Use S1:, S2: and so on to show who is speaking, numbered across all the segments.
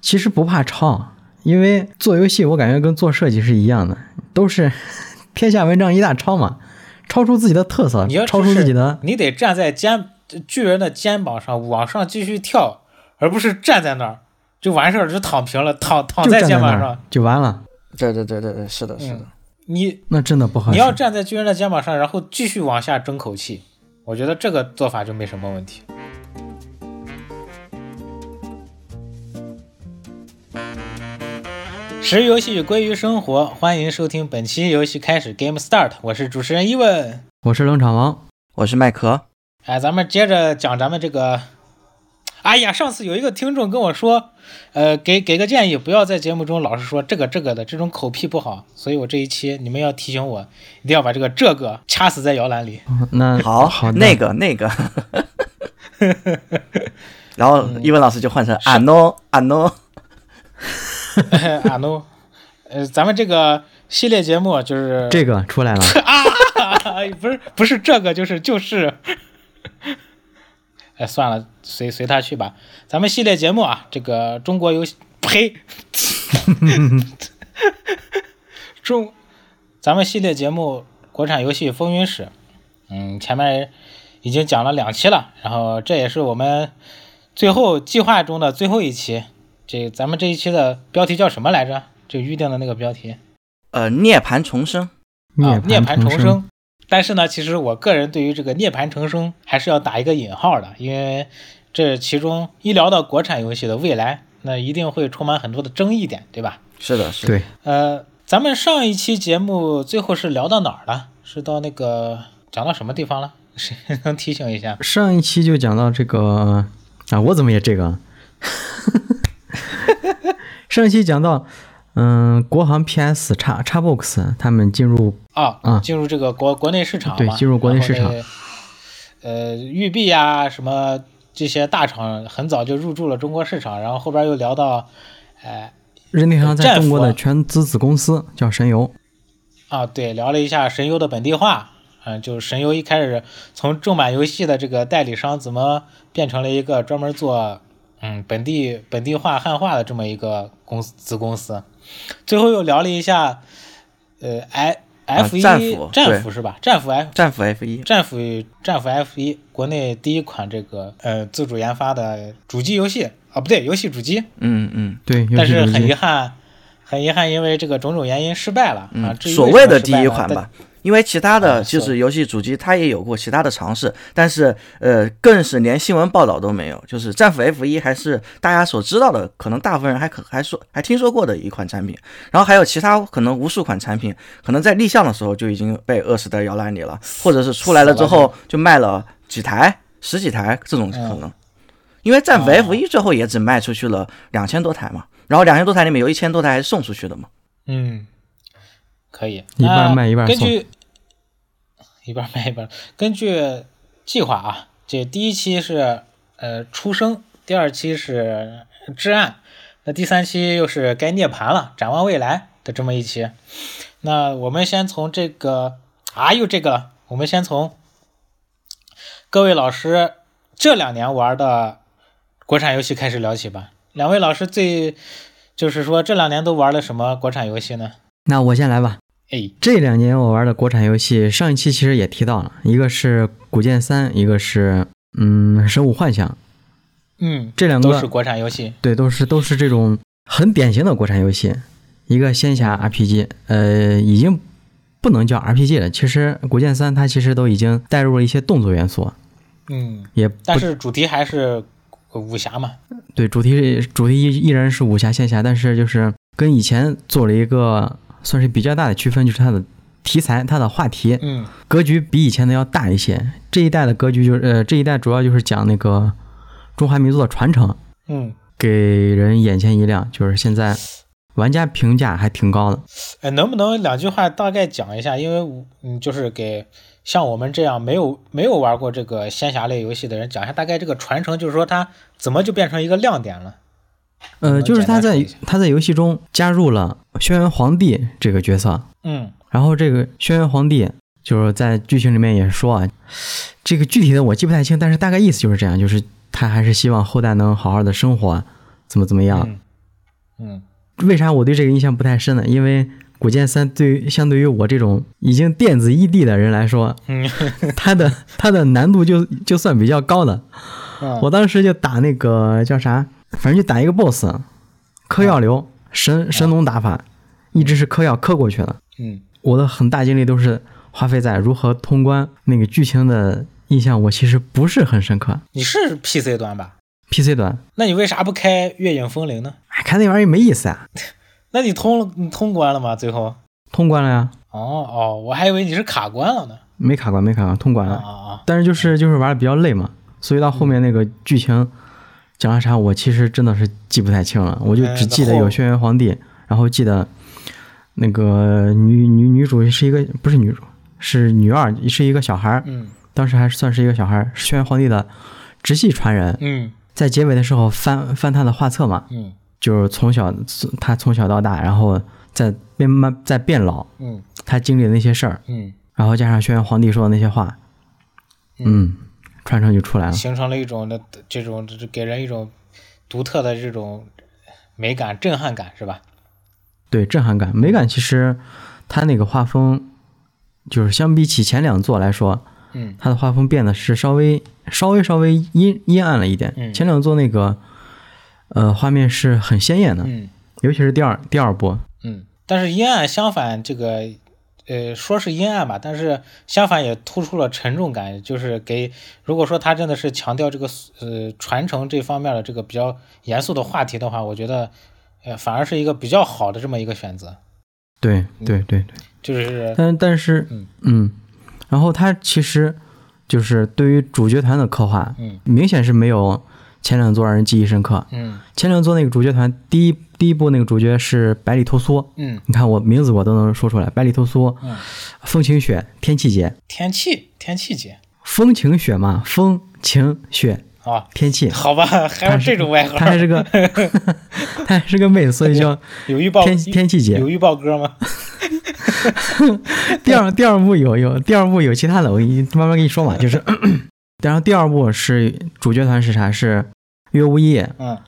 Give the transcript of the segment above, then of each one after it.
S1: 其实不怕抄，因为做游戏我感觉跟做设计是一样的，都是 天下文章一大抄嘛，抄出自己的特色
S2: 你要，
S1: 抄
S2: 就
S1: 出自
S2: 是
S1: 己的。
S2: 你得站在肩巨人的肩膀上往上继续跳，而不是站在那儿就完事儿，就躺平了，躺躺
S1: 就站
S2: 肩
S1: 那
S2: 膀
S1: 儿
S2: 上。
S1: 就完了，
S3: 对对对对对，是
S1: 嗯
S3: 的，是的。
S2: 你
S1: 那真的不合
S2: 你
S1: 适。
S2: 要站在巨人的肩膀上，然后继续往下争口气，我觉得这个做法就没什么问题。识游戏归于生活，欢迎收听本期游戏开始 Game Start，我是主持人伊问。
S1: 我是冷场王，
S3: 我是麦壳，
S2: 哎，咱们接着讲咱们这个。哎呀，上次有一个听众跟我说，呃，给给个建议，不要在节目中老是说这个这个的，这种口癖不好。所以我这一期你们要提醒我，一定要把这个这个掐死在摇篮里。
S1: 那
S3: 好，
S1: 好的
S3: 那个那个，然后
S1: 嗯
S3: 一文老师就换成啊 no 啊 no，
S2: 啊 no，呃，咱们这个系列节目啊就是
S1: 这个出来 了，
S2: 啊， 不是不是这个，就是就是，哎，算了，随随他去吧。咱们系列节目啊，这个中国游戏，呸，中，咱们系列节目《国产游戏风云史》，嗯，前面已经讲了两期了，然后这也是我们最后计划中的最后一期。这咱们这一期的标题叫什么来着？就预定的那个标题。
S3: 呃，涅槃重生，
S2: 啊，涅槃重
S1: 重生，
S2: 生。但是呢，其实我个人对于这个涅槃重生还是要打一个引号的，因为这其中一聊到国产游戏的未来，那一定会充满很多的争议点，对吧？
S3: 是的，是的，
S1: 对，
S2: 呃，咱们上一期节目最后是聊到哪儿了？是到那个讲到什么地方了？谁能提醒一下？
S1: 上一期就讲到这个啊，我怎么也这个啊？ 上一期讲到，嗯，国行 PS 叉 Xbox 他们进入
S2: 啊，
S1: 嗯
S2: 进入这个国国内市场嘛，
S1: 对进入国内市场
S2: 然后那。呃，育碧呀、什么这些大厂很早就入驻了中国市场，然后后边又聊到，呃，
S1: 任天堂在
S2: 战啊
S1: 中国
S2: 斧
S1: 的全资子公司叫神游，
S2: 啊，对，聊了一下神游的本地化，嗯，就是神游一开始从正版游戏的这个代理商，怎么变成了一个专门做嗯本地本地化汉化的这么一个公司子公司，最后又聊了一下，呃，I F 一、
S3: 啊战斧对
S2: 战斧是吧？战斧 F
S3: 战斧 F 一，
S2: 战斧战斧 F 一，国内第一款这个呃自主研发的主机游戏啊，不对，游戏主机，
S3: 嗯嗯
S1: 对，游戏
S2: 但是
S1: 主机
S2: 很遗憾。很遗憾，因为这个种种原因失败了、啊
S3: 嗯，。
S2: 至于
S3: 所
S2: 为
S3: 谓
S2: 什么
S3: 的
S2: 失
S3: 第
S2: 败
S3: 一
S2: 呢
S3: 款
S2: 但
S3: 吧，因为其他的
S2: 啊
S3: 就是是游戏主机，它也有过其他的尝试，但是呃，更是连新闻报道都没有。就是战斧 F 一还是大家所知道的，可能大部分人还可还说还听说过的一款产品，然后还有其他可能无数款产品，可能在立项的时候就已经被饿死在摇篮里了，或者是出来了之
S2: 死了
S3: 后就卖了几台、十几台这种可能。因为战斧
S2: 嗯哦
S3: F 一最后也只卖出去了两千多台嘛，然后两千多台里面有一千多台还是送出去的嘛，
S2: 嗯，可以，
S1: 一半
S2: 那
S1: 卖一半
S2: 根
S1: 送
S2: 据 一半卖一半，根据计划啊，这第一期是呃出生，第二期是至暗，那第三期又是该涅槃了，展望未来的这么一期。那我们先从这个啊，又这个了，我们先从各位老师这两年玩的国产游戏开始聊起吧。两位老师最就是说这两年都玩了什么国产游戏呢？
S1: 那我先来吧。
S2: 哎，
S1: 这两年我玩的国产游戏，上一期其实也提到了，一个是《古剑三》，一个是嗯《神武幻想》，
S2: 嗯，
S1: 这两
S2: 都是
S1: 个
S2: 国产游戏。
S1: 对都是都是这种很典型的国产游戏，一个仙侠 RPG，呃，已经不能叫 RPG 了。其实《古剑三》它其实都已经带入了一些动作元素，
S2: 嗯，
S1: 也不
S2: 但是主题还是呃武侠嘛。
S1: 对主题主题依依然是武侠仙侠，但是就是跟以前做了一个算是比较大的区分，就是它的题材、它的话题，
S2: 嗯
S1: 格局比以前的要大一些。这一代的格局就是，呃，这一代主要就是讲那个中华民族的传承，
S2: 嗯，
S1: 给人眼前一亮。就是现在玩家评价还挺高的。
S2: 哎，能不能两句话大概讲一下？因为我嗯，就是给像我们这样没有没有玩过这个仙侠类游戏的人讲一下，大概这个传承，就是说它怎么就变成一个亮点了？
S1: 呃，就是他
S2: 嗯简单说
S1: 在
S2: 一下
S1: 他在游戏中加入了轩辕皇帝这个角色，
S2: 嗯
S1: 然后这个轩辕皇帝就是在剧情里面也说啊，这个具体的我记不太清，但是大概意思就是这样，就是他还是希望后代能好好的生活，怎么怎么样。
S2: 嗯嗯
S1: 为啥我对这个印象不太深呢？因为《古剑三》对于相对于我这种已经电子异地的人来说，
S2: 嗯
S1: 它的它的难度就就算比较高的。
S2: 嗯
S1: 我当时就打那个叫啥，反正就打一个 BOSS，嗑药流神神农打法，一直是嗑药嗑过去的。
S2: 嗯
S1: 我的很大精力都是花费在如何通关那个剧情的印象，我其实不是很深刻。
S2: 你是 PC 端吧？
S1: PC 端，
S2: 那你为啥不开月影风铃呢？
S1: 哎，看那玩意儿没意思啊，
S2: 那你通了，你通关了吗？最后？
S1: 通关了呀，
S2: 哦哦，我还以为你是卡关了呢。
S1: 没卡关，没卡关，通关
S2: 啊
S1: 了。
S2: 啊啊！
S1: 但是就是就是玩的比较累嘛，所以到后面那个剧情讲了啥，我其实真的是记不太清了，我就只记得有轩辕皇帝，然后记得那个女女女主是一个不是女主，是女二，是一个小孩儿，
S2: 嗯
S1: 当时还算是一个小孩儿，是轩辕皇帝的直系传人，
S2: 嗯
S1: 在结尾的时候翻翻他的画册嘛，
S2: 嗯
S1: 就是从小他从小到大，然后再慢慢再变老，
S2: 嗯
S1: 他经历的那些事儿，
S2: 嗯，
S1: 然后加上轩辕皇帝说的那些话，嗯，传承就出来了。
S2: 形成了一种的这种这给人一种独特的这种美感、震撼感，是吧？
S1: 对，震撼感、美感，其实它那个画风，就是相比起前两座来说，
S2: 嗯
S1: 它的画风变得是稍微、稍微、稍微阴阴暗了一点。
S2: 嗯
S1: 前两座那个，呃，画面是很鲜艳的，
S2: 嗯
S1: 尤其是第二第二波。
S2: 嗯。但是阴暗相反，这个呃说是阴暗吧，但是相反也突出了沉重感，就是给如果说他真的是强调这个呃传承这方面的这个比较严肃的话题的话，我觉得呃反而是一个比较好的这么一个选择，
S1: 对
S2: 嗯
S1: 对对对，
S2: 就 是
S1: 但但是
S2: 嗯
S1: 嗯，然后它其实就是对于主角团的刻画，
S2: 嗯
S1: 明显是没有前两座让人记忆深刻。
S2: 嗯
S1: 前两座那个主角团，第一第一部那个主角是百里屠苏，
S2: 嗯
S1: 你看我名字我都能说出来，百里屠苏、
S2: 嗯，
S1: 风晴雪、天气节，
S2: 天气天气节
S1: 风晴雪嘛，风晴雪
S2: 啊，
S1: 天 气，
S2: 好吧，还有这种外号
S1: 她，还是个 她还是个妹，所以叫
S2: 有预报
S1: 天天气节
S2: 有。预报歌吗？
S1: 第二第二部有有第二部有其他的，我给你慢慢跟你说嘛，就是，然后第二部是主角团是啥？是月无夜、
S2: 嗯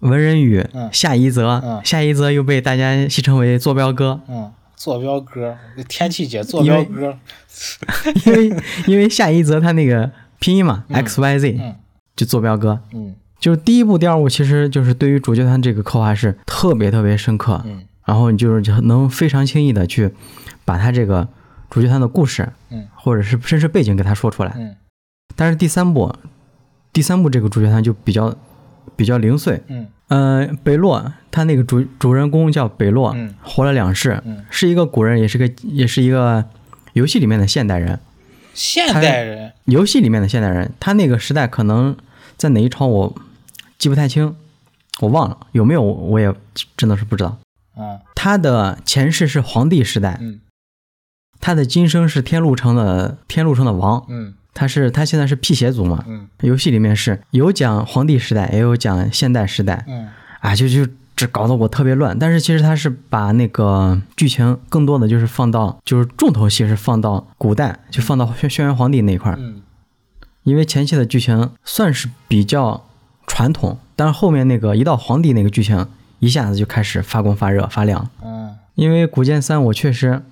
S1: 文人宇、
S2: 嗯
S1: 夏一泽，
S2: 嗯
S1: 夏一泽又被大家戏称为坐标哥，
S2: 嗯，坐标歌，天气节坐标歌，
S1: 因 为因为夏一泽他那个拼音嘛、x Y Z
S2: 嗯
S1: 就坐标哥，
S2: 嗯
S1: 就是第一部、第二部，其实就是对于主角团这个刻画是特别特别深刻，
S2: 嗯
S1: 然后你就是能非常轻易的去把他这个主角团的故事，
S2: 嗯
S1: 或者是甚至背景给他说出来。
S2: 嗯
S1: 但是第三部，啊第三部这个主角团就比较比较零碎。
S2: 嗯
S1: 呃，北洛他那个主主人公叫北洛，啊
S2: 嗯
S1: 活了两世，啊
S2: 嗯
S1: 是一个古人，也是个也是一个游戏里面的现代人。
S2: 现代人，
S1: 游戏里面的现代人，他那个时代可能在哪一朝我记不太清，我忘了有没有，我也真的是不知道。
S2: 嗯
S1: 他的前世是皇帝时代，
S2: 嗯
S1: 他的今生是天禄城的天禄城的王，
S2: 嗯
S1: 他是他现在是辟邪族嘛。
S2: 嗯
S1: 游戏里面是有讲皇帝时代，也有讲现代时代，
S2: 嗯
S1: 啊，就就这搞得我特别乱。但是其实他是把那个剧情更多的就是放到，就是重头戏是放到古代，就放到轩轩辕皇帝那一块儿。
S2: 嗯
S1: 因为前期的剧情算是比较传统，但是后面那个一到皇帝那个剧情，一下子就开始发光发热发亮。
S2: 嗯
S1: 因为《古剑三》我确实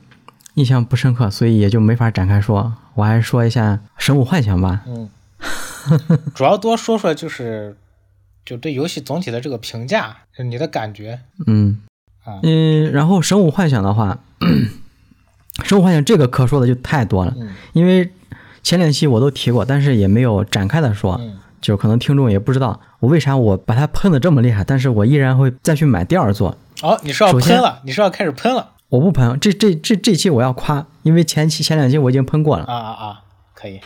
S1: 印象不深刻，所以也就没法展开说。我还是说一下《神武幻想》吧。
S2: 嗯，主要多说说就是，就对游戏总体的这个评价，你的感觉，
S1: 嗯
S2: 啊
S1: 嗯，然后《神武幻想》的话， 《神武幻想》这个可说的就太多了，
S2: 嗯
S1: 因为前两期我都提过，但是也没有展开的说。
S2: 嗯
S1: 就可能听众也不知道我为啥我把它喷的这么厉害，但是我依然会再去买第二座，
S2: 哦，你是要
S1: 首先
S2: 喷了，你是要开始喷了
S1: 我不喷，这这这这期我要夸，因为前期前两期我已经喷过了。
S2: 啊啊啊，可以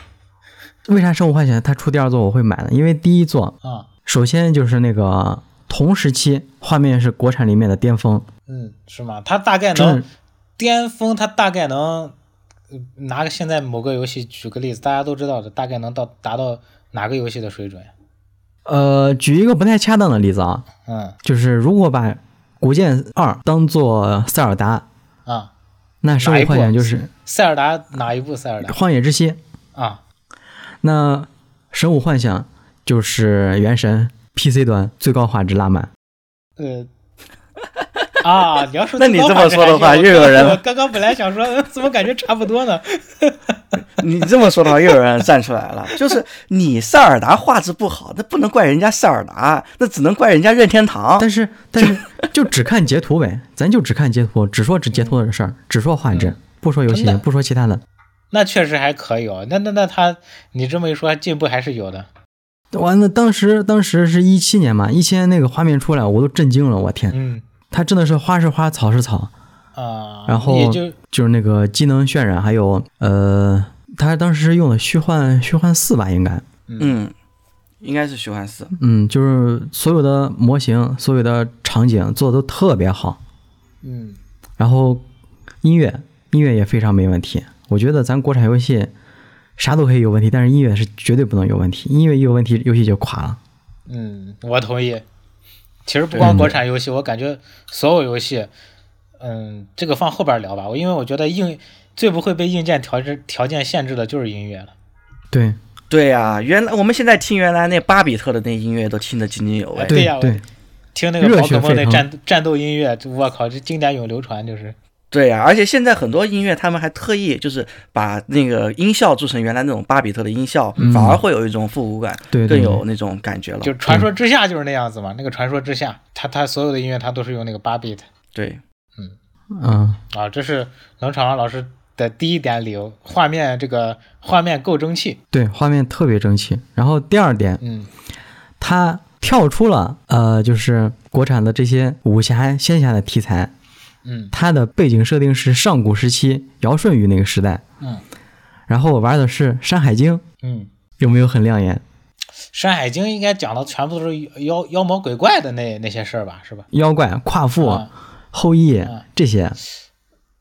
S2: 嗯
S1: 为啥《生物幻想》它出第二座我会买呢？因为第一座
S2: 啊，
S1: 首先就是那个同时期画面是国产里面的巅峰，
S2: 嗯，是吗？他大概
S1: 真
S2: 能
S1: 的
S2: 巅峰，他大概能呃拿个现在某个游戏举个例子，大家都知道的，大概能到达到哪个游戏的水准？
S1: 呃，举一个不太恰当的例子啊，
S2: 嗯
S1: 就是如果把《古剑二》当做塞尔达，
S2: 啊，
S1: 那《生
S2: 哪一
S1: 物
S2: 部
S1: 幻想》就是
S2: 塞尔达哪一部塞尔
S1: 《
S2: 达
S1: 荒野之息》，
S2: 啊？
S1: 那《神武幻想》就是《原神》PC 端最高画质拉满。
S2: 呃，啊，你要说
S3: 那你这么说的话
S2: 我
S3: 又有人
S2: 我刚刚本来想说，嗯怎么感觉差不多呢？
S3: 你这么说的话，又有人站出来了，就是你塞尔达画质不好，那不能怪人家塞尔达，那只能怪人家任天堂。
S1: 但是但 是就只看截图呗，咱就只看截图，只说只截图的事儿，只说画质，不说游戏
S2: 嗯真的，
S1: 不说其他的。
S2: 那确实还可以哦。那那那他，你这么一说，进步还是有的。
S1: 完了，当时当时是一七年嘛，一七年那个画面出来，我都震惊了，我天，
S2: 嗯
S1: 它真的是花是花，草是草，
S2: 啊，
S1: 然后
S2: 也就
S1: 就是那个机能渲染，还有呃，它当时是用了虚幻虚幻四吧，应该，
S3: 嗯，应该是虚幻四。
S1: 嗯，就是所有的模型、所有的场景做的都特别好，
S2: 嗯
S1: 然后音乐音乐也非常没问题。我觉得咱国产游戏啥都可以有问题，但是音乐是绝对不能有问题，音乐一有问题，游戏就垮了。
S2: 嗯，我同意。其实不光国产游戏，我感觉所有游戏，嗯，这个放后边聊吧。我因为我觉得硬最不会被硬件条件条件限制的就是音乐了。
S1: 对
S3: 对呀、原来我们现在听原来那巴比特的那音乐都听得津津有味。
S2: 对呀我
S1: 对，
S2: 听那个
S1: 热
S2: 宝
S1: 血
S2: 可梦
S1: 沸
S2: 那
S1: 腾
S2: 战战斗音乐，我靠，这经典永流传就是。
S3: 对呀、而且现在很多音乐他们还特意就是把那个音效做成原来那种巴比特的音效，
S1: 嗯
S3: 反而会有一种复古感，
S1: 对对
S3: 更
S1: 对
S3: 有那种感觉了。
S2: 就传说之下就是那样子嘛。那个传说之下，它它所有的音乐它都是用那个八 bit
S3: 对，
S1: 嗯，
S2: 啊，这是冷场老师的第一点理由，画面这个画面够争气。
S1: 对，画面特别争气。然后第二点，
S2: 嗯
S1: 它跳出了呃，就是国产的这些武侠仙侠的题材，
S2: 嗯
S1: 它的背景设定是上古时期尧舜禹那个时代，
S2: 嗯
S1: 然后我玩的是《山海经》，
S2: 嗯，
S1: 有没有很亮眼？
S2: 山海经》应该讲的全部都是妖妖魔鬼怪的那那些事儿吧，是吧？
S1: 妖怪、夸父、
S2: 啊
S1: 后羿、
S2: 啊
S1: 这些，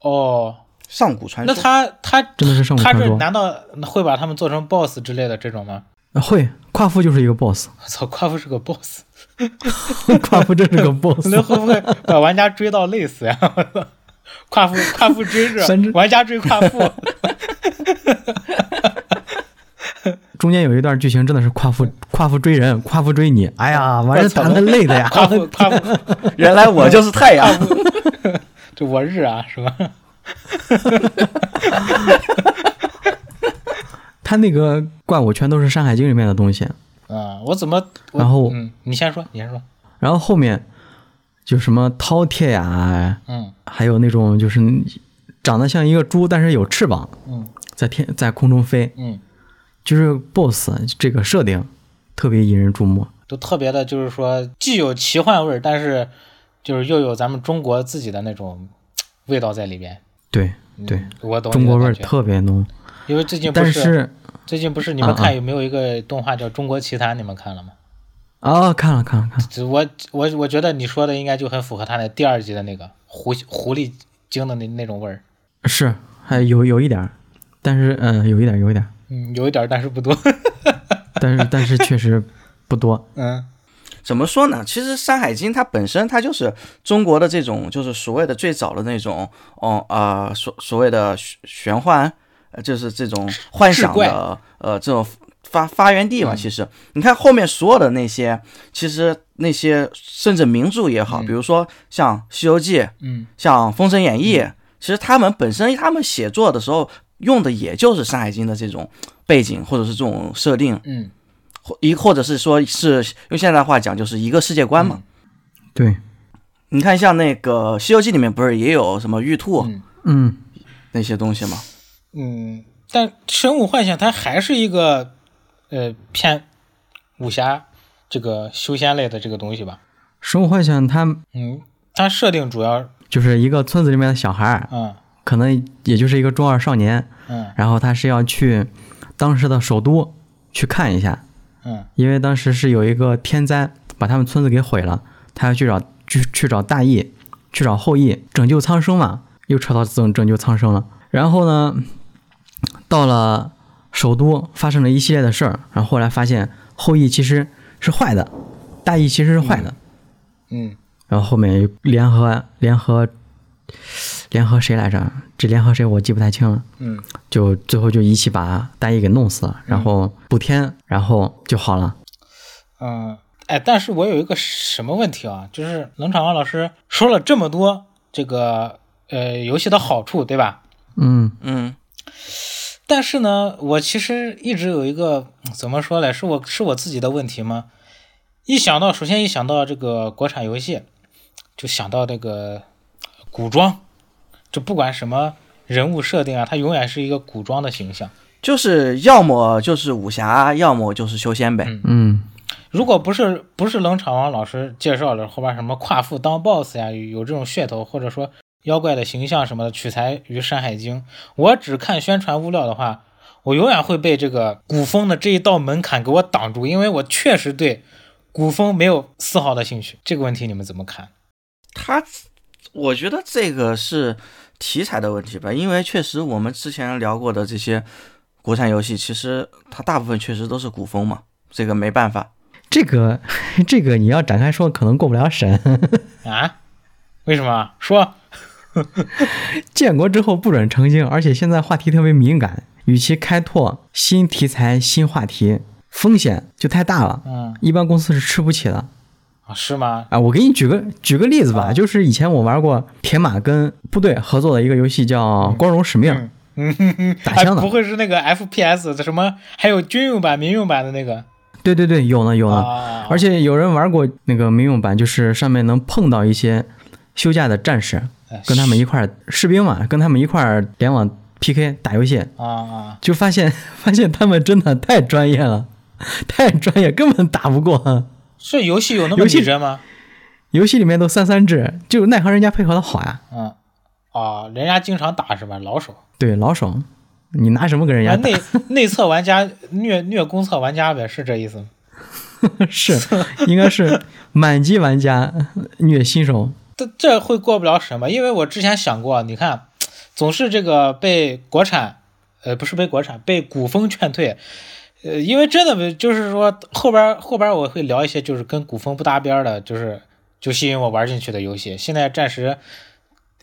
S2: 哦，
S3: 上古传
S2: 那
S3: 说。
S2: 他他
S1: 真的是上古
S2: 他
S1: 传
S2: 这
S1: 说。
S2: 难道会把他们做成 BOSS 之类的这种吗？
S1: 会，夸父就是一个 boss，
S2: 我操，夸父是个 BOSS，
S1: 夸父真是个 boss。
S2: 那会不会把玩家追到累死呀？我操夸父夸父追
S1: 三只
S2: 着玩家追夸 父，
S1: 中间有一段剧情真的是夸父，夸父追人，夸父追你，哎呀，玩的
S2: 我操
S1: 打的累的呀。
S2: 夸父夸父
S3: 原来我就是太 阳。
S2: 这我日啊，是吧？
S1: 他那个怪物全都是《山海经》里面的东西，
S2: 啊，我怎么？我
S1: 然后
S2: 嗯，你先说，你先说。
S1: 然后后面就什么饕餮呀，
S2: 嗯
S1: 还有那种就是长得像一个猪，但是有翅膀，
S2: 嗯
S1: 在天在空中飞，
S2: 嗯，
S1: 就是 BOSS 这个设定特别引人注目。
S2: 都特别的，就是说既有奇幻味儿，但是就是又有咱们中国自己的那种嘖味道在里边。
S1: 对
S2: 嗯
S1: 对，
S2: 我懂你的
S1: 中国味儿
S2: 感觉
S1: 特别浓，
S2: 因为最近不
S1: 但
S2: 是
S1: 是
S2: 最近不是你们
S1: 啊啊
S2: 看有没有一个动画叫《中国奇谭》，你们看了吗？
S1: 啊、看了看了看了，
S2: 只我我我觉得你说的应该就很符合他那第二集的那个狐狐狸精的那那种味儿。
S1: 是还有有一点儿，但是嗯、有一点儿有一点儿，
S2: 嗯，有一点儿，但是不多。
S1: 但是 但是确实不多。
S2: 嗯
S3: 怎么说呢？其实《山海经》它本身它就是中国的这种，就是所谓的最早的那种，哦啊、呃所所谓的玄玄幻，呃，就是这种幻想
S2: 志怪
S3: 的，呃，这种发发源地嘛。
S2: 嗯
S3: 其实你看后面所有的那些，其实那些甚至名著也好，
S2: 嗯
S3: 比如说像《西游记》，
S2: 嗯
S3: 像《封神演义》，其实他们本身他们写作的时候用的也就是《山海经》的这种背景或者是这种设定。
S2: 嗯，
S3: 或一或者是说是用现代话讲，就是一个世界观嘛。
S1: 对，
S3: 你看，像那个《西游记》里面不是也有什么玉兔、
S2: 嗯
S1: 嗯，
S3: 那些东西吗？
S2: 嗯，但生物幻想它还是一个呃偏武侠这个修仙类的这个东西吧。
S1: 生物幻想它
S2: 嗯，它设定主要
S1: 就是一个村子里面的小孩儿，
S2: 嗯
S1: 可能也就是一个中二少年，
S2: 嗯
S1: 然后他是要去当时的首都去看一下，
S2: 嗯
S1: 因为当时是有一个天灾把他们村子给毁了，他要去找去去找大义，去找后羿拯救苍生嘛，又扯到拯拯救苍生了。然后呢，到了首都发生了一系列的事儿，然后后来发现后羿其实是坏的，大义其实是坏的。
S2: 嗯
S1: 然后后面又联合联合联合谁来着？这联合谁我记不太清了。
S2: 嗯
S1: 就最后就一起把大义给弄死了，然后补天，然后就好了。
S2: 嗯，哎，但是我有一个什么问题啊？就是冷场王老师说了这么多这个呃游戏的好处，对吧？
S1: 嗯
S3: 嗯
S2: 但是呢，我其实一直有一个嗯怎么说嘞，是我是我自己的问题吗？一想到，首先一想到这个国产游戏，就想到这个古装，就不管什么人物设定啊，它永远是一个古装的形象。
S3: 就是要么就是武侠，要么就是修仙呗。
S2: 嗯
S1: 嗯
S2: 如果不是不是冷场王老师介绍了后边什么夸父当 BOSS 呀，有这种噱头，或者说妖怪的形象什么的取材于《山海经》，我只看宣传物料的话，我永远会被这个古风的这一道门槛给我挡住，因为我确实对古风没有丝毫的兴趣。这个问题你们怎么看？
S3: 他，我觉得这个是题材的问题吧，因为确实我们之前聊过的这些国产游戏，其实它大部分确实都是古风嘛，这个没办法。
S1: 这个 这个你要展开说，可能过不了审。
S2: 啊？为什么？说
S1: 建国之后不准成精，而且现在话题特别敏感，与其开拓新题材、新话题，风险就太大了。
S2: 嗯
S1: 一般公司是吃不起的
S2: 啊是吗？
S1: 啊！我给你举个举个例子吧，
S2: 啊
S1: 就是以前我玩过铁马跟部队合作的一个游戏，叫
S2: 嗯
S1: 《光荣使命》，打
S2: 哎
S1: 枪的
S2: 不。会是那个 FPS 的什么？还有军用版、民用版的那个
S1: 对对对，有呢有呢。
S2: 啊？
S1: 而且有人玩过那个民用版，就是上面能碰到一些休假的战士，
S2: 哎
S1: 跟他们一块儿士兵嘛，跟他们一块儿联网 PK 打游戏，
S2: 啊啊！
S1: 就发现 发现他们真的太专业了， 太专业，根本打不过。
S2: 这游戏有那么
S1: 游戏
S2: 拟真吗？
S1: 游戏里面都三三制，就奈何人家配合的好呀、
S2: 嗯，啊，人家经常打是吧？老手，
S1: 对，老爽，你拿什么跟人
S2: 啊、
S1: 家打？
S2: 内内测玩家虐虐公测玩家呗，是这意思吗？
S1: 是，应该是满级玩家虐新手。
S2: 这这会过不了审吧？因为我之前想过，你看，总是这个被国产，呃，不是被国产，被古风劝退。呃，因为真的就是说，后边后边我会聊一些就是跟古风不搭边儿的，就是就吸引我玩进去的游戏。现在暂时，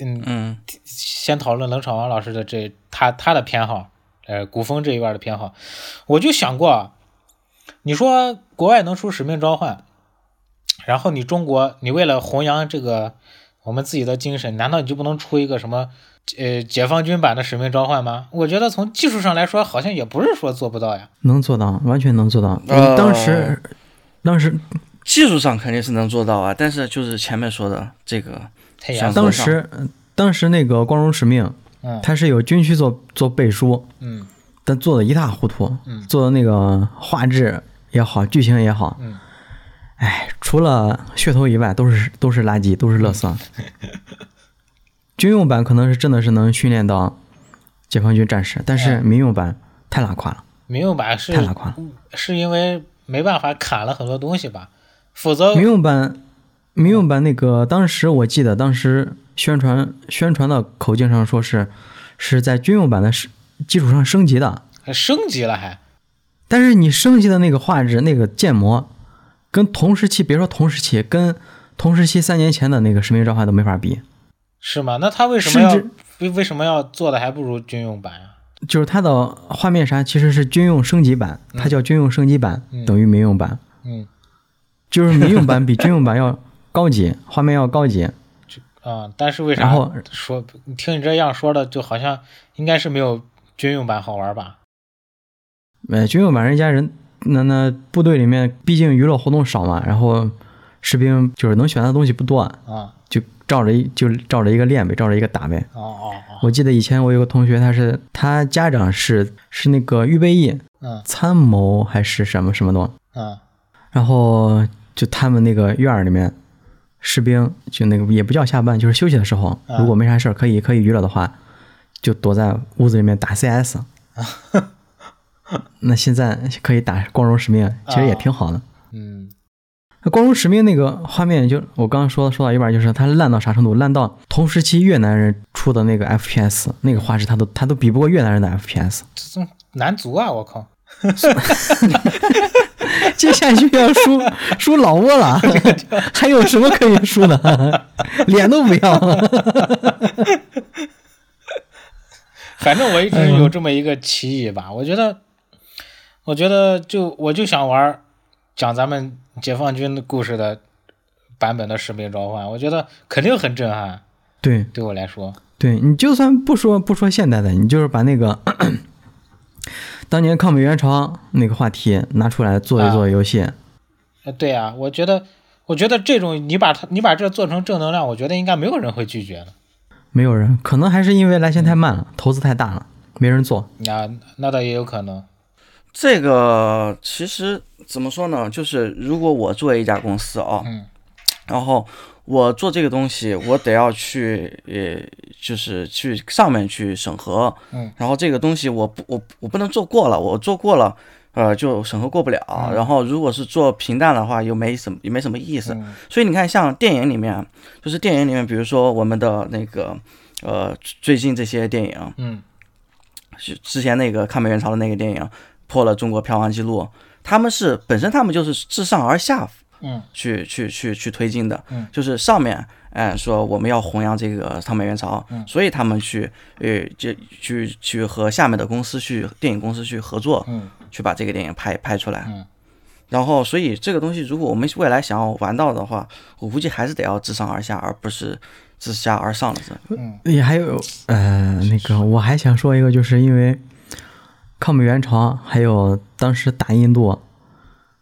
S2: 嗯，
S3: 嗯，
S2: 先讨论冷场王老师的这他他的偏好，呃，古风这一块的偏好，我就想过，啊，你说国外能出《使命召唤》，然后你中国，你为了弘扬这个我们自己的精神，难道你就不能出一个什么呃解放军版的《使命召唤》吗？我觉得从技术上来说，好像也不是说做不到呀。
S1: 能做到，完全能做到。
S3: 呃
S1: 我当时，当时，
S3: 技术上肯定是能做到啊，但是就是前面说的这个，
S2: 太严肃
S3: 上
S2: 了，
S1: 当时，当时那个《光荣使命》，
S2: 嗯
S1: 它是有军区做做背书，
S2: 嗯
S1: 但做的一塌糊涂
S2: 嗯，
S1: 做的那个画质也好，剧情也好，
S2: 嗯，
S1: 哎，除了噱头以外，都是都是垃圾，都是垃圾。 军用版可能是真的是能训练到解放军战士，但
S2: 哎
S1: 是民用版太拉胯了，
S2: 民用版是
S1: 太拉胯了。
S2: 是因为没办法砍了很多东西吧，否则
S1: 民用版，民用版那个当时我记得，当时宣传宣传的口径上说是是在军用版的是基础上升级的，
S2: 升级了还。
S1: 但是你升级的那个画质、那个建模，跟同时期别说同时期，跟同时期三年前的那个《使命召唤》都没法比。
S2: 是吗？那他为什么要
S1: 甚至
S2: 为为什么要做的还不如军用版呀、
S1: 就是它的画面啥其实是军用升级版，它叫军用升级版、
S2: 嗯
S1: 等于民用版，
S2: 嗯
S1: 就是民用版比军用版要高级，画面要高级。
S2: 啊、但是为啥
S1: 然后
S2: 说你听你这样说的，就好像应该是没有军用版好玩吧？
S1: 呃，军用版人家人那那部队里面毕竟娱乐活动少嘛，然后士兵就是能选择的东西不多，
S2: 啊、
S1: 就照着一就照着一个练呗，照着一个打呗。
S2: 哦哦哦，
S1: 我记得以前我有个同学，他是他家长是是那个预备役
S2: 嗯
S1: 参谋还是什么什么的，
S2: 嗯
S1: 然后就他们那个院儿里面，士兵就那个也不叫下班，就是休息的时候，
S2: 啊
S1: 如果没啥事儿可以可以娱乐的话，就躲在屋子里面打 CS。那现在可以打光荣使命，其实也挺好的。
S2: 嗯
S1: 那光荣使命那个画面就，我刚刚说说到一半，就是它烂到啥程度？烂到同时期越南人出的那个 FPS 那个画质，它都它都比不过越南人的 FPS。
S2: 这种男足啊，我靠，
S1: 接下去要输 输老挝了， 还有什么可以输的？ 脸都不要 了。
S2: 反正我一
S1: 哎
S2: 直有这么一个歧义吧。我觉得，我觉得就我就想玩讲咱们解放军的故事的版本的《使命召唤》，我觉得肯定很震撼。
S1: 对
S2: 对我来说，
S1: 对，你就算不说不说现代的，你就是把那个 咳咳当年抗美援朝那个话题拿出来做一做游戏，
S2: 呃，对啊，我觉得，我觉得这种你把它你把这做成正能量，我觉得应该没有人会拒绝的。
S1: 没有人，可能还是因为来钱太慢了，投资太大了，没人做。
S2: 那那倒也有可能。
S3: 这个其实怎么说呢？就是如果我作为一家公司啊，
S2: 嗯
S3: 然后我做这个东西，我得要去，呃，就是去上面去审核，
S2: 嗯，
S3: 然后这个东西我不，我我不能做过了，我做过了，呃，就审核过不了。
S2: 嗯
S3: 然后如果是做平淡的话，又没什么，也没什么意思。
S2: 嗯
S3: 所以你看，像电影里面，啊就是电影里面，比如说我们的那个，呃，最近这些电影，
S2: 嗯
S3: 是之前那个抗美援朝的那个电影破了中国票房记录，他们是本身他们就是自上而下
S2: 嗯
S3: 去去去去推进的，
S2: 嗯
S3: 就是上面，哎、说我们要弘扬这个抗美援朝，
S2: 嗯
S3: 所以他们去，呃，这去去和下面的公司去电影公司去合作，
S2: 嗯
S3: 去把这个电影拍拍出来，
S2: 嗯
S3: 然后所以这个东西，如果我们未来想要玩到的话，我估计还是得要自上而下，而不是自下而上的这。
S2: 嗯
S1: 也还有呃，那个我还想说一个，就是因为抗美援朝，还有当时打印度，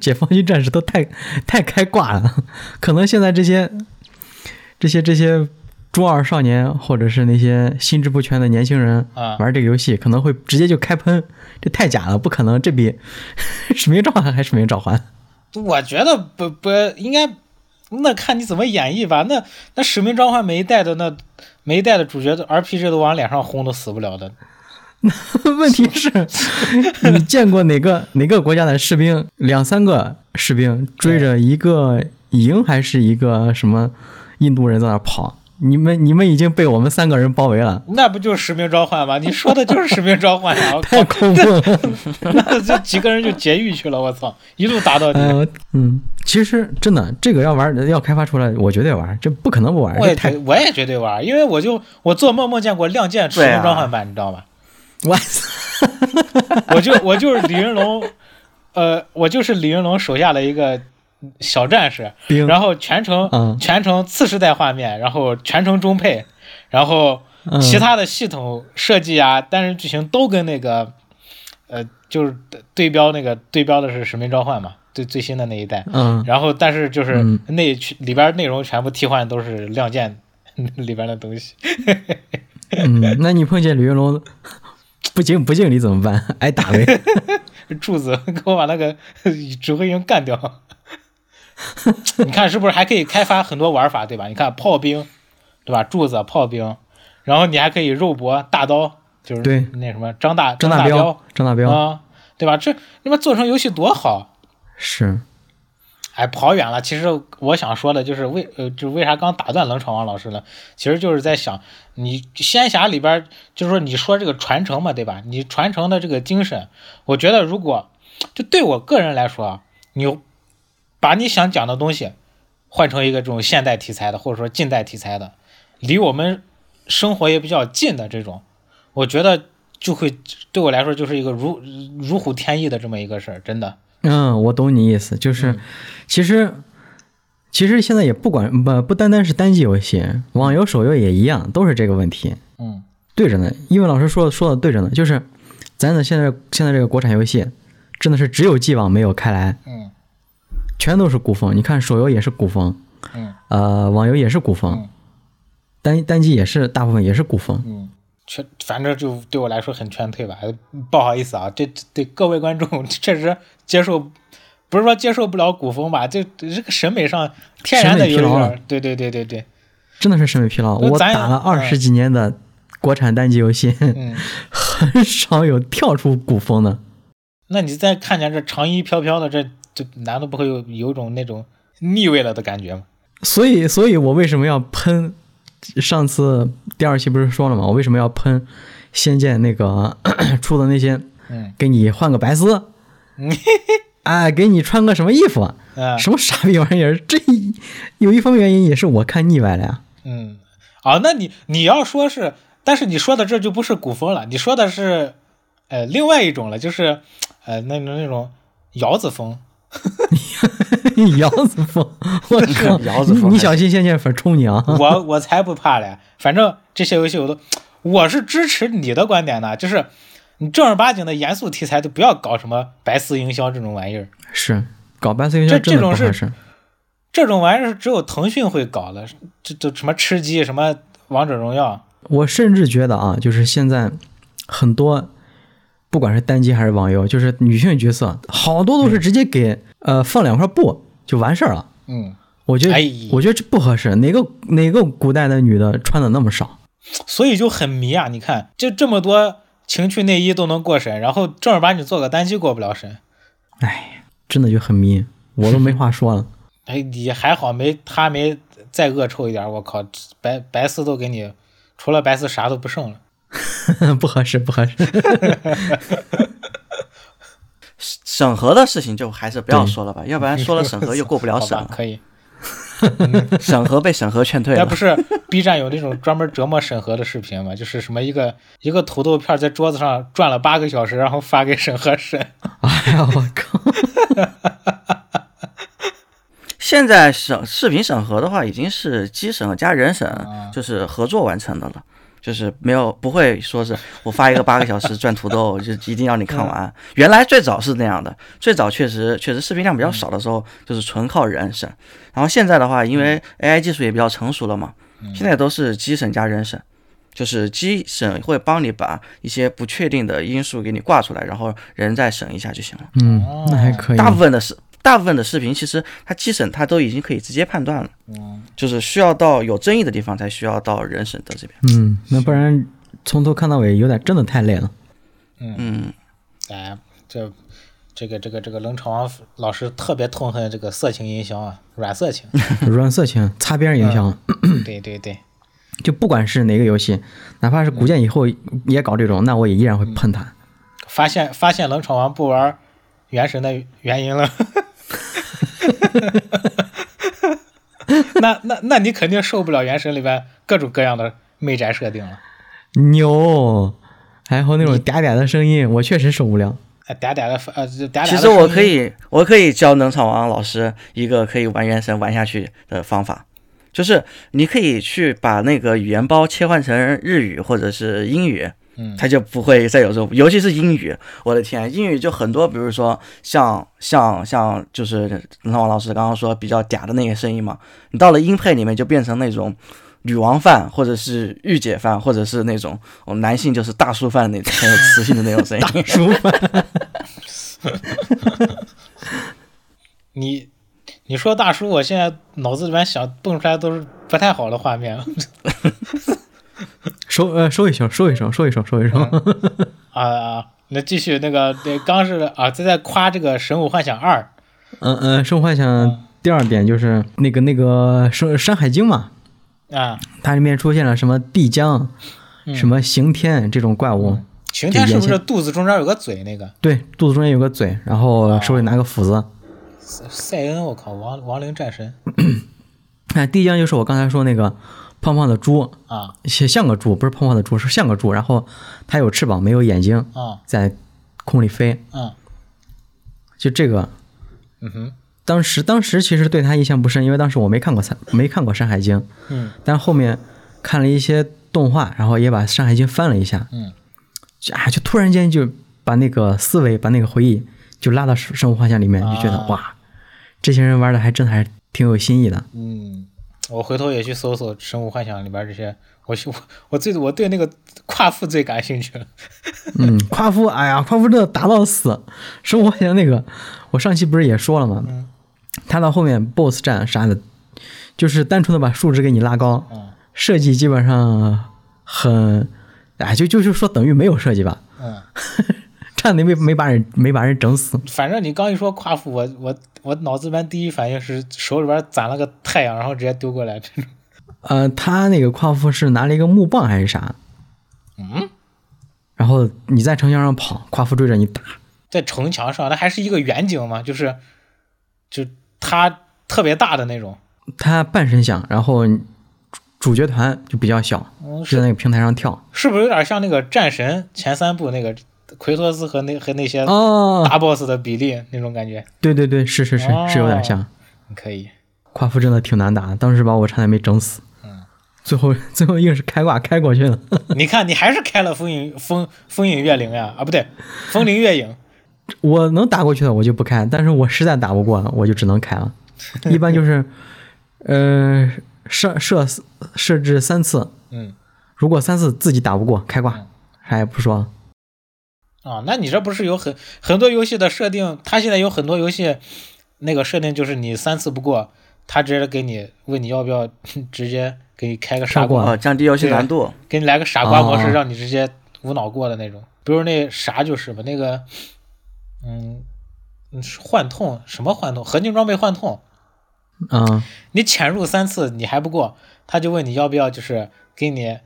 S1: 解放军战士都太太开挂了。可能现在这些这些这些中二少年，或者是那些心智不全的年轻人
S2: 啊
S1: 玩这个游戏，可能会直接就开喷，这太假了，不可能，这比 使命召唤还使命召唤。
S2: 我觉得不不应该，那看你怎么演绎吧。那那使命召唤每一代的那每一代的主角都 RPG 都往脸上轰，都死不了的。
S1: 问题是， 你见过哪个哪个国家的士兵，两三个士兵追着一个营还是一个什么印度人在那跑？你们你们已经被我们三个人包围了，
S2: 那不就是使命召唤吗？你说的就是使命召唤啊！我靠
S1: 太恐怖 了。
S2: 那就几个人就劫狱去了，我操，一路打到底。
S1: 嗯、嗯，其实真的这个要玩要开发出来，我绝对玩，这不可能不玩，
S2: 我
S1: 这
S2: 也
S1: 太
S2: 绝我也绝对玩，因为我就我做梦梦见过《亮剑》使
S3: 对啊，
S2: 命召唤版，你知道吗？
S1: 我
S2: 我就我就是李云龙，呃，我就是李云龙手下的一个小战士，
S1: 兵
S2: 然后全程、
S1: 嗯
S2: 全程次世代画面，然后全程中配，然后
S1: 嗯
S2: 其他的系统设计啊、单人剧情都跟那个呃就是对标那个对标的是《使命召唤》嘛，最最新的那一代。
S1: 嗯
S2: 然后，但是就是
S1: 嗯
S2: 内去里边内容全部替换都是《亮剑》 里边的东西，
S1: 嗯，那你碰见李云龙不敬不敬礼怎么办？挨打呗。
S2: 柱子 给我把那个指挥营干掉。 你看是不是还可以开发很多玩法，对吧？你看炮兵，对吧？柱子、炮兵，然后你还可以肉搏、大刀，就是
S1: 对
S2: 那什么张大
S1: 张
S2: 大
S1: 大彪，张大彪、
S2: 啊，对吧？这你们做成游戏多好！
S1: 是，
S2: 哎，跑远了。其实我想说的就是为呃，就是为啥刚打断冷场王老师呢？其实就是在想，你仙侠里边儿就是说你说这个传承嘛，对吧？你传承的这个精神，我觉得如果就对我个人来说啊，你把你想讲的东西换成一个这种现代题材的，或者说近代题材的，离我们生活也比较近的这种，我觉得就会对我来说就是一个如如虎添翼的这么一个事儿，真的。
S1: 嗯，我懂你意思，就是、
S2: 嗯
S1: 其实其实现在也不管不不单单是单机游戏，网游、手游也一样，都是这个问题。
S2: 嗯
S1: 对着呢，英文老师说说的对着呢，就是咱的现在现在这个国产游戏，真的是只有既往没有开来，
S2: 嗯
S1: 全都是古风。你看手游也是古风，
S2: 嗯
S1: 呃，网游也是古
S2: 嗯
S1: 风，单单机也是大部分也是古风。
S2: 嗯，全反正就对我来说很劝退吧，呃不好意思啊，这这对各位观众 确实接受，不是说接受不了古风吧，这这个审美上天然的有一
S1: 审
S2: 点
S1: 美疲劳啊
S2: 儿，对对对对对，
S1: 真的是审美疲劳。
S2: 那
S1: 我
S2: 咱也
S1: 打了二十几年的国产单机游戏，
S2: 嗯，
S1: 很少有跳出古风的。
S2: 那你再看见这长衣飘飘的，这这难道不会有有种那种腻味了的感觉吗？
S1: 所以，所以我为什么要喷？上次第二期不是说了吗？我为什么要喷《仙剑》那个 咳咳出的那些？
S2: 嗯，
S1: 给你换个白 丝
S2: 嗯，
S1: 哎，给你穿个什么衣服？
S2: 啊，
S1: 什么傻逼玩意儿？这有一方面原因也是我看腻歪了呀。
S2: 嗯，啊，那你你要说是，但是你说的这就不是古风了，你说的是，呃，另外一种了，就是，呃，那种那种窑子风，
S1: 姚子枫，我 靠
S3: 姚子枫
S1: 你你小心仙剑粉冲你啊！
S2: 我我才不怕嘞！反正这些游戏我都，我是支持你的观点的，就是你正儿八经的严肃题材都不要搞什么白丝营销这种玩意儿，
S1: 是搞白色营销
S2: 这
S1: 真的不
S2: 这种是
S1: 合适。
S2: 这种玩意儿只有腾讯会搞的，这这什么吃鸡什么王者荣耀，
S1: 我甚至觉得啊，就是现在很多，不管是单机还是网游，就是女性角色，好多都是直接给、呃放两块布就完事儿了。
S2: 嗯，
S1: 我觉得，
S2: 哎
S1: 我觉得这不合适。哪个哪个古代的女的穿的那么少？
S2: 所以就很迷啊！你看，就这么多情趣内衣都能过审，然后正儿八经做个单机过不了审，
S1: 哎，真的就很迷，我都没话说了。
S2: 哎，也还好没他没再恶臭一点，我靠，白白丝都给你，除了白丝啥都不剩了。
S1: 不合适，不合适。
S3: 审核的事情就还是不要说了吧，要不然说了审核又过不了 审
S2: 好吧
S3: 了，
S2: 可以。
S3: 审核被审核劝退
S2: 那
S3: 了
S2: 不。是 B 站有那种专门折磨审核的视频吗？就是什么一个一个土豆片在桌子上转了八个小时，然后发给审核审。
S1: 哎呀，我靠！
S3: 现在审视频审核的话，已经是机审加人审，就是合作完成的了。就是没有不会说是我发一个八个小时转土豆就一定要你看完。原来最早是那样的，最早确实确实视频量比较少的时候，就是纯靠人审。然后现在的话，因为 AI 技术也比较成熟了嘛，现在都是机审加人审，就是机审会帮你把一些不确定的因素给你挂出来，然后人再审一下就行了。
S1: 嗯，那还可以。
S3: 大部分的视大部分的视频，其实它机审它都已经可以直接判断了，
S1: 哦
S3: 就是需要到有争议的地方才需要到人审的这边。
S1: 嗯，那不然从头看到尾有点真的太累了。
S3: 嗯，
S2: 哎，这这个这个这个冷场王老师特别痛恨这个色情营销啊，软色 情。
S1: 软色情擦边营销，
S2: 对对对，
S1: 就不管是哪个游戏，哪怕是古剑以后也搞这种，那我也依然会喷它。
S2: 发现发现冷场王不玩原神的原因了。 那那那你肯定受不了原神里边各种各样的媚宅设定了。
S1: 牛，然后那种嗲嗲的声音，我确实受不了。
S2: 哎，嗲嗲的呃，嗲嗲的
S3: 其实
S2: 声
S3: 我
S2: 音
S3: 可以我可以教冷场王老师一个可以玩原神玩下去的方法，就是你可以去把那个语言包切换成日语或者是英语。
S2: 嗯
S3: 它就不会再有这种，尤其是英语，我的天，啊英语就很多，比如说像像像就是冷场王老师刚刚说比较嗲的那个声音嘛，你到了英配里面就变成那种女王范，或者是御姐范，或者是那种我们男性就是大叔范那种很有磁性的那 种声音。
S1: 舒服。
S2: 你你说大叔，我现在脑子里面想蹦出来都是不太好的画面
S1: 收呃收一收，收一收，收一收，收一收。
S2: 啊。那继续那个，那刚是啊，在在夸这个《神武幻想二》，
S1: 嗯嗯，《生化幻想》第二点就是那个那个《山山海经》嘛，
S2: 啊，
S1: 它里面出现了什么帝江、
S2: 嗯
S1: 什么刑天这种怪物，
S2: 晴天是不是肚子中间有个嘴那个？
S1: 对，肚子中间有个嘴，然后手里拿个斧子。
S2: 塞塞恩，我靠，亡亡灵战神
S1: 那帝江就是我刚才说那个胖胖的猪，
S2: 啊
S1: 像像个猪，不是胖胖的猪，是像个猪，然后它有翅膀没有眼睛，
S2: 啊
S1: 在空里飞。
S2: 啊，
S1: 就这个，
S2: 嗯哼，
S1: 当时当时其实对他印象不深，因为当时我没看过山没看过《山海经》，
S2: 嗯
S1: 但后面看了一些动画，然后也把《山海经》翻了一下，
S2: 嗯
S1: 就啊，就突然间就把那个思维，把那个回忆就拉到生生活幻想里面，就觉得、
S2: 啊
S1: 哇，这些人玩的还真还挺有新意的。
S2: 嗯，我回头也去搜搜《神武幻想》里边这些，我去我我最我对那个夸父最感兴趣了。
S1: 嗯，夸父，哎呀，夸父真的打到死。生活幻想那个，我上期不是也说了吗？
S2: 嗯
S1: 他到后面 BOSS 战啥的，就是单纯的把数值给你拉高，
S2: 嗯
S1: 设计基本上很，哎，就就就说等于没有设计吧，
S2: 嗯。
S1: 差点没没把人没把人整死。
S2: 反正你刚一说夸父，我我我脑子里面第一反应是手里边攒了个太阳，然后直接丢过来。
S1: 呃，他那个夸父是拿了一个木棒还是啥？
S2: 嗯，
S1: 然后你在城墙上跑，夸父追着你打。
S2: 在城墙上，那还是一个远景嘛，就是就它特别大的那种。
S1: 他半身像，然后主主角团就比较小，
S2: 嗯，
S1: 就是在那个平台上跳。
S2: 是不是有点像那个战神前三部那个奎托斯和那和那些
S1: 哦，
S2: 大 boss 的比例那种感觉，
S1: 对对对，是是是是有点像。
S2: 可以。
S1: 夸父真的挺难打的，当时把我差点没整死。
S2: 嗯，
S1: 最后最后硬是开挂开过去了。
S2: 你看，你还是开了风影风风影月灵呀？啊，不对，风铃月影。
S1: 我能打过去的我就不开，但是我实在打不过了，我就只能开了。一般就是，呃，设设设置三次，
S2: 嗯，
S1: 如果三次自己打不过，开挂，啥也不说了。
S2: 啊，那你这不是有很很多游戏的设定？它现在有很多游戏，那个设定就是你三次不过，他直接给你问你要不要直接给你开个傻
S1: 杀过
S2: 瓜，
S1: 了
S3: 哦，降低游戏难度，
S2: 给你来个傻瓜模式，
S1: 哦
S2: 让你直接无脑过的那种。比如那啥就是吧，那个，嗯，嗯是幻痛什么幻痛，合金装备幻痛，
S1: 嗯，
S2: 你潜入三次你还不过，他就问你要不要，就是给你，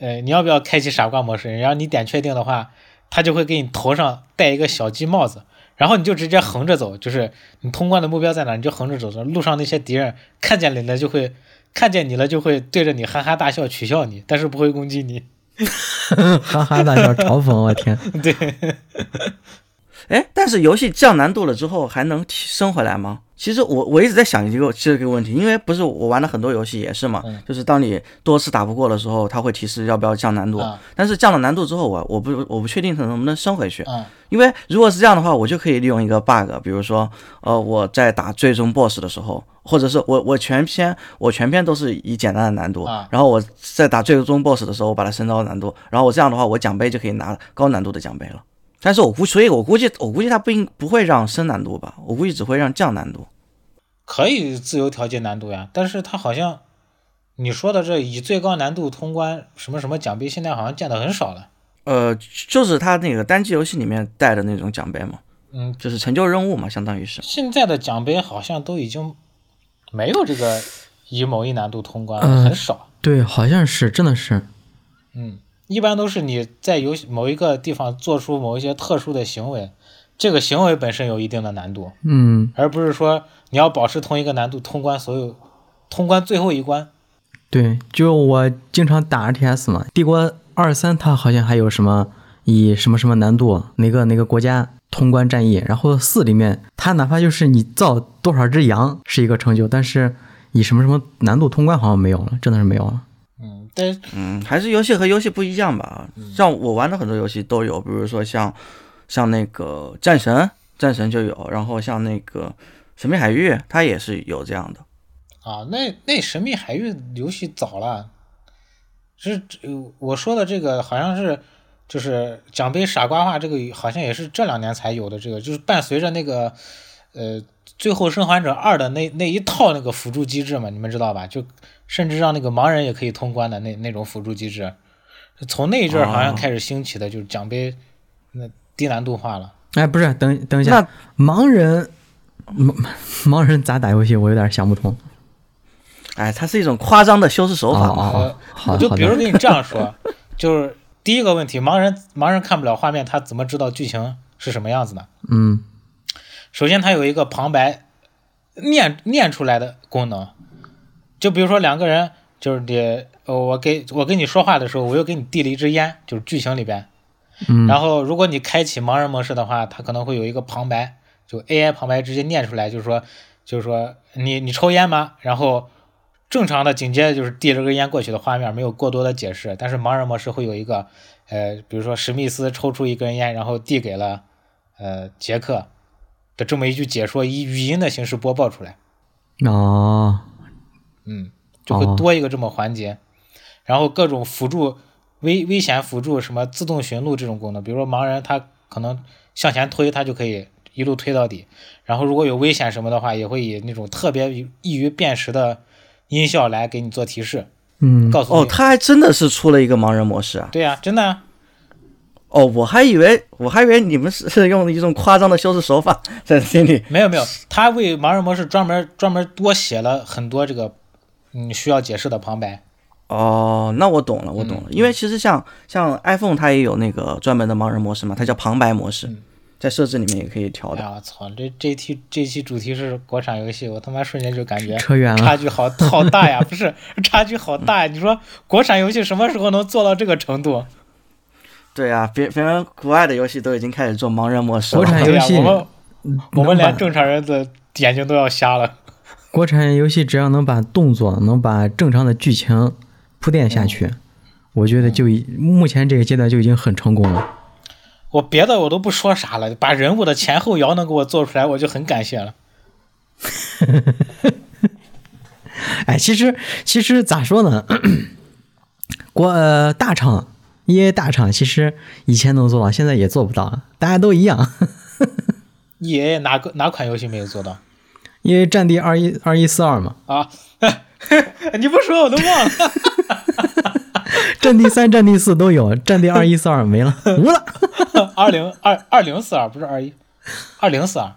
S2: 呃，你要不要开启傻瓜模式？然后你点确定的话，他就会给你头上戴一个小鸡帽子，然后你就直接横着走，就是你通关的目标在哪，你就横着走着。路上那些敌人看见你了就会看见你了就会对着你哈哈大笑取笑你，但是不会攻击你。
S1: 哈哈大笑嘲讽，我天，
S2: 对，
S3: 哎，但是游戏降难度了之后还能提升回来吗？其实我我一直在想一个这个问题，因为不是我玩了很多游戏也是嘛，就是当你多次打不过的时候，它会提示要不要降难度。
S2: 啊
S3: 但是降了难度之后，我我不我不确定它能不能升回去，
S2: 嗯
S3: 因为如果是这样的话，我就可以利用一个 bug，比如说呃我在打最终 boss 的时候，或者是我我全篇我全篇都是以简单的难度，
S2: 啊
S3: 然后我在打最终 boss 的时候，我把它升到难度，然后我这样的话，我奖杯就可以拿高难度的奖杯了。但是我估，所以我估计，我估计它不应不会让升难度吧，我估计只会让降难度。
S2: 可以自由调节难度呀，但是他好像你说的这以最高难度通关什么什么奖杯，现在好像见的很少了。
S3: 呃，就是它那个单机游戏里面带的那种奖杯嘛，
S2: 嗯，
S3: 就是成就任务嘛，相当于是。
S2: 现在的奖杯好像都已经没有这个以某一难度通关了，
S1: 嗯
S2: 很少。
S1: 对，好像是，真的是，
S2: 嗯，一般都是你在游戏某一个地方做出某一些特殊的行为，这个行为本身有一定的难度，
S1: 嗯，
S2: 而不是说你要保持同一个难度通关所有，通关最后一关。
S1: 对，就我经常打 RTS 嘛，《帝国二三》它好像还有什么以什么什么难度哪个哪个国家通关战役，然后四里面它哪怕就是你造多少只羊是一个成就，但是以什么什么难度通关好像没有了，真的是没有了。
S2: 嗯，但是
S3: 嗯，还是游戏和游戏不一样吧。像我玩的很多游戏都有，比如说像像那个战神，战神就有，然后像那个神秘海域，它也是有这样的。
S2: 啊，那那神秘海域游戏早了，是呃我说的这个好像是就是奖杯傻瓜化这个好像也是这两年才有的，这个就是伴随着那个呃《最后生还者二》的那那一套那个辅助机制嘛，你们知道吧？就甚至让那个盲人也可以通关的那那种辅助机制，从那一阵儿好像
S3: 哦
S2: 开始兴起的，就是奖杯那低难度化了。
S1: 哎，不是，等等一
S3: 那
S1: 下，盲人，盲盲人咋打游戏？我有点想不通。
S3: 哎，它是一种夸张的修饰手
S1: 哦
S3: 法嘛。
S1: 哦
S2: 呃，
S1: 好
S2: 我
S1: 的
S2: 就
S1: 好
S2: 比如
S1: 的，
S2: 跟你这样说，就是第一个问题，盲人盲人看不了画面，他怎么知道剧情是什么样子呢？
S1: 嗯，
S2: 首先，它有一个旁白念念出来的功能，就比如说两个人，就是你，呃我给我跟你说话的时候，我又给你递了一支烟，就是剧情里边。
S1: 嗯
S2: 然后，如果你开启盲人模式的话，它可能会有一个旁白，就 AI 旁白直接念出来，就是说，就是说你你抽烟吗？然后正常的紧接着就是递了根烟过去的画面，没有过多的解释。但是盲人模式会有一个，呃，比如说史密斯抽出一根烟，然后递给了呃杰克的这么一句解说，以语音的形式播报出来，
S1: 哦，
S2: 嗯，就会
S1: 哦
S2: 多一个这么环节。然后各种辅助危危险辅助什么自动寻路这种功能，比如说盲人他可能向前推，他就可以一路推到底。然后如果有危险什么的话，也会以那种特别易易于辨识的音效来给你做提示，
S1: 嗯，
S2: 告诉你。
S3: 哦，它还真的是出了一个盲人模式啊！
S2: 对呀、真的、啊。
S3: 哦，我还以为我还以为你们是是用一种夸张的修饰手法在心里。
S2: 没有 没有，他为盲人模式专门专门多写了很多这个嗯需要解释的旁白。
S3: 哦，那我懂了，我懂了。
S1: 嗯
S3: 因为其实像像 iPhone 它也有那个专门的盲人模式嘛，它叫旁白模式，
S1: 嗯
S3: 在设置里面也可以调
S2: 哎
S3: 的。
S2: 呀，我操！这这期这期主题是国产游戏，我他妈瞬间就感觉
S1: 扯远
S2: 哎 差
S1: 了。
S2: 距好好大 呀！不是差距好大呀！你说国产游戏什么时候能做到这个程度？
S3: 对啊，别别人国外的游戏都已经开始做盲人模式
S1: 国
S3: 了，
S1: 产
S2: 对
S1: 游
S2: 哎呀、
S1: 戏
S2: 我们我们
S1: 能把
S2: 连正常人的眼睛都要瞎了。
S1: 国产游戏只要能把动作、能把正常的剧情铺垫下去，我觉得就已目前这个阶段就已经很成功了。
S2: 我别的我都不说啥了，把人物的前后摇能给我做出来，我就很感谢了。
S1: 哎，其实其实咋说呢，咳咳国呃大厂 E A 大厂其实以前能做到，现在也做不到，大家都一样。
S2: E A 哪个哪款游戏没有做到
S1: 因为《战地二一二一四二》嘛，
S2: 啊？ 你不说我都忘了。
S1: 《战地三》《战地四》都有，《战地二一四二》没了，无了
S2: 二零二二零四二不是二一，二零四二。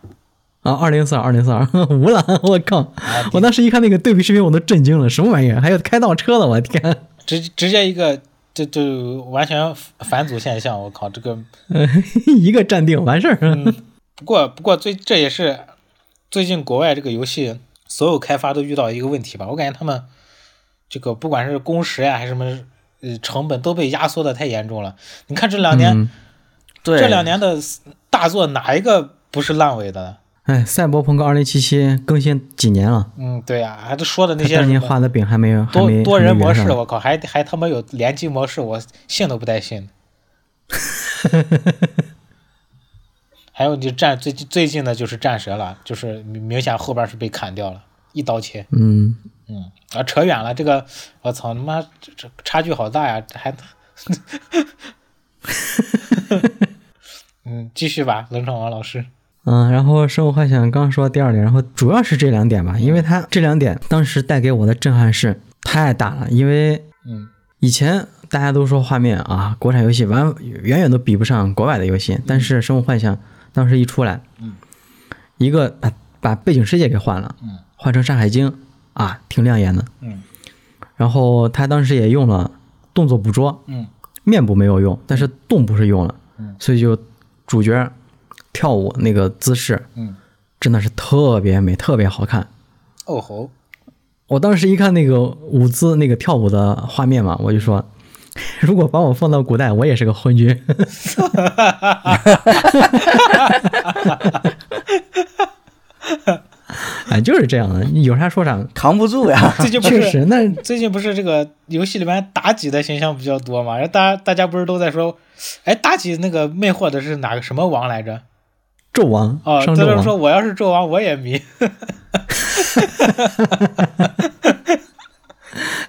S1: 啊！二零四二，二零四二无了！我靠！我当时一看那个对比视频，我都震惊了，什么玩意儿？还有开倒车的，我的天！
S2: 直直接一个，这这完全反祖现象，我靠，这个。
S1: 一个站定完事儿。
S2: 嗯不过不过最这也是最近国外这个游戏所有开发都遇到一个问题吧，我感觉他们这个不管是工时呀、还是什么，呃，成本都被压缩的太严重了。你看这两年、
S1: 嗯，
S3: 对，
S2: 这两年的大作哪一个不是烂尾的呢？
S1: 哎，《赛博朋克2077》更新几年了？
S2: 嗯，对呀、还都说的那
S1: 他
S2: 些
S1: 当
S2: 什
S1: 年
S2: 么
S1: 画的饼还没有，还
S2: 多
S1: 没
S2: 多人模
S1: 还
S2: 式，
S1: 没圆上
S2: 我靠，还还他妈有联机模式，我信都不 带信。还有你战最近最近的就是战蛇了，就是明明显后边是被砍掉了，一刀切。
S1: 嗯，
S2: 嗯，啊，扯远了，这个我操他妈这这差距好大呀， 还， 嗯，继续吧，冷场王老师。
S1: 嗯，然后《生活幻想》刚说第二点，然后主要是这两点吧，因为
S2: 嗯
S1: 它这两点当时带给我的震撼是太大了，因为
S2: 嗯
S1: 以前大家都说画面啊，国产游戏完远远都比不上国外的游戏，但是《生活幻想》当时一出来，
S2: 嗯
S1: 一个把把背景世界给换了，
S2: 嗯
S1: 换成山海经啊，挺亮眼的。
S2: 嗯
S1: 然后他当时也用了动作捕捉，
S2: 嗯
S1: 面部没有用，但是动捕是用了
S2: 嗯，
S1: 所以就主角跳舞那个姿势
S2: 嗯，
S1: 真的是特别美，特别好看。
S2: 哦吼，
S1: 我当时一看那个舞姿、那个跳舞的画面嘛，我就说， 如果把我放到古代，我也是个昏 君。哎，就是这样的，你有啥说啥。
S3: 扛不住呀。
S2: 最近 不
S1: 确
S2: 是
S1: 实，那
S2: 最近不是这个游戏里面妲己的形象比较多嘛？然后大家大家不是都在说，哎，妲己那个魅惑的是哪个什么王来着？
S1: 纣王
S2: 哦，
S1: 商
S2: 在
S1: 纣
S2: 这
S1: 王，
S2: 说我要是纣王我也迷。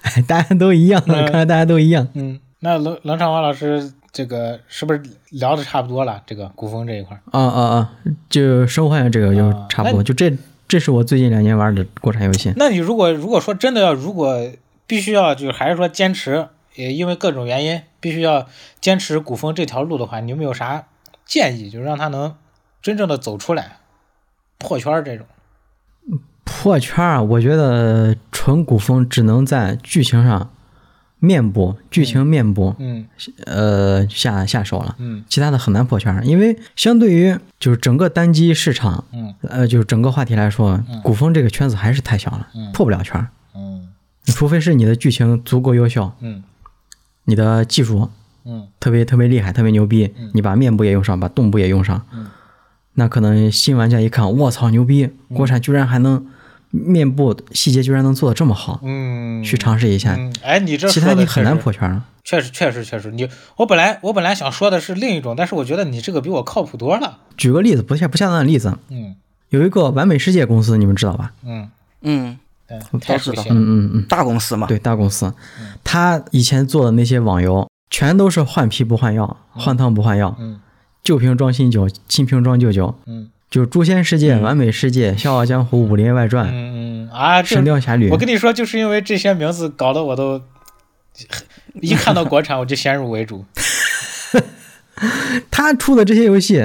S1: 哎， 大家都一样，
S2: 嗯
S1: 看来大家都一样。
S2: 嗯，那冷冷场王老师这个是不是聊的差不多了？这个古风这一块儿，
S1: 啊啊啊！就《生活幻想》这个就
S2: 啊
S1: 差不
S2: 那
S1: 多，就这，这是我最近两年玩的国产游戏。
S2: 那你如果如果说真的要如果必须要就是还是说坚持，也因为各种原因必须要坚持古风这条路的话，你有没有啥建议，就让他能真正的走出来，破圈儿这种？
S1: 破圈儿啊，我觉得纯古风只能在剧情上面部、剧情面部，
S2: 嗯
S1: 呃下下手了，
S2: 嗯
S1: 其他的很难破圈儿，因为相对于就是整个单机市场，
S2: 嗯
S1: 呃，就是整个话题来说，古风这个圈子还是太小了，
S2: 嗯
S1: 破不了圈儿，
S2: 嗯
S1: 除非是你的剧情足够优秀，
S2: 嗯
S1: 你的技术
S2: 嗯
S1: 特别特别厉害，特别牛逼，你把面部也用上，把动部也用上，
S2: 嗯
S1: 那可能新玩家一看，我操，牛逼！
S2: 嗯
S1: 国产居然还能面部细节居然能做的这么好，
S2: 嗯，
S1: 去尝试一下。
S2: 嗯，哎，你这
S1: 其
S2: 说
S1: 他你
S2: 的确
S1: 很难
S2: 实
S1: 破圈儿。
S2: 确实确实确实，你我本来我本来想说的是另一种，但是我觉得你这个比我靠谱多了。
S1: 举个例子，不下不恰当的例子，
S2: 嗯
S1: 有一个完美世界公司，你们知道吧？
S2: 嗯，
S3: 嗯，
S2: 对，太熟
S3: 知道
S2: 悉了。
S1: 嗯嗯嗯，
S3: 大公司嘛，
S1: 对，大公司，
S2: 嗯
S1: 他以前做的那些网游，全都是换皮不换药，换汤不换药，
S2: 嗯
S1: 旧瓶装新酒，新瓶装旧酒。
S2: 嗯
S1: 就《诛仙世界》完美世界》《笑傲江湖》《武林外传》《
S2: 嗯嗯啊，这
S1: 神雕侠侣
S2: 我》跟你说，就是因为这些名字搞得我都 一看到国产我就先入为主。
S1: 他出的这些游戏，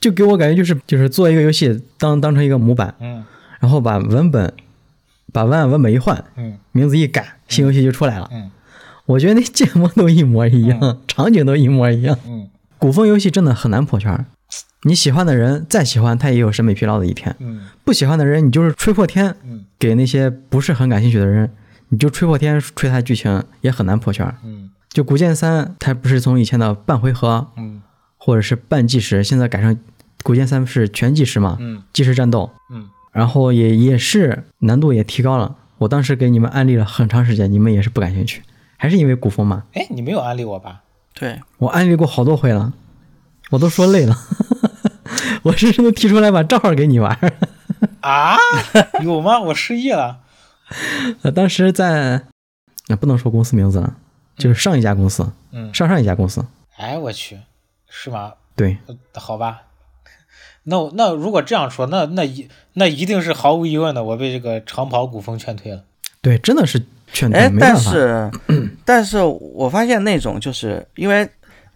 S1: 就给我感觉就是就是做一个游戏当当成一个模板，
S2: 嗯
S1: 然后把文本把文案文本一换，
S2: 嗯
S1: 名字一改，新游戏就出来了。
S2: 嗯
S1: 我觉得那建模都一模一样，场景都一模一样。
S2: 嗯
S1: 古风游戏真的很难破圈儿，你喜欢的人再喜欢，他也有审美疲劳的一天；
S2: 嗯
S1: 不喜欢的人，你就是吹破天，
S2: 嗯
S1: 给那些不是很感兴趣的人，你就吹破天吹他剧情，也很难破圈儿。
S2: 嗯
S1: 就《古剑三》，它不是从以前的半回合
S2: 嗯
S1: 或者是半计时，现在改成《古剑三》是全计时嘛，
S2: 嗯
S1: 计时战斗，
S2: 嗯，
S1: 然后也也是难度也提高了。我当时给你们安利了很长时间，你们也是不感兴趣，还是因为古风嘛？
S2: 哎，你没有安利我吧？
S3: 对，
S1: 我安利过好多回了，我都说累了， 我甚至都提出来把账号给你玩。
S2: 啊，有吗？我失忆了。
S1: 呃，当时在，呃，不能说公司名字了，就是上一家公司，
S2: 嗯，
S1: 上上一家公司，
S2: 哎，我去，是吗？
S1: 对，
S2: 呃好吧，那我那如果这样说，那那一那一定是毫无疑问的，我被这个长跑古风劝退了。
S1: 对，真的是劝退，
S3: 哎，
S1: 没办
S3: 但
S1: 法。
S3: 是， 但是我发现那种就是因为，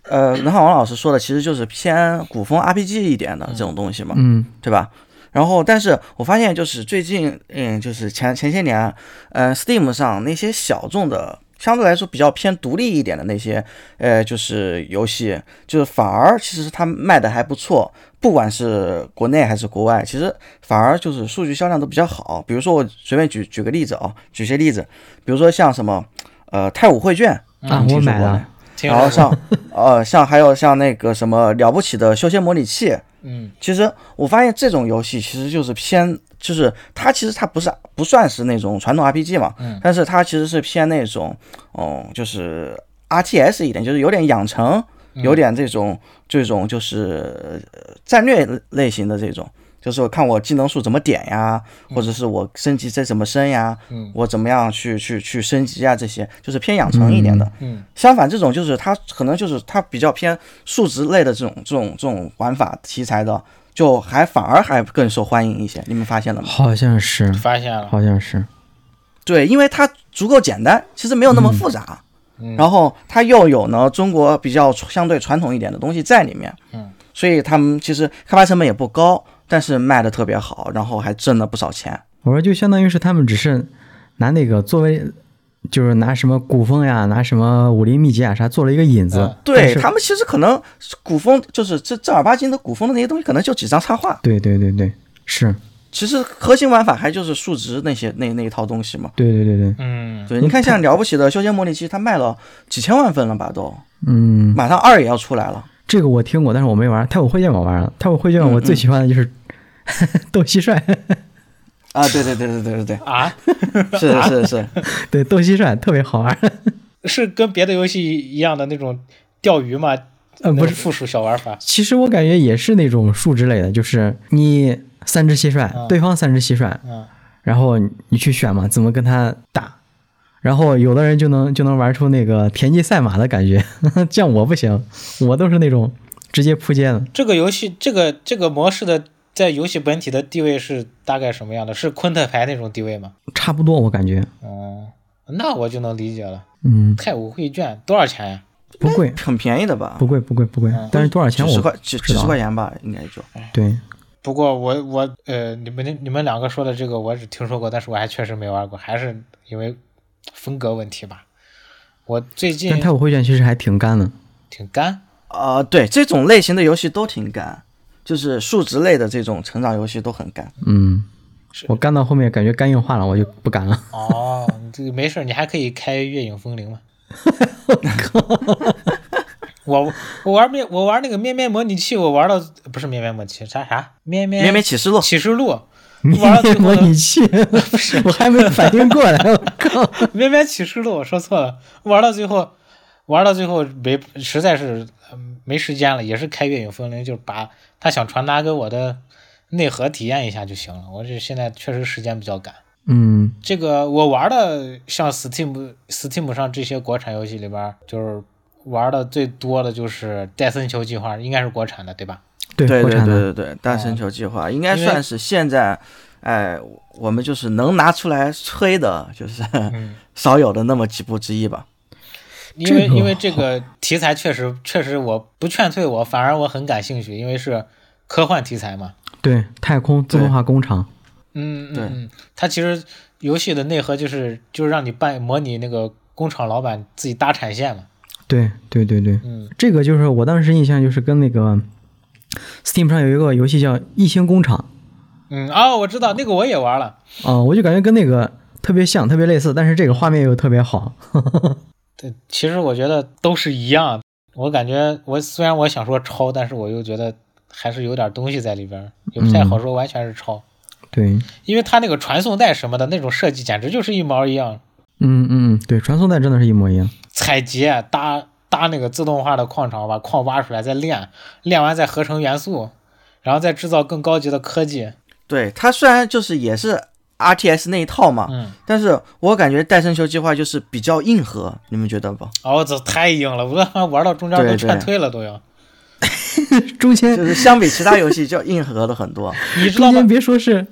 S3: 呃，任浩王老师说的其实就是偏古风 RPG 一点的这种东西嘛，
S1: 嗯
S3: 对吧？然后，但是我发现就是最近，嗯，就是前前些年，嗯、s t e a m 上那些小众的，相对来说比较偏独立一点的那些，呃，就是游戏，就是反而其实它卖的还不错，不管是国内还是国外，其实反而就是数据销量都比较好。比如说我随便举举个例子啊、举些例子，比如说像什么，呃，太武绘卷，
S1: 啊，
S3: 你
S1: 我
S3: 听说
S1: 买
S3: 过没
S1: 了，
S2: 听
S3: 然后
S2: 说嗯过
S3: 像，呃，像还有像那个什么了不起的修仙模拟器，
S2: 嗯
S3: 其实我发现这种游戏其实就是偏，就是它其实它不是不算是那种传统 RPG 嘛，
S2: 嗯
S3: 但是它其实是偏那种，哦、就是 RTS 一点，就是有点养成，
S2: 嗯
S3: 有点这种这种就是呃战略类型的这种，就是我看我技能数怎么点呀，或者是我升级再怎么升呀，
S2: 嗯
S3: 我怎么样去去去升级啊，这些就是偏养成一点的。
S2: 嗯
S3: 相反，这种就是它可能就是它比较偏数值类的这种这种这种玩法题材的，就还反而还更受欢迎一些。你们发现了吗？
S1: 好像是，
S2: 发现了。
S1: 好像是，
S3: 对，因为它足够简单，其实没有那么复杂。
S2: 嗯
S3: 然后它又有呢中国比较相对传统一点的东西在里面。
S2: 嗯，
S3: 所以他们其实开发成本也不高，但是卖的特别好，然后还挣了不少钱。
S1: 我说就相当于是他们只是拿那个作为，就是拿什么古风呀，拿什么武林秘籍啊啥做了一个引子
S2: 嗯，
S1: 但
S3: 对
S1: 是
S3: 他们其实可能古风就是这正儿八经的古风的那些东西，可能就几张插画，
S1: 对对对对，是，
S3: 其实核心玩法还就是数值那些那那一套东西嘛。
S1: 对对对对，
S2: 嗯
S3: 对，你看像了不起的修仙模拟器，它卖了几千万份了吧都，
S1: 嗯，
S3: 马上二也要出来了。
S1: 这个我听过，但是我没玩。太武会卷我玩了，太武会卷我最喜欢的就是 斗蟋蟀，
S3: 啊，对对对对对对
S2: 啊，
S3: 对，是的是的是的，
S1: 对斗蟋蟀特别好玩。
S2: 是跟别的游戏一样的那种钓鱼吗？
S1: 呃，
S2: 那
S1: 不
S2: 种
S1: 是，
S2: 附属小玩法。
S1: 其实我感觉也是那种数值类的，就是你三只蟋蟀，对方三只蟋蟀，
S2: 嗯
S1: 然后你去选嘛，怎么跟他打。然后有的人就能就能玩出那个田忌赛马的感觉， 像我不行，我都是那种直接扑街的。
S2: 这个游戏这个这个模式的在游戏本体的地位是大概什么样的？是昆特牌那种地位吗？
S1: 差不多我感觉，
S2: 嗯，那我就能理解了。
S1: 嗯，
S2: 太武绘卷多少钱呀、
S1: 不贵，
S3: 很便宜的吧
S1: 不？贵，不贵，不贵
S2: 嗯。
S1: 但是多少钱
S3: 几十块
S1: 我
S3: 几
S1: 不知
S3: 几
S1: 道
S3: 十块钱吧，应该就。
S1: 对，
S2: 不过我我呃，你们你们两个说的这个我只听说过，但是我还确实没玩过，还是因为风格问题吧。我最
S1: 但
S2: 近
S1: 太武会卷其实还挺干的。
S2: 挺干，
S3: 啊，对，这种类型的游戏都挺干，就是数值类的这种成长游戏都很干。
S1: 嗯
S2: 是，
S1: 我干到后面感觉肝硬化了，我就不干 了。
S2: 哦，你 这个没事儿，你还可以开月影风铃嘛。我我玩面我玩那个面面模拟器，我玩到不是面面模拟器，啥啥面面
S3: 咩咩启示录，
S2: 启示录，
S1: 你
S2: 玩到最后
S1: 模拟器， 我还没反应过来，我靠！
S2: 面面启示录，我说错了，玩到最后玩到最后没实在是嗯没时间了，也是开月影风铃，就是把他想传达给我的内核体验一下就行了。我这现在确实时间比较赶。
S1: 嗯，
S2: 这个我玩的像 Steam Steam 上这些国产游戏里边儿，就是玩的最多的就是《戴森球计划》，应该是国产的，对吧？
S1: 对，
S3: 对
S1: 国
S3: 对对
S1: 产的，
S3: 对对，大神球计划应该
S2: 因为
S3: 算是现在，哎，我们就是能拿出来吹的，就是 少有的那么几部之一吧。
S2: 因为
S1: 这个
S2: 因为这个题材确实确实我不劝退我，反而我很感兴趣，因为是科幻题材嘛。
S1: 对太空自动化工厂，
S2: 嗯，嗯
S3: 对
S2: 嗯，它其实游戏的内核就是就是让你扮模拟那个工厂老板自己搭产线嘛。
S1: 对对对对，
S2: 嗯
S1: 这个就是我当时印象就是跟那个 Steam 上有一个游戏叫《异星工厂
S2: 嗯，哦，我知道那个我也玩了，》
S1: 啊，我就感觉跟那个特别像，特别类似，但是这个画面又特别好。
S2: 对，其实我觉得都是一样。我感觉我虽然我想说抄，但是我又觉得还是有点东西在里边，也不太好说完全是抄。
S1: 对，
S2: 因为它那个传送带什么的那种设计，简直就是一毛一样。
S1: 嗯嗯，对，传送带真的是一模一样。
S2: 采集啊搭搭那个自动化的矿场，把矿挖出来再炼，炼完再合成元素，然后再制造更高级的科技。
S3: 对，它虽然就是也是 R T S 那一套嘛，
S2: 嗯，
S3: 但是我感觉戴森球计划就是比较硬核，你们觉得不？
S2: 哦，这太硬了，我他妈玩到中间
S3: 对
S2: 都
S3: 对
S2: 劝退了都要。
S1: 中间
S3: 就是相比其他游戏就要硬核了很多。
S2: 你知道
S1: 中
S2: 吗
S1: 间？别说是，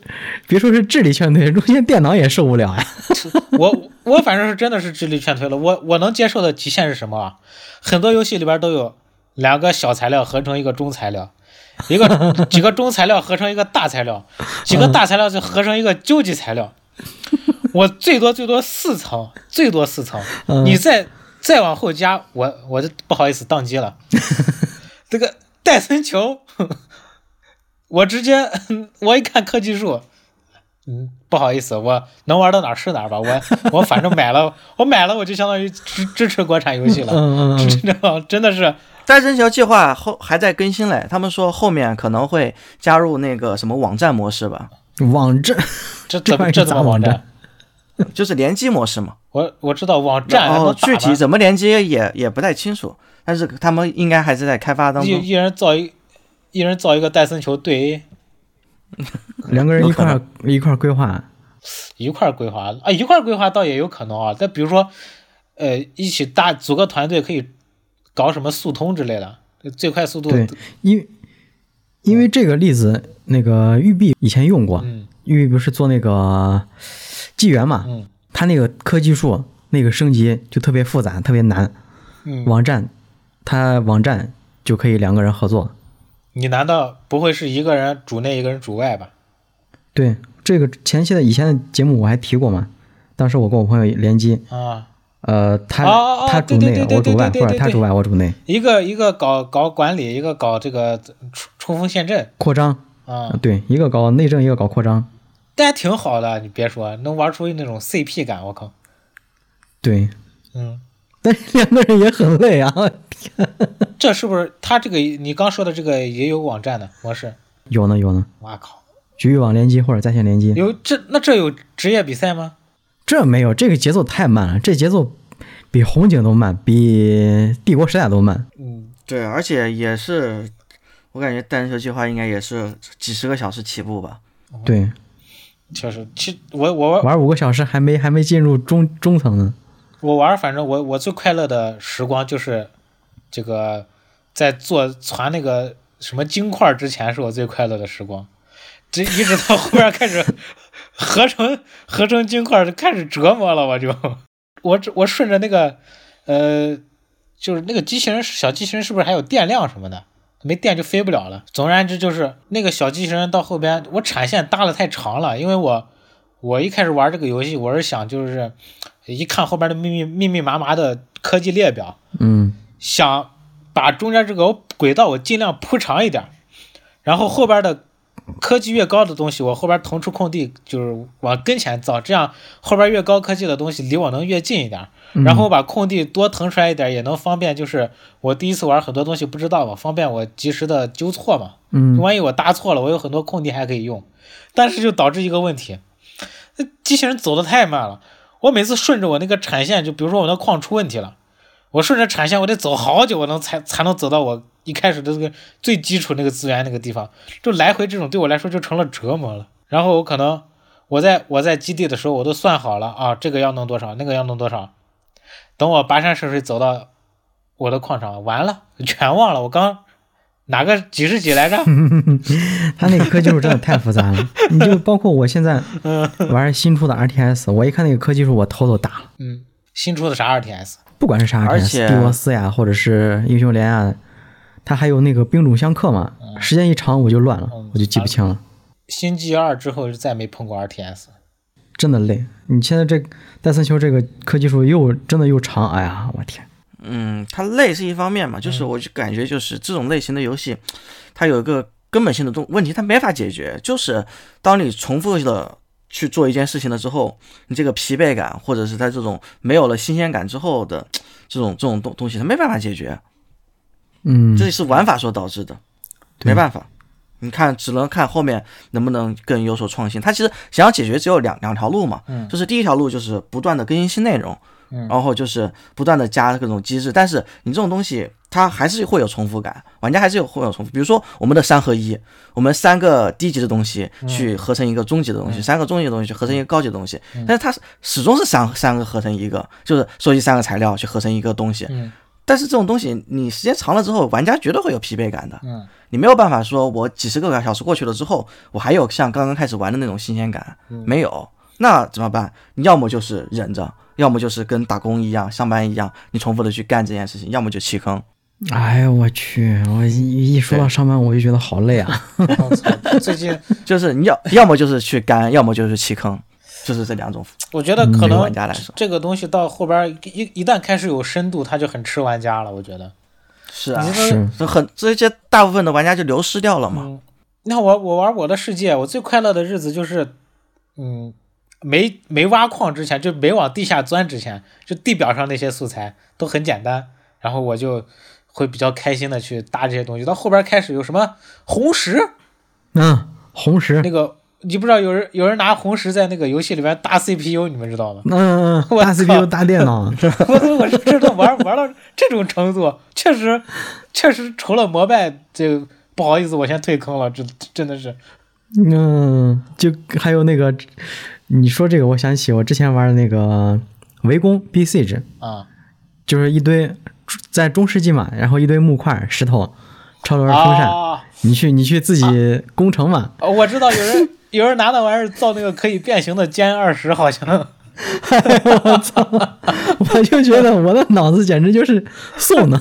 S1: 别说是智力劝退，中间电脑也受不了呀、
S2: 我我反正是真的是智力劝退了。我我能接受的极限是什么啊？很多游戏里边都有两个小材料合成一个中材料，一个几个中材料合成一个大材料，几个大材料就合成一个究极材料。我最多最多四层，最多四层。
S1: 嗯
S2: 你再再往后加，我我就不好意思宕机了。这个戴森球，我直接我一看科技树，嗯，不好意思，我能玩到哪儿是哪儿吧。我我反正买了，我买了我就相当于支支持国产 游戏了。
S1: 嗯嗯嗯，
S2: 真的真的是，
S3: 戴森球计划后还在更新嘞，他们说后面可能会加入那个什么网站模式吧，
S1: 网站
S2: 这怎
S1: 这玩意
S2: 么这
S1: 儿
S2: 怎
S1: 咋
S2: 么网
S1: 网站
S2: 站？
S3: 就是联机模 式嘛。
S2: 我我知道网站
S3: 然
S2: 还
S3: 后
S2: 能打
S3: 具体
S2: 吗
S3: 怎么连接也也不太清楚，但是他们应该还是在开发当
S2: 一
S3: 中。
S2: 一人造一一人造一个戴森球对 A
S1: 两个人一块
S3: 有
S1: 儿一块儿规划，
S2: 一块儿规划啊，一块儿规划倒也有可能啊。但比如说，呃，一起搭组个团队可以搞什么速通之类的，最快速度。
S1: 对因为因为这个例子，那个育碧以前用过，
S2: 嗯
S1: 育碧不是做那个纪元嘛，
S2: 嗯
S1: 它那个科技树那个升级就特别复杂，特别难。
S2: 嗯，
S1: 网站，它网站就可以两个人合作。
S2: 你难道不会是一个人主内一个人主外吧？
S1: 对，这个前期的以前的节目我还提过嘛，当时我跟我朋友联机，
S2: 啊，
S1: 呃，他
S2: 哦哦哦
S1: 他主
S2: 对对
S1: 内，
S2: 对
S1: 我主外，
S2: 对对对
S1: 或者他
S2: 对
S1: 主外，我主内，
S2: 一个一个搞搞管理，一个搞这个冲冲锋陷阵
S1: 扩张，
S2: 啊
S1: 呃，对，一个搞内政，一个搞扩张，
S2: 但挺好的。你别说，能玩出那种 CP 感，我靠，
S1: 对，
S2: 嗯。
S1: 但是两个人也很累啊。
S2: 这是不是他这个你刚说的这个也有网站的模式？
S1: 有呢有呢，
S2: 哇靠，
S1: 局域网联机或者在线联机，
S2: 有这那这有职业比赛吗？
S1: 这没有，这个节奏太慢了，这节奏比红警都慢，比帝国时代都慢。
S2: 嗯，
S3: 对，而且也是，我感觉戴森球计划应该也是几十个小时起步吧。
S1: 对，
S2: 确实，其我我
S1: 玩五个小时还没还没进入中中层呢。
S2: 我玩，反正我我最快乐的时光就是这个在做传那个什么金块之前是我最快乐的时光，这一直到后边开始 合成合成金块就开始折磨了，我就 我只我顺着那个呃就是那个机器人小机器人是不是还有电量什么的？没电就飞不了了。总而言之，就是那个小机器人到后边，我产线搭的太长了，因为我我一开始玩这个游戏，我是想就是一看后边的密密密密麻麻的科技列表，
S1: 嗯，
S2: 想把中间这个轨道我尽量铺长一点，然后后边的科技越高的东西，我后边腾出空地就是往跟前造，这样后边越高科技的东西离我能越近一点，
S1: 嗯
S2: 然后把空地多腾出来一点，也能方便就是我第一次玩很多东西不知道嘛，方便我及时的纠错嘛。
S1: 嗯，
S2: 万一我搭错了，我有很多空地还可以用，但是就导致一个问题，那机器人走的太慢了。我每次顺着我那个产线，就比如说我那矿出问题了，我顺着产线，我得走好久，我能才才能走到我一开始的这个最基础那个资源那个地方，就来回这种对我来说就成了折磨了。然后我可能我在我在基地的时候，我都算好了啊，这个要弄多少，那个要弄多少，等我跋山涉水走到我的矿场，完了全忘了我刚哪个几十几来着。
S1: 他那个科技树真的太复杂 了。你就包括我现在玩新出的 RTS，我一看那个科技树，我头都大了。
S2: 嗯，新出的啥 RTS？
S1: 不管是啥
S3: 而且
S1: RTS，帝国四呀，或者是英雄联啊，它还有那个兵种相克嘛，时间一长我就乱了
S2: 嗯，
S1: 我就记不清了。
S2: 新 G 二之后就再没碰过 RTS。
S1: 真的累。你现在这戴森球这个科技树又真的又长，哎呀，我天，
S3: 嗯，它累是一方面嘛，就是我就感觉就是这种类型的游戏，它有一个根本性的东问题，它没法解决，就是当你重复的去做一件事情了之后，你这个疲惫感或者是它这种没有了新鲜感之后的这种这种东东西，它没办法解决，
S1: 嗯，
S3: 这是玩法所导致的，
S1: 对
S3: 没办法。你看，只能看后面能不能更有所创新。它其实想要解决只有两两条路嘛，
S2: 嗯
S3: 就是第一条路就是不断的更新新内容，
S2: 嗯
S3: 然后就是不断的加各种机制，但是你这种东西它还是会有重复感，玩家还是有会有重复。比如说我们的三合一，我们三个低级的东西去合成一个中级的东西，三个中级的东西去合成一个高级的东西，但是它是始终是三三个合成一个，就是收集三个材料去合成一个东西。
S2: 嗯
S3: 但是这种东西你时间长了之后，玩家绝对会有疲惫感的。
S2: 嗯
S3: 你没有办法说，我几十个小时过去了之后，我还有像刚刚开始玩的那种新鲜感，没有，那怎么办？你要么就是忍着，要么就是跟打工一样、上班一样，你重复的去干这件事情，要么就弃坑。
S1: 哎呦我去，我一一说到上班我就觉得好累啊。
S2: 我
S3: 嗯
S2: 操， 最近
S3: 就是你要，要么就是去干，要么就是弃坑，就是这两种。
S2: 我觉得可
S3: 对于
S2: 能
S3: 玩家来说
S2: 这个东西到后边儿一一一旦开始有深度，它就很吃玩家了。我觉得，
S3: 是啊
S2: 你，这
S1: 是，
S3: 这很这些大部分的玩家就流失掉了嘛。
S2: 嗯，你看我我玩我的世界，我最快乐的日子就是，嗯，没没挖矿之前，就没往地下钻之前，就地表上那些素材都很简单，然后我就会比较开心的去搭这些东西。到后边开始有什么红石，
S1: 嗯，红石，
S2: 那个你不知道有人有人拿红石在那个游戏里面搭 CPU，你们知 道吗？
S1: 嗯嗯，嗯
S2: 我
S1: 大 CPU
S2: 靠
S1: 大电 脑，
S2: 我我是真的玩玩到这种程度，确实确实除了摩拜，这个不好意思，我先退坑了，这这真的是，
S1: 嗯，就还有那个，你说这个，我想起我之前玩的那个围攻 B C 制，
S2: 啊
S1: 就是一堆在中世纪嘛，然后一堆木块、石头、超多人风扇，
S2: 啊。
S1: 你去你去自己攻城嘛，
S2: 哦，我知道有人有人拿那玩意儿造那个可以变形的歼二十，好像
S1: 我操！我就觉得我的脑子简直就是送的，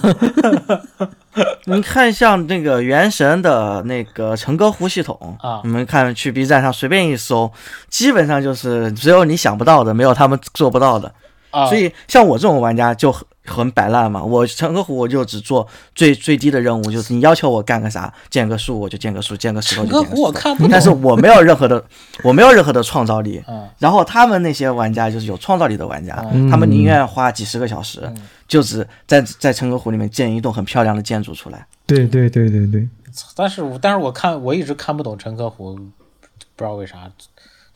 S3: 你看，像那个《原神》的那个成歌湖系统
S2: 啊
S3: 你们看去 B 站上随便一搜，基本上就是只有你想不到的，没有他们做不到的。
S2: 啊，
S3: 所以像我这种玩家就很很摆烂嘛，我成个湖我就只做最最低的任务，就是你要求我干个啥，建个树我就建个树，建个石头
S2: 整
S3: 就建
S2: 个
S3: 个石
S2: 湖我
S3: 头。
S2: 看不
S3: 但是
S2: 懂。
S3: 我没有任何的， 我没有任何的创造力。
S2: 嗯
S3: 然后他们那些玩家就是有创造力的玩家，
S1: 嗯
S3: 他们宁愿花几十个小时，
S2: 嗯
S3: 就只在在成个湖里面建一栋很漂亮的建筑出来。
S1: 对对对对对，
S2: 但是我但是我看我一直看不懂陈科湖，不知道为啥。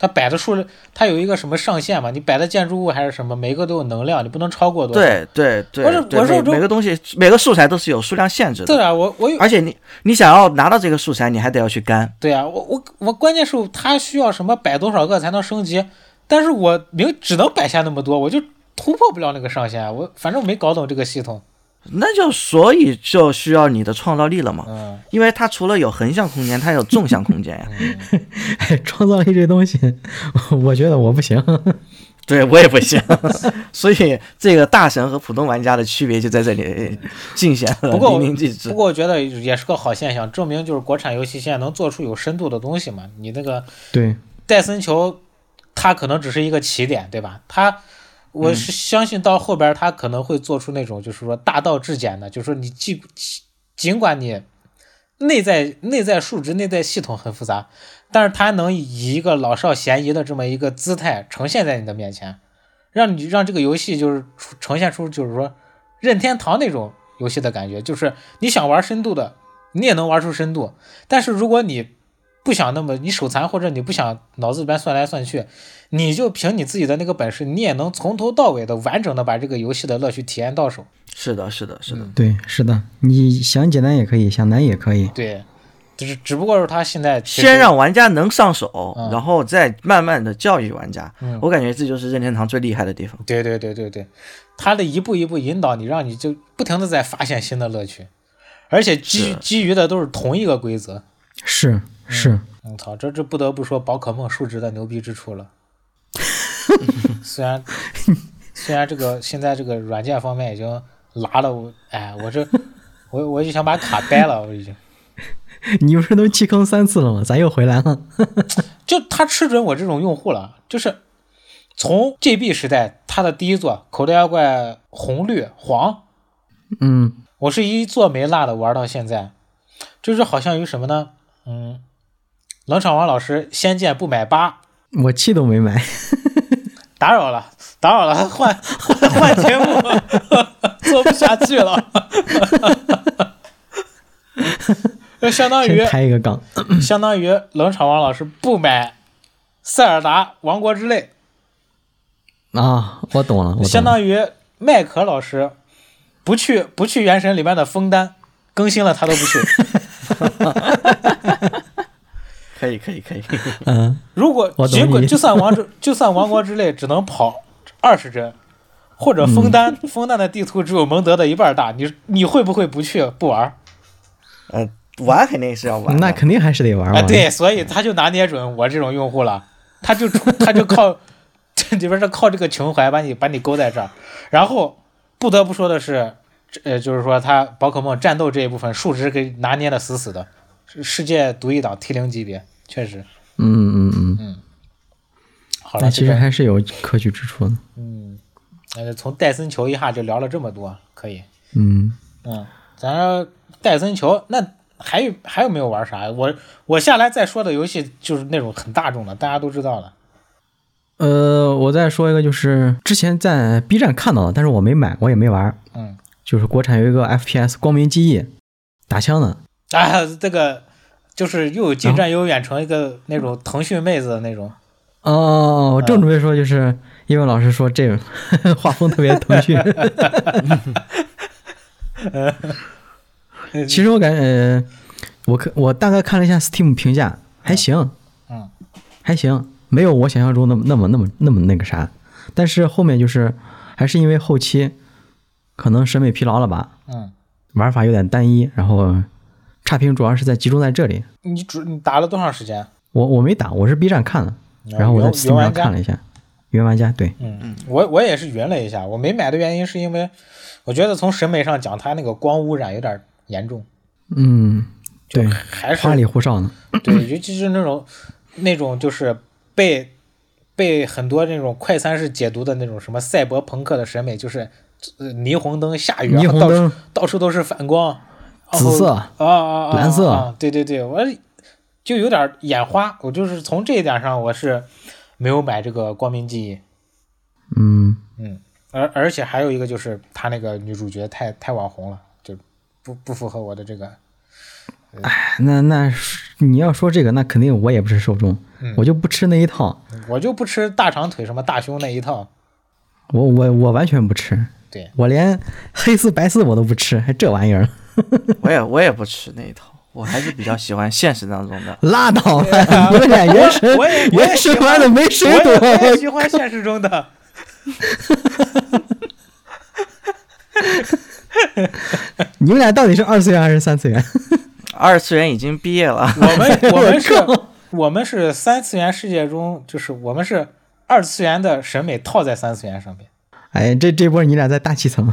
S2: 它摆的数量，它有一个什么上限嘛？你摆的建筑物还是什么，每个都有能量，你不能超过多少。
S3: 对对对
S2: 我是
S3: 对，
S2: 我是
S3: 每
S2: 有种
S3: 每个东西每个素材都是有数量限制
S2: 对
S3: 的，
S2: 啊，我我有
S3: 而且你你想要拿到这个素材，你还得要去干。
S2: 对啊，我我我关键是它需要什么摆多少个才能升级，但是我明只能摆下那么多，我就突破不了那个上限。啊我反正我没搞懂这个系统。
S3: 那就所以就需要你的创造力了嘛，
S2: 嗯
S3: 因为它除了有横向空间，它有纵向空间呀。
S1: 哎，创造力这东西，我觉得我不行。
S3: 对我也不行， 所以这个大神和普通玩家的区别就在这里尽显了
S2: 不过我
S3: 淋漓尽致
S2: 不。过我觉得也是个好现象，证明就是国产游戏现在能做出有深度的东西嘛。你那个
S1: 对，
S2: 戴森球，它可能只是一个起点，对吧？它，我是相信到后边儿它可能会做出那种就是说大道至简的，就是说你既尽管你内在内在数值、内在系统很复杂，但是它能以一个老少咸宜的这么一个姿态呈现在你的面前，让你让这个游戏就是出呈现出就是说任天堂那种游戏的感觉，就是你想玩深度的，你也能玩出深度，但是如果你不想那么你手残或者你不想脑子里边算来算去，你就凭你自己的那个本事，你也能从头到尾的完整的把这个游戏的乐趣体验到手。
S3: 是的，是的，是
S2: 嗯
S3: 的。
S1: 对，是的，你想简单也可以，想难也可以。
S2: 对，就是只不过是他现在其实
S3: 先让玩家能上手
S2: 嗯，
S3: 然后再慢慢的教育玩家
S2: 嗯。
S3: 我感觉这就是任天堂最厉害的地方。
S2: 对对对对对，他的一步一步引导你，让你就不停的在发现新的乐趣，而且基
S3: 是
S2: 基于的都是同一个规则。
S1: 是是，
S2: 我、嗯操，这这不得不说宝可梦数值的牛逼之处了。虽然虽然这个现在这个软件方面已经拉了我，哎，我这我我就想把卡掰了，我已经。
S1: 你不是都弃坑三次了吗？咱又回来 了。
S2: 就他吃准我这种用户了，就是从 GB 时代他的第一座口袋妖怪红绿黄，
S1: 嗯，
S2: 我是一座没落的玩到现在，就是好像有什么呢？嗯，冷场王老师《仙剑不买八》
S1: 我气都没买。
S2: 打扰了，打扰了，换换节目。下去了，就相当于
S1: 先抬一个杠，
S2: 相当于冷场王老师不买塞尔达王国之泪，
S1: 啊，我懂了，我懂了
S2: 相当于麦克老师不去不去原神里面的枫丹更新了他都不去。
S3: 可以可以可以，
S1: 嗯，
S2: 如果
S1: 我懂
S2: 结果
S1: 你
S2: 就算王者就算王国之泪只能跑二十帧，或者
S1: 嗯
S2: 枫丹枫丹的地图只有蒙德的一半大，你你会不会不去不玩儿？
S3: 呃，玩肯定是要玩的，
S1: 那肯定还是得玩
S2: 啊，
S1: 玩。
S2: 对，所以他就拿捏准我这种用户了，他就出他就靠 这里边是靠这个情怀把你把你勾在这儿。然后不得不说的是，这呃，就是说他宝可梦战斗这一部分数值给拿捏的死死的，是世界独一档 T 零级别，确实。
S1: 嗯嗯嗯嗯，
S2: 好
S1: 那
S2: 了，
S1: 其
S2: 这
S1: 实
S2: 个
S1: 还是有可取之处的。
S2: 呃，从戴森球一下就聊了这么多，可以。
S1: 嗯，
S2: 嗯，咱说戴森球，那还有还有没有玩啥呀？我我下来再说的游戏就是那种很大众的，大家都知道了。
S1: 呃，我再说一个，就是之前在 B 站看到的，但是我没买，我也没玩。
S2: 嗯，
S1: 就是国产有一个 FPS《光明记忆》，打枪的，
S2: 啊，这个就是又有近战又有远程，一个那种腾讯妹子的那种。
S1: 哦，我正准备说，就是因为老师说这个 画风特别腾讯。 其实我感觉，呃我看我大概看了一下 Steam 评价，还行，
S2: 嗯，
S1: 还行，没有我想象中那么那么那么那么那个啥。但是后面就是还是因为后期可能审美疲劳了吧，
S2: 嗯，
S1: 玩法有点单一，然后差评主要是在集中在这里。
S2: 你主你打了多长时间？
S1: 我我没打，我是 B 站看的，然后我在
S2: 哦原
S1: Steam 上
S2: 玩家
S1: 看了一下，原玩家对，
S2: 嗯，我我也是匀了一下，我没买的原因是因为我觉得从审美上讲，它那个光污染有点严重，
S1: 嗯，对，
S2: 还是
S1: 花里胡哨呢。
S2: 对，尤其是那种那种就是被被很多那种快餐式解读的那种什么赛博朋克的审美，就是呃霓虹灯下雨，
S1: 霓
S2: 然后
S1: 虹
S2: 到
S1: 灯
S2: 处到处都是反光，然后
S1: 紫色
S2: 啊啊啊，
S1: 蓝色
S2: 啊，对对对，我就有点眼花，我就是从这一点上我是没有买这个光明记忆，
S1: 嗯，
S2: 嗯，而而且还有一个就是她那个女主角太太网红了，就不不符合我的这个，
S1: 哎那那是你要说这个，那肯定我也不是受众，
S2: 嗯
S1: 我就不吃那一套，
S2: 我就不吃大长腿什么大胸那一套，
S1: 我我我完全不吃，
S2: 对。
S1: 我连黑丝白丝我都不吃，还这玩意儿，。
S3: 我也我也不吃那一套，我还是比较喜欢现实当中的
S1: 拉倒 吧，你们俩原神
S2: 啊我也我也
S1: 原神玩的没谁
S2: 我也我也
S1: 懂，
S2: 喜欢现实中的，
S1: 你们俩到底是二次元还是三次元？
S3: 二次元已经毕业了，
S2: 我们我们是，我们是三次元世界中，就是我们是二次元的审美套在三次元上面。
S1: 哎，这这波你俩在大气层，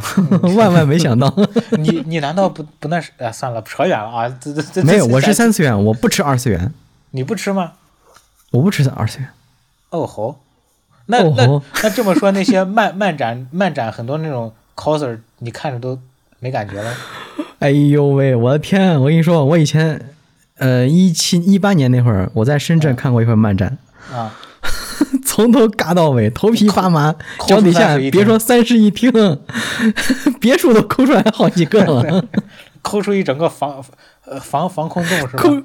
S2: 嗯
S1: 万万没想到，
S2: 你你难道不不那是？哎、算了，扯远了啊！这这这
S1: 没有，
S2: 这
S1: 我是三次元，我不吃二次元，
S2: 你不吃吗？
S1: 我不吃二次元，
S2: 哦吼，那
S1: 哦
S2: 那
S1: 吼
S2: 那这么说，那些漫漫展漫展很多那种 coser，你看着都没感觉了。
S1: 哎呦喂，我的天！我跟你说，我以前，呃，一七一八年那会儿，我在深圳看过一回漫展，
S2: 啊，
S1: 从头尬到尾，头皮发麻，
S2: 抠
S1: 脚底
S2: 出三
S1: 下
S2: 室一厅
S1: 别说三室一厅， 别墅都抠出来好几个了，
S2: 抠出一整个防呃防防空洞是吧？
S1: 抠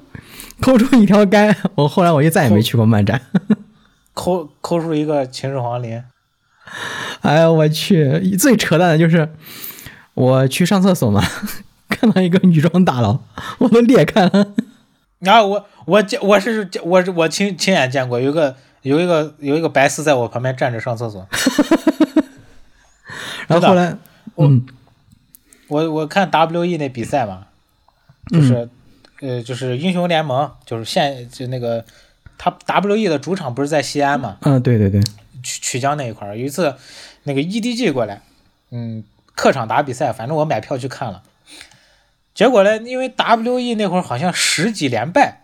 S1: 抠出一条街。我后来我就再也没去过漫 展。
S2: 抠抠出一个秦始皇陵。
S1: 哎呀，我去！最扯淡的就是我去上厕所嘛， 看到一个女装大佬，我都裂开了。
S2: 然后啊我我见我是我是我亲亲眼见过，有一个有一个有一个白丝在我旁边站着上厕所，
S1: 然后后来，嗯，
S2: 我我看 W E 那比赛嘛，
S1: 嗯
S2: 就是、呃就是英雄联盟，就是现就那个他 W E 的主场不是在西安嘛，
S1: 嗯，对对对，
S2: 曲曲江那一块儿，有一次那个 EDG 过来，嗯，客场打比赛，反正我买票去看了，结果呢，因为 WE 那会儿好像十几连败，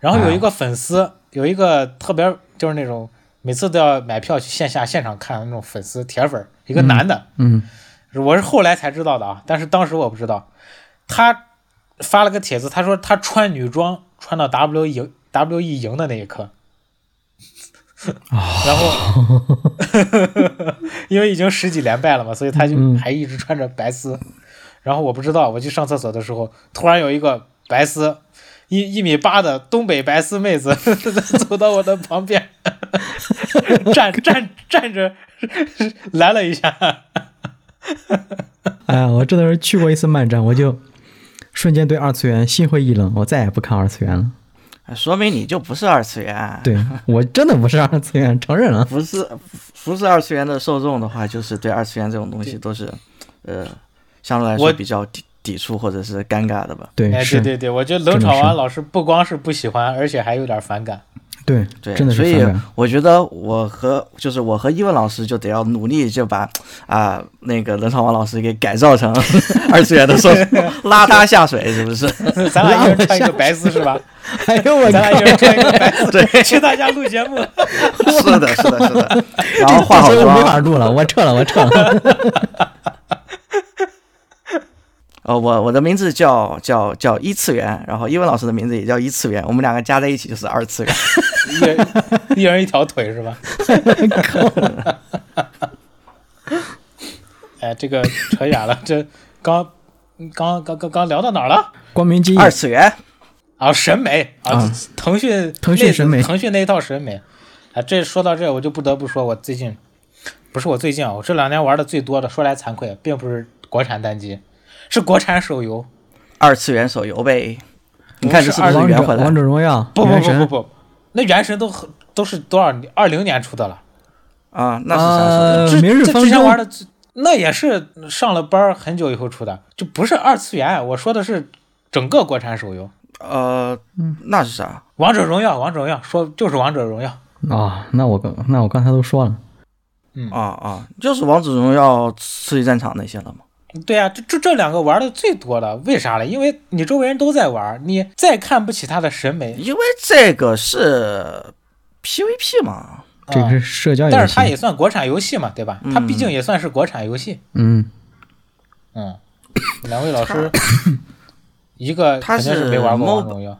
S2: 然后有一个粉丝，有一个特别就是那种每次都要买票去线下现场看的那种粉丝铁粉儿，一个男的，
S1: 嗯
S2: 我是后来才知道的啊，但是当时我不知道，他发了个帖子，他说他穿女装穿到 W 赢 W E 赢的那一刻，然后因为已经十几连败了嘛，所以他就还一直穿着白丝。然后我不知道，我去上厕所的时候，突然有一个白丝一一米八的东北白丝妹子 走到我的旁边， 站站站着 来了一下。
S1: 哎呀，我真的是去过一次漫展，我就瞬间对二次元心灰意冷，我再也不看二次元了。
S3: 说明你就不是二次元。
S1: 对我真的不是二次元，承认了。
S3: 不是不是二次元的受众的话，就是对二次元这种东西都是，呃，相对来说
S2: 我
S3: 比较抵抵触或者是尴尬的吧。
S1: 对，
S2: 哎，对
S1: 是，
S2: 对对，我觉得冷
S1: 真的
S2: 场
S1: 是
S2: 王老师不光是不喜欢，而且还有点 反感。
S1: 对，
S3: 对，
S1: 真的是
S3: 所以
S1: 反 感。
S3: 我觉得我和就是我和伊文老师就得要努力，就把啊、那个冷场王老师给改造成 二次元的受众，拉他下水，是不是？
S2: 咱俩一人穿一个白丝是吧？
S1: 哎呦我
S2: 咱俩一人穿一个白丝，
S3: 对
S2: 去他家录节 目。
S3: 是的，是的，是的。然后化
S1: 靠，
S3: 好啊
S1: 这没法
S3: 妆，
S1: 录了，我撤了，我撤了。
S3: 呃，我我的名字叫叫叫一次元，然后伊文老师的名字也叫一次元，我们两个加在一起就是二次元。
S2: 一人一人一条 腿是吧？哎，这个扯远了，这刚刚刚刚刚聊到哪儿了？
S1: 光明记忆，
S3: 二次元，
S2: 啊，审美啊，
S1: 啊
S2: 腾讯
S1: 腾讯
S2: 那
S1: 审美
S2: 腾讯那一套审美啊，这说到这，我就不得不说，我最近不是我最近啊，我这两年玩的最多的，说来惭愧，并不是国产单机，是国产手游。
S3: 二次元手游呗。你看这是不
S1: 王
S3: 是
S1: 者
S3: 圆回来
S1: 王
S3: 了？
S1: 者荣耀，
S2: 不不
S1: 原
S2: 不
S1: 神
S2: 不不，那原神都很都是多少二零年出的了。
S3: 啊，那是啥手游？
S1: 呃
S2: 之
S1: 明日
S2: 这
S1: 方
S2: 之前
S1: 舟
S2: 玩的最那也是上了班儿很久以后出的，就不是二次元。我说的是整个国产手游，《
S3: 呃，那是啥？
S2: 王者荣耀》，《王者荣耀》说就是《王者荣耀》。
S1: 啊，那我刚那我刚才都说了，
S3: 啊啊，就是王者荣耀、刺激战场那些了嘛。
S2: 对呀、这这这两个玩的最多了，为啥嘞？因为你周围人都在玩，你再看不起他的审美，
S3: 因为这个是 PVP 嘛。
S1: 这个
S2: 啊
S1: 是社交游戏，
S2: 但是它也算国产游戏嘛，对吧？它毕
S3: 嗯
S2: 竟也算是国产游戏。
S1: 嗯，
S2: 嗯，两位老 师，一个
S3: 它
S2: 肯定
S3: 是
S2: 没玩过《王
S3: MOBA
S2: 者荣耀》，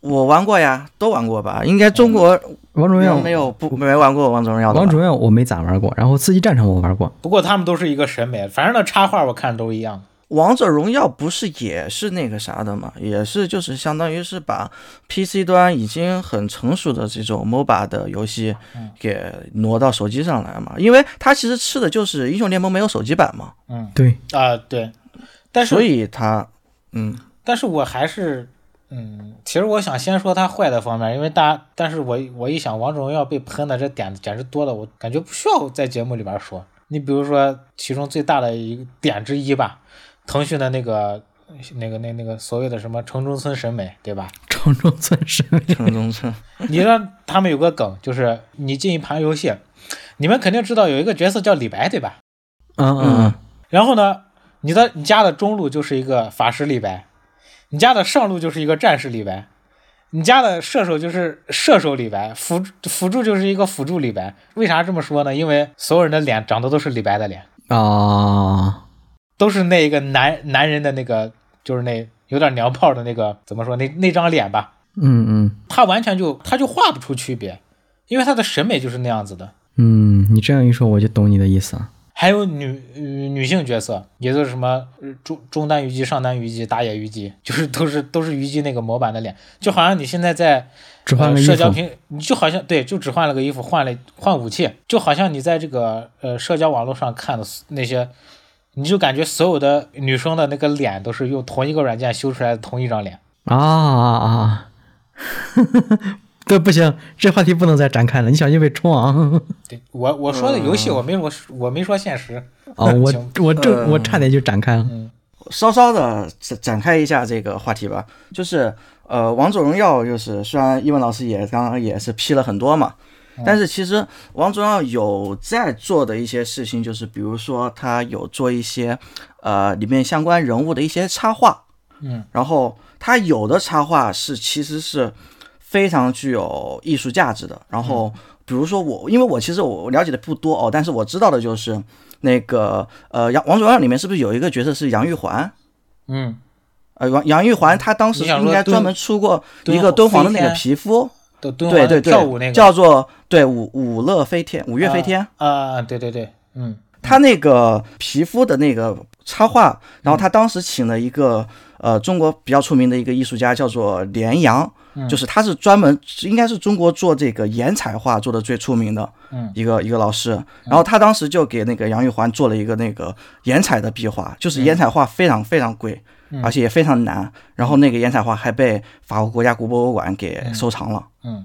S3: 我玩过呀，都玩过吧？应该中国
S1: 王者荣耀
S3: 没有不没玩过王者荣耀的吧
S1: 王者荣耀我没咋玩过，然后刺激战场我玩过，
S2: 不过他们都是一个审美，反正那插画我看都一样。
S3: 王者荣耀不是也是那个啥的嘛？也是就是相当于是把 PC 端已经很成熟的这种 MOBA 的游戏
S2: 嗯
S3: 给挪到手机上来嘛？因为它其实吃的就是英雄联盟没有手机版嘛，
S2: 嗯
S1: 对，
S2: 啊、对，但是
S3: 所以它嗯
S2: 但是我还是，嗯，其实我想先说它坏的方面，因为大家，但是我我一想王者荣耀被喷的这点子简直多了，我感觉不需要在节目里边说。你比如说其中最大的一个点之一吧，腾讯的那个那个那那个所谓的什么城中村审美，对吧？
S1: 城中村审美，
S3: 城中村
S2: 你让他们有个梗，就是你进一盘游戏，你们肯定知道有一个角色叫李白，对吧？
S1: 嗯嗯
S2: 然后呢，你的你家的中路就是一个法师李白，你家的上路就是一个战士李白，你家的射手就是射手李白，辅辅助就是一个辅助李白。为啥这么说呢？因为所有人的脸长得都是李白的脸，
S1: 嗯啊，
S2: 都是那个男男人的那个，就是那有点娘炮的那个，怎么说那那张脸吧，
S1: 嗯嗯
S2: 他完全就他就画不出区别，因为他的审美就是那样子的。
S1: 嗯，你这样一说我就懂你的意思啊了，
S2: 还有女、呃女性角色，也就是什么呃中中单虞姬、上单虞姬、打野虞姬，就是都是都是虞姬那个模板的脸，就好像你现在在
S1: 只换
S2: 呃
S1: 个衣
S2: 社交
S1: 服，
S2: 平，你就好像对，就只换了个衣服，换了换武器，就好像你在这个呃社交网络上看的那些，你就感觉所有的女生的那个脸都是用同一个软件修出来的同一张脸。
S1: 啊啊啊！ 对，不行，这话题不能再展开了，你小心被冲啊！
S2: 对我我说的游戏，我没我我没说现实，
S1: 啊，我
S2: 行
S1: 我
S3: 呃
S1: 这我差点就展开了。
S3: 稍稍的展展开一下这个话题吧，就是呃，王者荣耀就是虽然伊文老师也刚刚也是批了很多嘛，但是其实王者荣耀有在做的一些事情，就是比如说他有做一些呃里面相关人物的一些插画，
S2: 嗯，
S3: 然后他有的插画是其实是非常具有艺术价值的，然后比如说我，因为我其实我了解的不多哦，但是我知道的就是。那个呃，杨王者荣耀里面是不是有一个角色是杨玉环？
S2: 嗯
S3: 呃，杨杨玉环她当时
S2: 你想
S3: 应
S2: 说
S3: 该
S2: 敦
S3: 专门出过
S2: 敦
S3: 一个敦煌的
S2: 飞
S3: 那个
S2: 天
S3: 皮肤，
S2: 都敦
S3: 对
S2: 煌
S3: 对对，
S2: 跳舞那个
S3: 叫做对五五乐飞天，五月飞天。
S2: 啊啊，对对对，嗯，
S3: 他那个皮肤的那个插画，
S2: 嗯
S3: 然后他当时请了一个呃中国比较出名的一个艺术家，叫做连阳，
S2: 嗯
S3: 就是他是专门应该是中国做这个岩彩画做的最出名的
S2: 嗯
S3: 一个一个老师。然后他当时就给那个杨玉环做了一个那个岩彩的壁画，
S2: 嗯
S3: 就是岩彩画非常非常贵，而且也非常难。然后那个岩彩画还被法国国家古博物馆给收藏了。
S2: 嗯，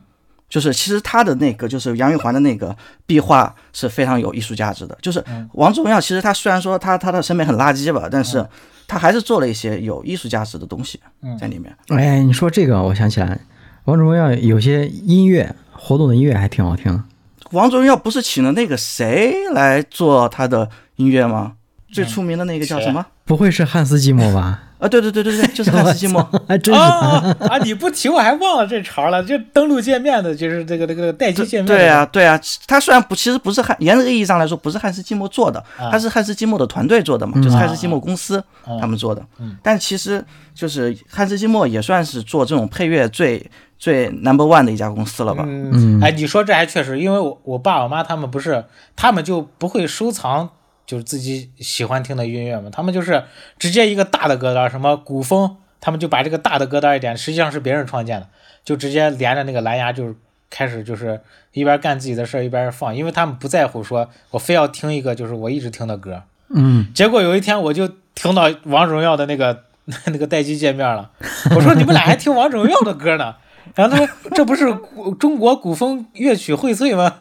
S3: 就是其实他的那个就是杨玉环的那个壁画是非常有艺术价值的。就是王者荣耀，其实他虽然说他他的审美很垃圾吧，但是他还是做了一些有艺术价值的东西在里面。
S1: 哎，你说这个，我想起来，《王者荣耀》有些音乐活动的音乐还挺好听的。
S3: 王者荣耀不是请了那个谁来做他的音乐吗？最出名的那个叫什么？
S1: 不会是汉斯季默吧？
S3: 啊，对对对对对， 就是 汉斯季默。
S1: 还真是。
S2: 啊 啊！你不提我还忘了这茬了。这登录界面的，就是这个这个待机界面。
S3: 对，啊，对啊，他虽然不，其实不是汉，严格意义上来说不是汉斯季默做的，
S2: 啊
S3: 他是汉斯季默的团队做的嘛，就是汉斯季默公司他们做的。
S2: 嗯
S3: 但其实就是汉斯季默也算是做这种配乐最最 number one 的一家公司了吧？
S2: 嗯，哎，你说这还确实，因为我我爸我妈他们不是，他们就不会收藏就是自己喜欢听的音乐嘛，他们就是直接一个大的歌单，什么古风，他们就把这个大的歌单一点，实际上是别人创建的，就直接连着那个蓝牙就是开始就是一边干自己的事儿一边放，因为他们不在乎说我非要听一个就是我一直听的歌，
S1: 嗯，
S2: 结果有一天我就听到王者荣耀的那个 那个待机界面了，我说你们俩还听王者荣耀的歌呢？然后他说这不是古中国古风乐曲荟萃吗？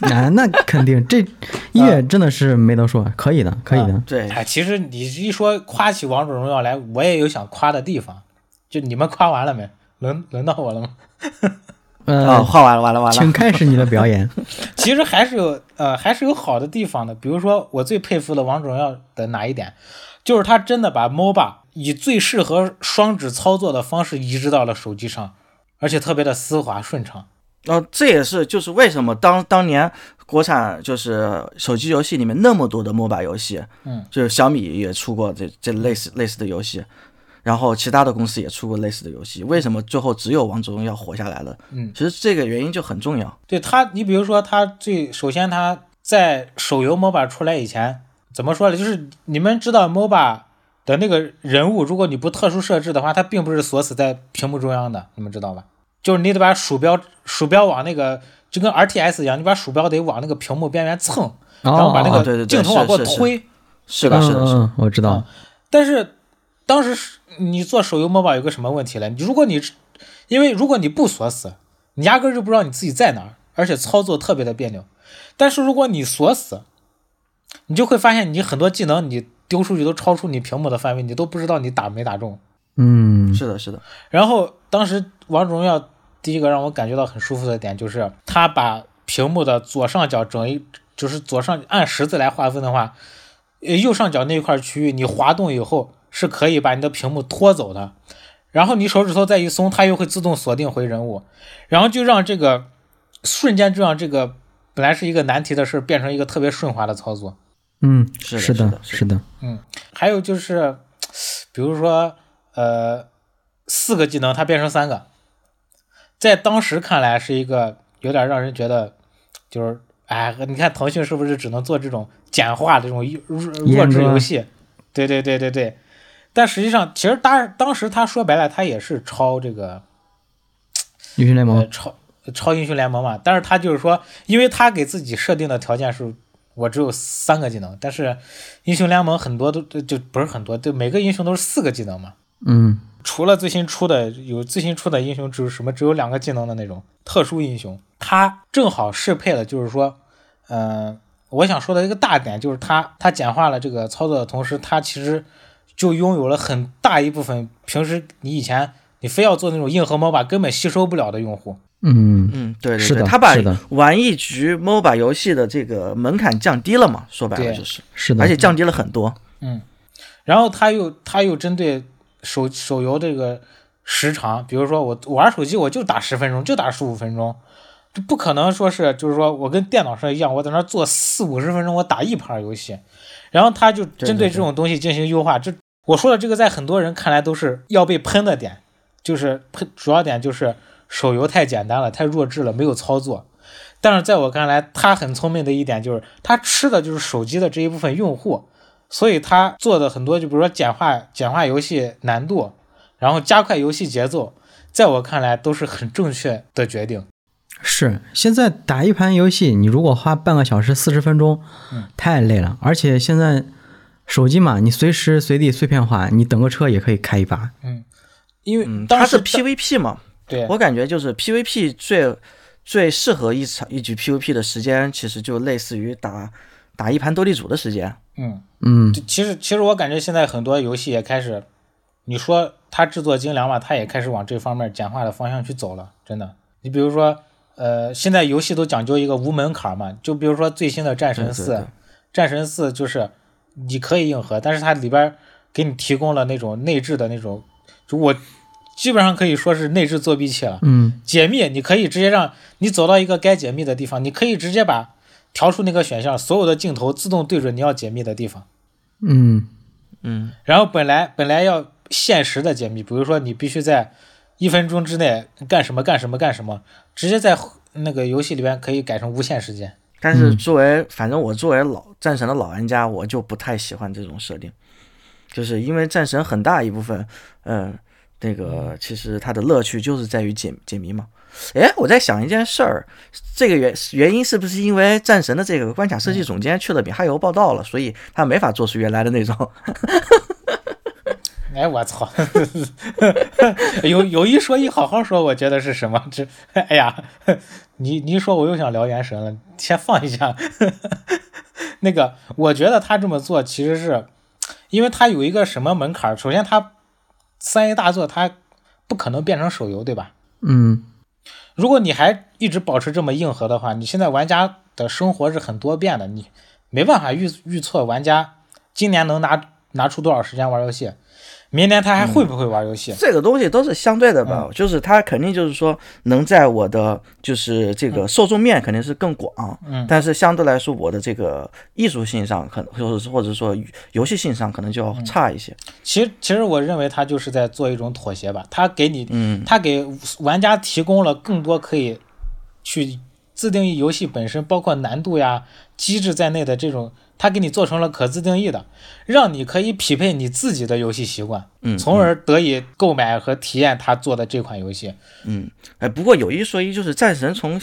S1: 啊，那肯定， 这音乐真的是没得说，可以的，可以的。
S3: 对，
S2: 哎，其实你一说夸起王者荣耀来，我也有想夸的地方，就你们夸完了没？轮轮到我了吗？
S3: 啊，
S1: 呃，
S3: 画完了，完了，完
S1: 请
S3: 了。
S1: 开始你的表演。
S2: 其实还是有呃，还是有好的地方的。比如说，我最佩服的王者荣耀的哪一点，就是它真的把 MOBA 以最适合双指操作的方式移植到了手机上，而且特别的丝滑顺畅。
S3: 然后这也是就是为什么当当年国产就是手机游戏里面那么多的 MOBA 游戏，
S2: 嗯，
S3: 就是小米也出过这这类似类似的游戏，然后其他的公司也出过类似的游戏，为什么最后只有王者荣耀活下来了？
S2: 嗯，
S3: 其实这个原因就很重要。
S2: 对它，你比如说它最首先它在手游 MOBA 出来以前，怎么说呢？就是你们知道 MOBA 的那个人物，如果你不特殊设置的话，它并不是锁死在屏幕中央的，你们知道吧？就是你得把鼠标鼠标往那个就跟 RTS 一样，你把鼠标得往那个屏幕边缘蹭，然后把那
S3: 哦对
S2: 个
S3: 对对
S2: 镜头往
S3: 是
S2: 过
S3: 是是
S2: 推。
S3: 是的，是的，是
S1: 嗯
S3: 的。
S1: 嗯，我知道。
S2: 但是当时是你做手游 MOBA 有个什么问题嘞？如果你因为如果你不锁死，你压根儿就不知道你自己在哪儿，而且操作特别的别扭。但是如果你锁死，你就会发现你很多技能你丢出去都超出你屏幕的范围，你都不知道你打没打中。
S1: 嗯，
S3: 是的，是的，
S2: 然后当时《王者荣耀》第一个让我感觉到很舒服的点就是，它把屏幕的左上角整一，就是左上按十字来划分的话，呃，右上角那一块区域你滑动以后是可以把你的屏幕拖走的，然后你手指头再一松，它又会自动锁定回人物，然后就让这个瞬间就让这个本来是一个难题的事儿变成一个特别顺滑的操作。
S1: 嗯，
S3: 是的
S1: 是
S3: 是的
S1: 是的。
S2: 还有就是，比如说，呃，四个技能它变成三个，在当时看来是一个有点让人觉得，就是，哎，你看腾讯是不是只能做这种简化的这种弱弱智游戏？对对对对对。但实际上，其实当当时他说白了，他也是抄这个
S1: 英雄联
S2: 呃
S1: 盟，
S2: 超超英雄联盟嘛，但是他就是说，因为他给自己设定的条件是，我只有三个技能，但是英雄联盟很多都就就不是很多，就每个英雄都是四个技能嘛。
S1: 嗯，
S2: 除了最新出的有最新出的英雄，只有什么只有两个技能的那种特殊英雄，它正好适配了，就是说，嗯，我想说的一个大点就是它它简化了这个操作的同时，它其实就拥有了很大一部分平时你以前你非要做那种硬核 MOBA 根本吸收不了的用户。
S1: 嗯，
S3: 嗯，对对
S1: 是
S3: 对，
S1: 的
S3: 他把
S1: 是的
S3: 玩一局 MOBA 游戏的这个门槛降低了嘛，说白了
S2: 对
S3: 就是，
S1: 是的。
S3: 而且降低了很多。
S2: 然后他又他又针对手手游这个时长，比如说我我玩手机我就打十分钟，就打十五分钟，这不可能说是就是说我跟电脑上一样，我在那儿坐四五十分钟，我打一盘游戏。然后他就针对这种东西进行优化，这我说的这个在很多人看来都是要被喷的点，就是喷主要点就是手游太简单了，太弱智了，没有操作。但是在我看来，他很聪明的一点就是他吃的就是手机的这一部分用户，所以他做的很多，就比如说简化简化游戏难度，然后加快游戏节奏，在我看来都是很正确的决定。
S1: 是，现在打一盘游戏，你如果花半个小时、四十分钟，太累了。而且现在手机嘛，你随时随地碎片化，你等个车也可以开一把。
S2: 嗯，因为
S3: 嗯，
S2: 当
S3: 它
S2: 时
S3: 是 PVP 嘛，
S2: 对
S3: 我感觉就是 PVP 最最适合一场一局 PVP 的时间，其实就类似于打打一盘斗地主的时间。
S2: 嗯，
S1: 嗯，
S2: 就其实其实我感觉现在很多游戏也开始，你说它制作精良吧，它也开始往这方面简化的方向去走了，真的。你比如说，呃，现在游戏都讲究一个无门槛嘛，就比如说最新的《战神
S3: 对对
S2: 四》，
S3: 对
S2: 《战神四》就是你可以硬核，但是它里边给你提供了那种内置的那种，就我基本上可以说是内置作弊器了。
S1: 嗯，
S2: 解密，你可以直接让你走到一个该解密的地方，你可以直接把调出那个选项，所有的镜头自动对准你要解密的地方。
S1: 嗯，
S3: 嗯，
S2: 然后本来本来要限时的解密，比如说你必须在一分钟之内干什么干什么干什么，直接在那个游戏里边可以改成无限时间。
S3: 但是
S1: 嗯
S3: 作为、反正我作为老战神的老玩家，我就不太喜欢这种设定，就是因为战神很大一部分，嗯，那个其实它的乐趣就是在于解解谜嘛。哎，我在想一件事儿，这个原原因是不是因为战神的这个关卡设计总监去了米哈游报道了，所以他没法做出原来的那种
S2: 哎，我操！ 有有一说一，好好说，我觉得是什么？这，哎呀，你你一说我又想聊原神了，先放一下。 那个，我觉得他这么做其实是，因为他有一个什么门槛儿？首先，他三 A 大作，他不可能变成手游，对吧？
S1: 嗯，
S2: 如果你还一直保持这么硬核的话，你现在玩家的生活是很多变的，你没办法预预测玩家今年能拿拿出多少时间玩游戏，明年他还会不会玩游戏？
S3: 这个东西都是相对的吧，
S2: 嗯
S3: 就是它肯定就是说能在我的就是这个受众面肯定是更广，
S2: 嗯
S3: 但是相对来说我的这个艺术性上可能或者是或者说游戏性上可能就要差一些。
S2: 其实其实我认为他就是在做一种妥协吧，他给你，
S3: 嗯
S2: 他给玩家提供了更多可以去自定义游戏本身，包括难度呀、机制在内的这种，他给你做成了可自定义的，让你可以匹配你自己的游戏习惯，
S3: 嗯
S2: 从而得以购买和体验他做的这款游戏。
S3: 嗯，哎，不过有一说一，就是战神从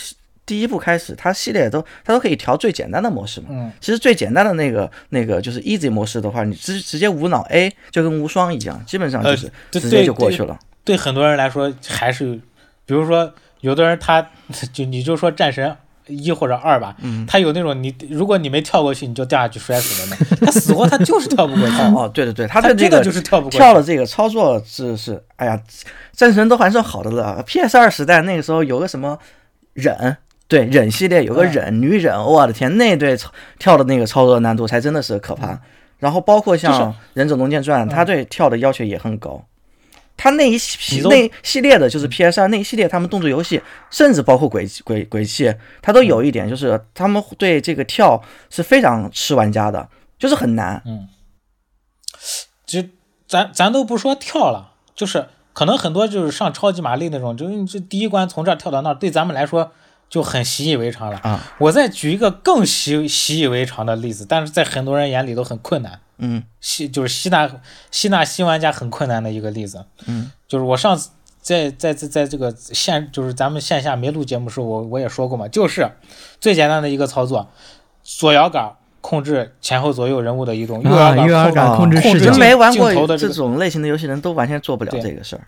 S3: 第一部开始，它系列都它都可以调最简单的模式嘛。
S2: 嗯，
S3: 其实最简单的那个那个就是 easy 模式的话，你直直接无脑 A 就跟无双一样，基本上就
S2: 呃
S3: 是
S2: 对
S3: 直接
S2: 对
S3: 就过
S2: 对
S3: 去了。
S2: 对很多人来说还是，比如说有的人他就你就说战神。一或者二吧，
S3: 嗯
S2: 他有那种你如果你没跳过去，你就掉下去摔死的那，他死活他就是跳不过去。
S3: 哦，对对对，他
S2: 他
S3: 的这
S2: 真
S3: 个
S2: 的就是跳不过去
S3: 跳了这个操作是是，哎呀，战神都还算好的了。PS 二时代那个时候有个什么忍，对忍系列有
S2: 嗯
S3: 个忍、女忍，我的天，那对操跳的那个操作难度才真的是可怕。然后包
S2: 嗯
S3: 括
S2: 就
S3: 像
S2: 是嗯
S3: 《忍者龙剑传》，他对跳的要求也很高。他那一系
S2: 你都嗯
S3: 那一系列的就是 PS 二那一系列，他们动作游戏，甚至包括鬼鬼鬼泣，它都
S2: 嗯
S3: 有一点，就是他们对这个跳是非常吃玩家的，就是很难。
S2: 就咱咱都不说跳了，就是可能很多就是上超级玛丽那种，就是你这第一关从这儿跳到那儿，对咱们来说就很习以为常了
S3: 啊。
S2: 我再举一个更习习以为常的例子，但是在很多人眼里都很困难，
S3: 嗯
S2: 吸就是吸纳吸纳新玩家很困难的一个例子。
S3: 嗯，
S2: 就是我上次在在在在这个线，就是咱们线下没录节目时候，我我也说过嘛，就是最简单的一个操作，左摇杆控制前后左右人物的移动，右
S1: 啊
S2: 摇杆
S1: 右摇杆
S2: 控
S1: 控制视角
S2: 镜
S3: 真哦没玩过
S2: 镜头的
S3: 这
S2: 个
S3: 种类型的游戏人都完全做不了
S2: 对
S3: 这个事儿。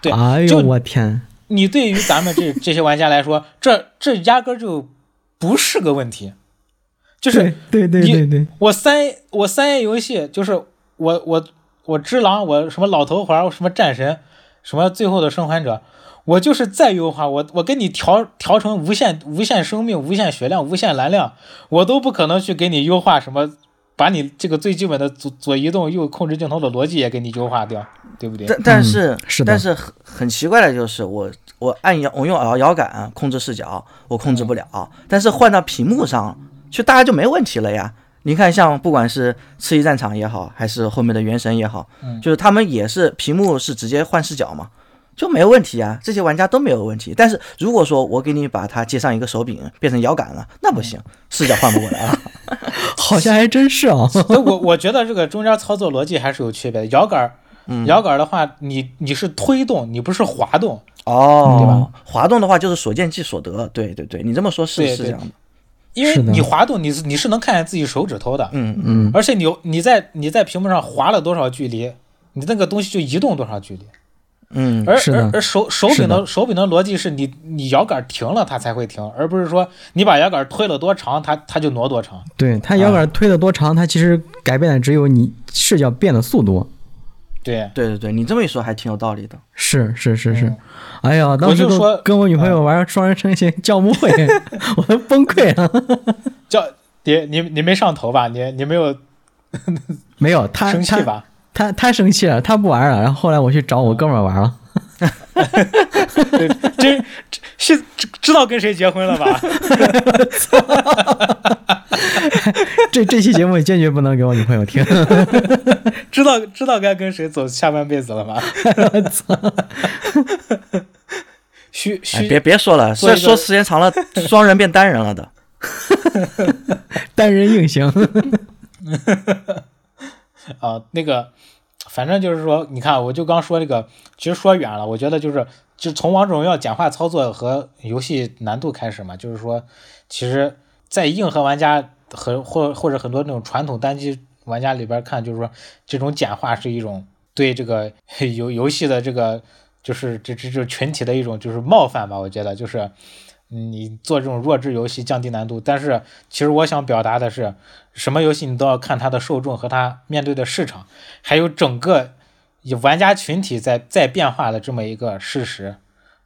S2: 对
S1: 哎
S2: 就
S1: 呦我天，
S2: 你对于咱们这这些玩家来说，这这压根儿就不是个问题。就是
S1: 对对
S2: 你
S1: 对对对，
S2: 我三我三 A 游戏，就是我我我只狼，我什么老头环，我什么战神，什么最后的生还者，我就是再优化，我我跟你调调成无限无限生命、无限血量、无限蓝量，我都不可能去给你优化什么，把你这个最基本的左左移动、右控制镜头的逻辑也给你优化掉，对不对？
S3: 但但是、
S1: 是的
S3: 但是很很奇怪的就是我我按摇我用摇摇杆控制视角我控制不了，
S2: 嗯
S3: 但是换到屏幕上就大家就没问题了呀。你看，像不管是《刺激战
S2: 嗯
S3: 场》也好，还是后面的《原神》也好，就是他们也是屏幕是直接换视角嘛，就没有问题啊，这些玩家都没有问题。但是如果说我给你把它接上一个手柄变成摇杆了，那不
S2: 嗯
S3: 行，视角换不过来了。
S1: 好像还真是啊。
S2: 所以我我觉得这个中间操作逻辑还是有区别的。摇杆儿，摇杆儿的话，你你是推动，你不是滑动。
S3: 哦，滑动的话就是所见即所得。对对对，你这么说是
S2: 对
S3: 是
S2: 对
S3: 这样的。
S2: 因为
S1: 是的
S2: 你滑动，你是你是能看见自己手指头的，
S3: 嗯嗯，
S1: 嗯，
S2: 而且你有你在你在屏幕上滑了多少距离，你那个东西就移动多少距离。
S3: 嗯，
S2: 而
S1: 是的
S2: 而而手手
S1: 是
S2: 柄
S1: 的
S2: 的手柄的逻辑是你你摇杆停了它才会停，而不是说你把摇杆推了多长，它它就挪多长。
S1: 对，它摇杆推的多长，它其实改变的只有你视角变的速度。
S2: 对，
S3: 对对对，你这么一说还挺有道理的。
S1: 是是是是
S2: 嗯，
S1: 哎呀，当时
S2: 我就
S1: 都
S2: 说嗯
S1: 跟我女朋友玩双人成行叫不会， 我都崩溃了。
S2: 叫你你你没上头吧？你你没有
S1: 没有，她
S2: 生气
S1: 她
S2: 吧？
S1: 她她生气了，她不玩了。然后后来我去找我哥们儿玩
S2: 嗯
S1: 了，
S2: 对，真知是知知道跟谁结婚了吧？
S1: 这这期节目坚决不能给我女朋友 听。
S2: 知道知道该跟谁走下半辈子了吧？
S1: 哎
S2: 虚
S3: 哎，
S2: 虚
S3: 别别说了，
S2: 做
S3: 这
S2: 一个
S3: 说时间 长了，双人变单人了的。
S1: 单人硬行，
S2: 啊，那个，反正就是说，你看，我就刚说这个，其实说远了，我觉得就是，就从王者荣耀简化操作和游戏难度开始嘛，就是说，其实，在硬核玩家和或或者很多那种传统单机玩家里边看，就是说，这种简化是一种对这个 游游戏的这个就是这这这群体的一种就是冒犯吧，我觉得就是。嗯你做这种弱智游戏降低难度，但是其实我想表达的是，什么游戏你都要看它的受众和它面对的市场，还有整个以玩家群体在在变化的这么一个事实，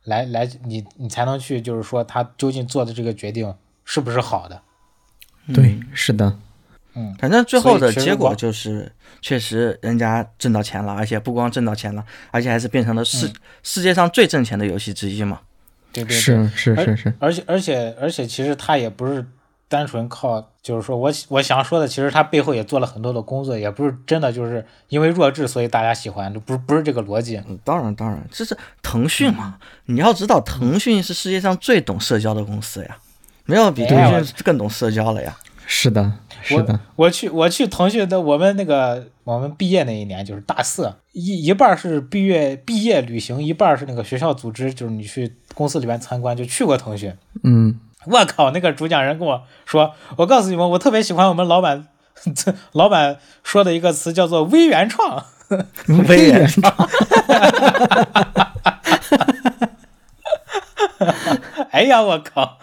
S2: 来来你你才能去就是说他究竟做的这个决定是不是好的。嗯
S1: 对，是的，
S3: 反正最后的结
S2: 所以
S3: 果
S2: 其
S3: 就是，确实人家挣到钱了，而且不光挣到钱了，而且还是变成了世、世界上最挣钱的游戏之一嘛。
S2: 对对对哎
S1: 是是是是，
S2: 而且而且而且，其实他也不是单纯靠，就是说我我想说的，其实他背后也做了很多的工作，也不是真的就是因为弱智所以大家喜欢，不是不是这个逻辑。
S3: 嗯，当然当然，嗯这是腾讯嘛，你要知道，腾讯是世界上最懂社交的公司呀，没有啊比
S2: 哎
S3: 腾
S2: 呀
S3: 讯更懂社交了呀。
S1: 是的，是的
S2: 我，我去我去腾讯的，我们那个我们毕业那一年就是大四，一一半儿是毕业毕业旅行，一半儿是那个学校组织，就是你去公司里面参观，就去过腾讯。
S1: 嗯，
S2: 我靠，那个主讲人跟我说，我告诉你们，我特别喜欢我们老板， 这老板说的一个词叫做微原创。
S3: 微
S1: 也
S3: 软
S1: 是
S2: 哎呀，我靠，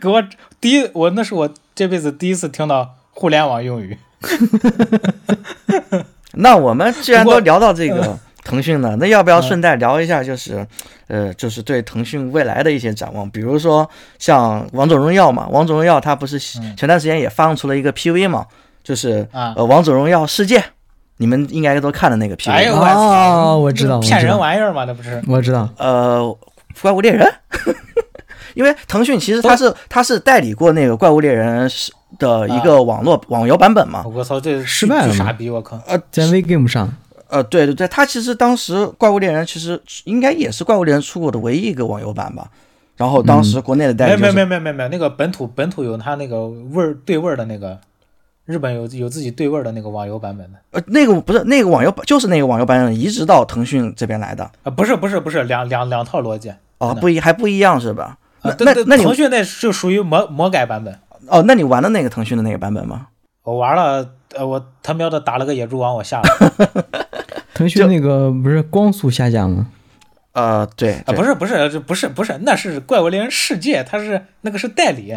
S2: 给我第一，我那是我这辈子第一次听到互联网用语。
S3: 那我们既然
S2: 不过嗯
S3: 都聊到这个腾讯了，那要不要顺带聊一下，就是，呃，就是对腾讯未来的一些展望？比如说像《王者荣耀》嘛，《王者荣耀》它不是前段时间也放出了一个 PV 嘛，就是
S2: 嗯啊
S3: 呃《王者荣耀世界》，你们应该都看了那个 PV，、
S2: 哎呦我
S1: 哦，我知道，我知道
S2: 骗人，玩意儿嘛，那不是？
S1: 我知道，
S3: 呃，《怪物猎人》，因为腾讯其实它是它是代理过那个《怪物猎人》是的
S2: 啊
S3: 一个网络、网游版本嘛，
S2: 我操，这
S1: 啊失败了
S2: 巨
S1: 吗
S2: 傻逼！我靠，
S1: 在 V Game 上，
S3: 呃，对对对，它其实当时《怪物猎人》其实应该也是《怪物猎人》出过的唯一一个网游版吧。然后当时国内的代
S2: 没
S3: 理、就是
S2: 嗯没没没没没，那个本土本土有它那个味儿对味儿的那个，日本有有自己对味儿的那个网游版本的
S3: 呃，那个不是那个网游版，就是那个网游版本移植到腾讯这边来的
S2: 啊，不是不是不是两两两套逻辑啊，
S3: 哦，不一还不一样是吧？那
S2: 啊对
S3: 那
S2: 呃对，
S3: 那你
S2: 腾讯那就属于魔魔改版本。
S3: 哦，那你玩的那个腾讯的那个版本吗？
S2: 我玩了，呃，我他喵的打了个野猪王，我下了
S1: 腾讯那个不是光速下架吗？
S3: 呃，对，
S2: 啊，
S3: 对
S2: 不是不是这不是不是，那是怪物猎人世界，它是那个是代理，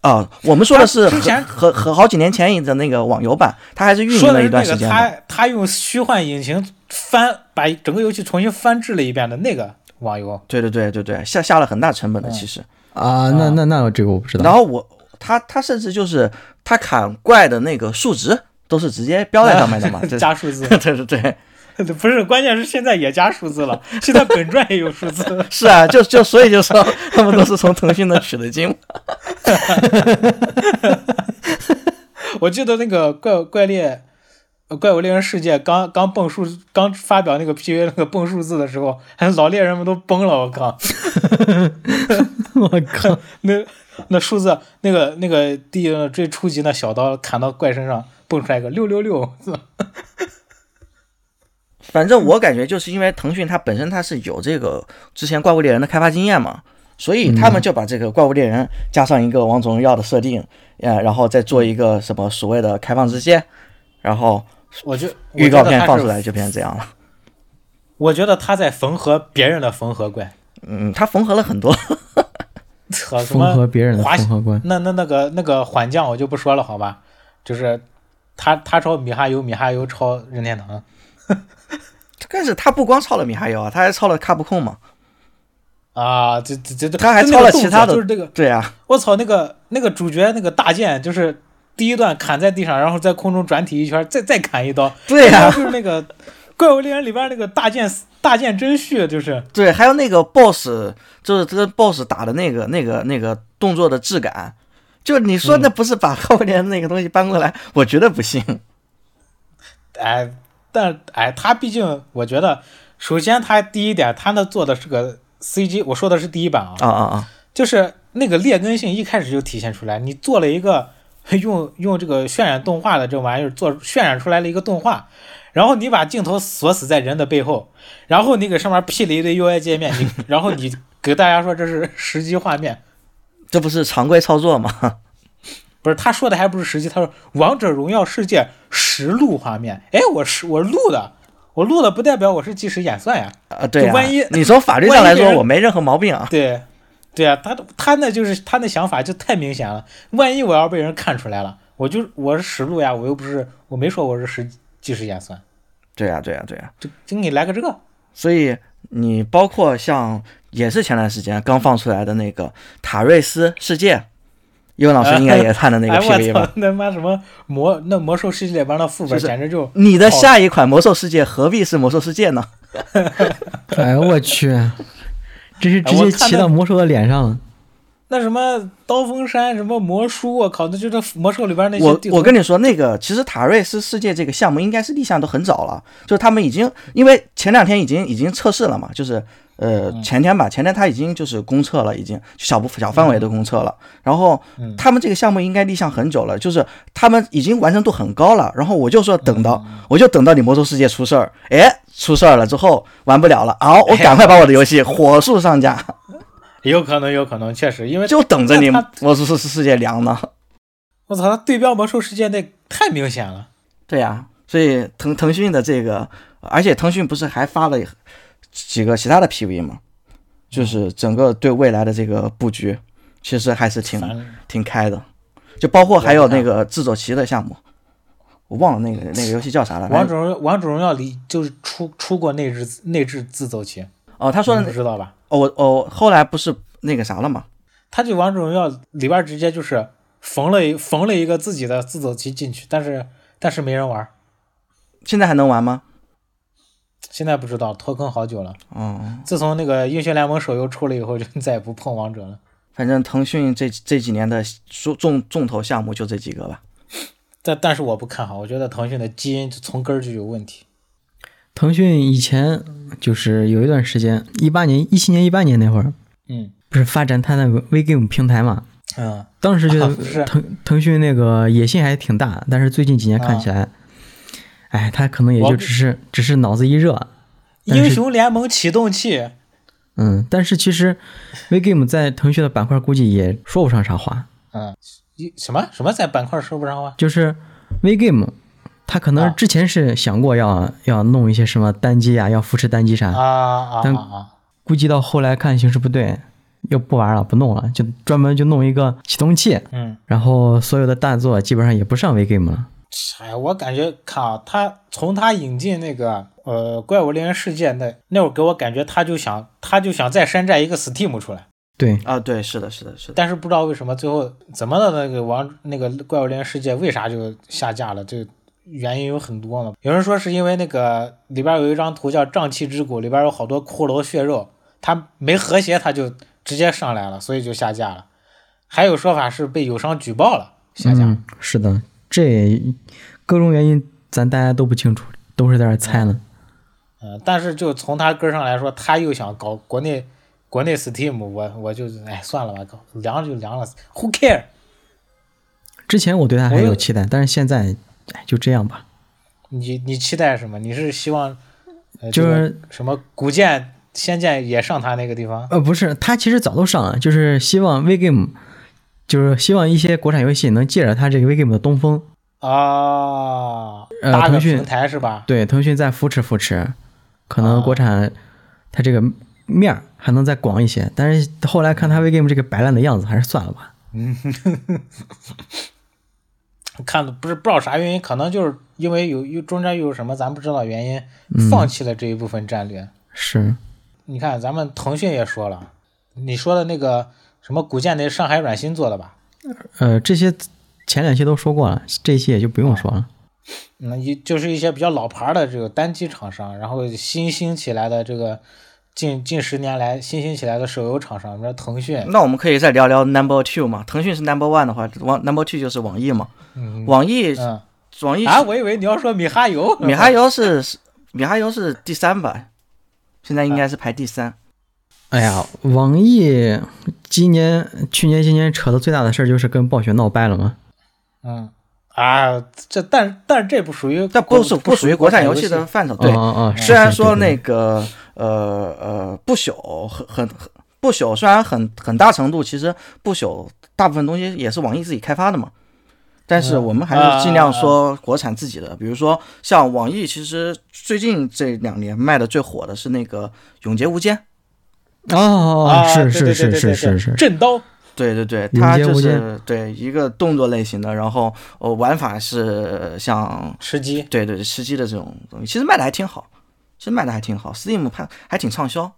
S3: 啊，我们说的是
S2: 它之
S3: 和
S2: 前
S3: 和和好几年前的那个网游版，它还是运
S2: 说的是那
S3: 营了一段
S2: 个
S3: 时间
S2: 他
S3: 的。
S2: 他用虚幻引擎翻把整个游戏重新翻制了一遍的那个网游，
S3: 对对对对对，下下了很大成
S2: 嗯
S3: 本的其实。
S1: 啊，那那那这个我不知
S3: 然
S1: 道。
S3: 后我他他甚至就是他砍怪的那个数值都是直接标在上面的 嘛，啊这
S2: 加数字，
S3: 对对对，，
S2: 不是，关键是现在也加数字了，现在本传也有数字
S3: 是啊，就就所以就说他们都是从腾讯那取的经嘛。
S2: 我记得那个怪怪猎。 《怪物猎人世界》刚刚蹦数，刚发表那个 PV 那个蹦数字的时候，老猎人们都崩了，我靠！
S1: 我靠，
S2: 那那数字，那个那个第最初级那小刀砍到怪身上，蹦出来个六六六，
S3: 反正我感觉就是因为腾讯它本身它是有这个之前《怪物猎人》的开发经验嘛，所以
S2: 嗯
S3: 他们就把这个《怪物猎人》加上一个《王者荣耀》的设定，呃，然后再做一个什么所谓的开放世界，然后
S2: 我就
S3: 预告片放出来就变成这样了。
S2: 我觉得他在缝合别人的缝合怪，
S3: 嗯，他缝合了很多。
S2: 扯什么
S1: 缝合别人的
S2: 滑
S1: 缝合关。
S2: 那那那个那个缓降我就不说了，好吧？就是他他抄米哈游，米哈游抄任天堂，
S3: 但是他不光抄了米哈游啊，他还抄了卡布控嘛，
S2: 啊，这这这
S3: 他还
S2: 就那
S3: 抄
S2: 个
S3: 了
S2: 动
S3: 其
S2: 作
S3: 他的
S2: 就是这个，
S3: 对啊，
S2: 我操，那个那个主角那个大剑就是。第一段砍在地上，然后在空中转体一圈，再再砍一刀。
S3: 对
S2: 然
S3: 啊
S2: 后， 就是那个《怪物猎人》里边那个大剑大剑真续，就是
S3: 对，还有那个 boss，就是这个 boss 打的那个那个那个动作的质感，就你
S2: 嗯
S3: 说那不是把后面那个东西搬过来，我觉得不信。
S2: 哎，但哎，他毕竟我觉得，首先他第一点，他那做的是个 CG，我说的是第一版啊，
S3: 啊啊啊！
S2: 就是那个劣根性一开始就体现出来。你做了一个 用用这个渲染动画的这玩意儿做渲染出来了一个动画，然后你把镜头锁死在人的背后，然后你给上面 P 了一堆 UI 界面，你 然后你给大家说这是实际画面，
S3: 这不是常规操作吗？
S2: 不是他说的还不是实际，他说《王者荣耀世界》实录画面，哎，我是我录的，我录的不代表我是即时演算呀。
S3: 啊，对啊，
S2: 就万一
S3: 你从法律上来
S2: 万一
S3: 说，
S2: 人
S3: 我没任何毛病啊。
S2: 对，对啊，他他那就是他那想法就太明显了。万一我要被人看出来了，我就我是实录呀，我又不是我没说我是实即时演算，
S3: 对啊，对啊，对啊。
S2: 就就给你来个这个，
S3: 所以你包括像也是前段时间刚放出来的那个《塔瑞斯世界》，英文老师应该也看的那个
S2: 哎
S3: PV
S2: 我
S3: 吧
S2: 操？， 那妈什么魔那魔兽世界里边的副本
S3: 是
S2: 简直就
S3: 你的下一款《魔兽世界》何必是《魔兽世界》呢？
S1: 哎呦我去，这是直
S2: 哎我
S1: 接
S2: 看
S1: 骑
S2: 到
S1: 到魔兽的脸上了。
S2: 那什么刀锋山什么魔书，我靠，那就是魔兽里边那些
S3: 我
S2: 地图
S3: 我跟你说，那个其实塔瑞斯世界这个项目应该是立项都很早了，就是他们已经因为前两天已经已经测试了嘛，就是呃
S2: 嗯
S3: 前天吧，前天他已经就是公测了，已经小部小范围
S2: 嗯
S3: 的公测了。然后他们这个项目应该立项很久了，就是他们已经完成度很高了。然后我就说等到
S2: 嗯
S3: 我就等到你魔兽世界出事儿，哎出事儿了之后玩不了了，啊我赶快把我的游戏火速上架，
S2: 有可能有可能确实，因为
S3: 就等着 你
S2: 那他
S3: 魔兽世世界凉呢。
S2: 我操，他对标魔兽世界那太明显了。
S3: 对呀、所以腾腾讯的这个，而且腾讯不是还发了几个其他的 PV 吗？就是
S2: 嗯
S3: 整个对未来的这个布局，其实还是挺
S2: 反正
S3: 挺开的，就包括还有
S2: 我看
S3: 那个自走棋的项目，我忘了那个那个游戏叫啥了。
S2: 王者荣耀王者荣耀里就是出出过内置内置自走棋，
S3: 哦，他说
S2: 你不
S3: 的那
S2: 知道吧？
S3: 哦，我哦后来不是那个啥了吗？
S2: 他这王者荣耀里边直接就是缝了一缝了一个自己的自走棋进去，但是但是没人玩，
S3: 现在还能玩吗？
S2: 现在不知道脱坑好久了。
S1: 嗯
S3: 哦，
S2: 自从那个英雄联盟手游出了以后，就再也不碰王者了。
S3: 反正腾讯这这几年的重重重头项目就这几个吧。
S2: 但但是我不看好，我觉得腾讯的基因就从根儿就有问题。
S1: 腾讯以前就是有一段时间，一八年、一七年、一八年那会儿，
S2: 嗯
S1: 不是发展它那个 VGame 平台嘛？
S2: 嗯，
S1: 当时觉
S2: 啊是
S1: 得腾、腾讯那个野心还挺大，但是最近几年看起来，哎，他可能也
S2: 啊我
S1: 就只是只是脑子一热，但是
S2: 英雄联盟启动器，
S1: 嗯，但是其实 VGame 在腾讯的板块估计也说不上啥话，
S2: 嗯，一什么什么在板块说不上话
S1: 就是 VGame，他可
S2: 啊
S1: 能之前是想过要、要弄一些什么单机啊，要扶持单机啥，
S2: 啊啊啊
S1: 但
S2: 啊！
S1: 估计到后来看形势不对，又不玩了，不弄了，就专门就弄一个启动器，
S2: 嗯，
S1: 然后所有的大作基本上也不上 VGame 了。
S2: 哎呀，我感觉看啊，他从他引进那个呃《怪物猎人世界》那那会儿，给我感觉他就想他就想再山寨一个 Steam 出来，
S1: 对，
S3: 啊，对，是的，是的，是的。
S2: 但是不知道为什么最后怎么的那个王那个《怪物猎人世界》为啥就下架了？这原因有很多嘛。有人说是因为那个里边有一张图叫《瘴气之谷》，里边有好多骷髅血肉，他没和谐他就直接上来了，所以就下架了。还有说法是被友商举报了下架了。
S1: 嗯，是的，这各种原因咱大家都不清楚，都是在这猜呢。
S2: 嗯，但是就从他根儿上来说，他又想搞国内国内 Steam，我我就哎算了吧，搞凉就凉了，Who care？
S1: 之前我对他还有期待，但是现在哎就这样吧。
S2: 你你期待什么？你是希望、呃、
S1: 就是
S2: 什么古剑、仙剑也上他那个地方？
S1: 呃，不是，他其实早都上了，就是希望 VGame，就是希望一些国产游戏能借着他这个 VGame 的东风
S2: 啊，
S1: 呃，
S2: 搭个
S1: 腾讯
S2: 平台是吧？
S1: 对，腾讯再扶持扶持，可能国产它这个面儿还能再广一些。但是后来看它 VGame 这个摆烂的样子，还是算了吧。
S2: 嗯，看的不是不知道啥原因，可能就是因为有有中间又有什么咱不知道原因，
S1: 嗯
S2: 放弃了这一部分战略。
S1: 是，
S2: 你看咱们腾讯也说了，你说的那个什么古剑那是上海软新做的吧？
S1: 呃，这些前两期都说过了，这一期也就不用说了。
S2: 那嗯一就是一些比较老牌的这个单机厂商，然后新兴起来的这个近近十年来新兴起来的手游厂商，比如说腾讯，
S3: 那我们可以再聊聊 Number Two 嘛？腾讯是 Number One 的话，网 Number Two 就是网易嘛。
S2: 嗯
S3: 网易，
S2: 嗯
S3: 网易
S2: 啊，我以为你要说米哈游，
S3: 米哈游是是米哈游是第三吧？现在应该是排第三。
S1: 哎呀，网易今年、去年、今年扯的最大的事儿就是跟暴雪闹掰了嘛。
S2: 嗯啊，这但但是这不属于，
S3: 但
S2: 不
S3: 不属
S2: 不
S3: 属于
S2: 国
S3: 国产
S2: 游
S3: 游戏的范畴。
S1: 嗯
S3: 对，
S1: 嗯嗯，是
S3: 虽然
S1: 是
S3: 说
S1: 对
S3: 那
S1: 对
S3: 个呃呃不朽很很很不朽，虽然很很大程度其实不朽大部分东西也是网易自己开发的嘛，但是
S2: 嗯
S3: 我们还是尽
S1: 啊
S3: 量说国产自己的。比如说像网易，其实最近这两年卖的最火的是那个《永劫无间》。
S1: 哦哦
S2: 啊，
S1: 哦，是
S2: 对对
S1: 是是
S2: 对对
S1: 是
S2: 对
S1: 是
S2: 对
S1: 是，
S2: 震刀，
S3: 对对对，
S1: 永
S3: 它
S1: 劫
S3: 就
S1: 无
S3: 是
S1: 间
S3: 对一个动作类型的，然后呃玩法是像
S2: 吃鸡，
S3: 对对对吃鸡的这种东西，其实卖的还挺好，其实卖的还挺好，Steam 还还挺畅销。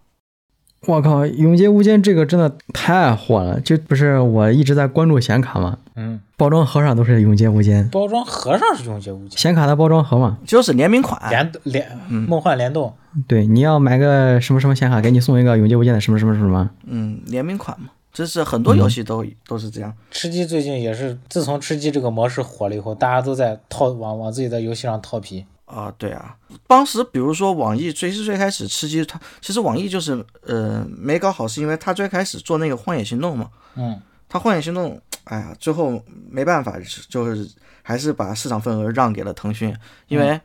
S1: 我靠，《永劫无间》这个真的太火了，就不是我一直在关注显卡嘛，
S2: 嗯，
S1: 包装盒上都是《永劫无间》，
S2: 包装和尚是永劫无间，
S1: 显卡的包装盒嘛。
S3: 就是联名款，
S2: 联联梦幻联动，
S1: 对，你要买个什么什么显卡，给你送一个《永劫无间》的什么什么什么。
S3: 嗯，联名款嘛，这是很多
S2: 嗯
S3: 游戏都、都是这样。
S2: 吃鸡最近也是，自从吃鸡这个模式火了以后，大家都在套往往自己的游戏上套皮，
S3: 啊，对啊，当时比如说网易最是最开始吃鸡，它其实网易就是呃没搞好，是因为它最开始做那个《荒野行动》嘛，
S2: 嗯，
S3: 它《荒野行动》，哎呀，最后没办法，是就是还是把市场份额让给了腾讯，因为，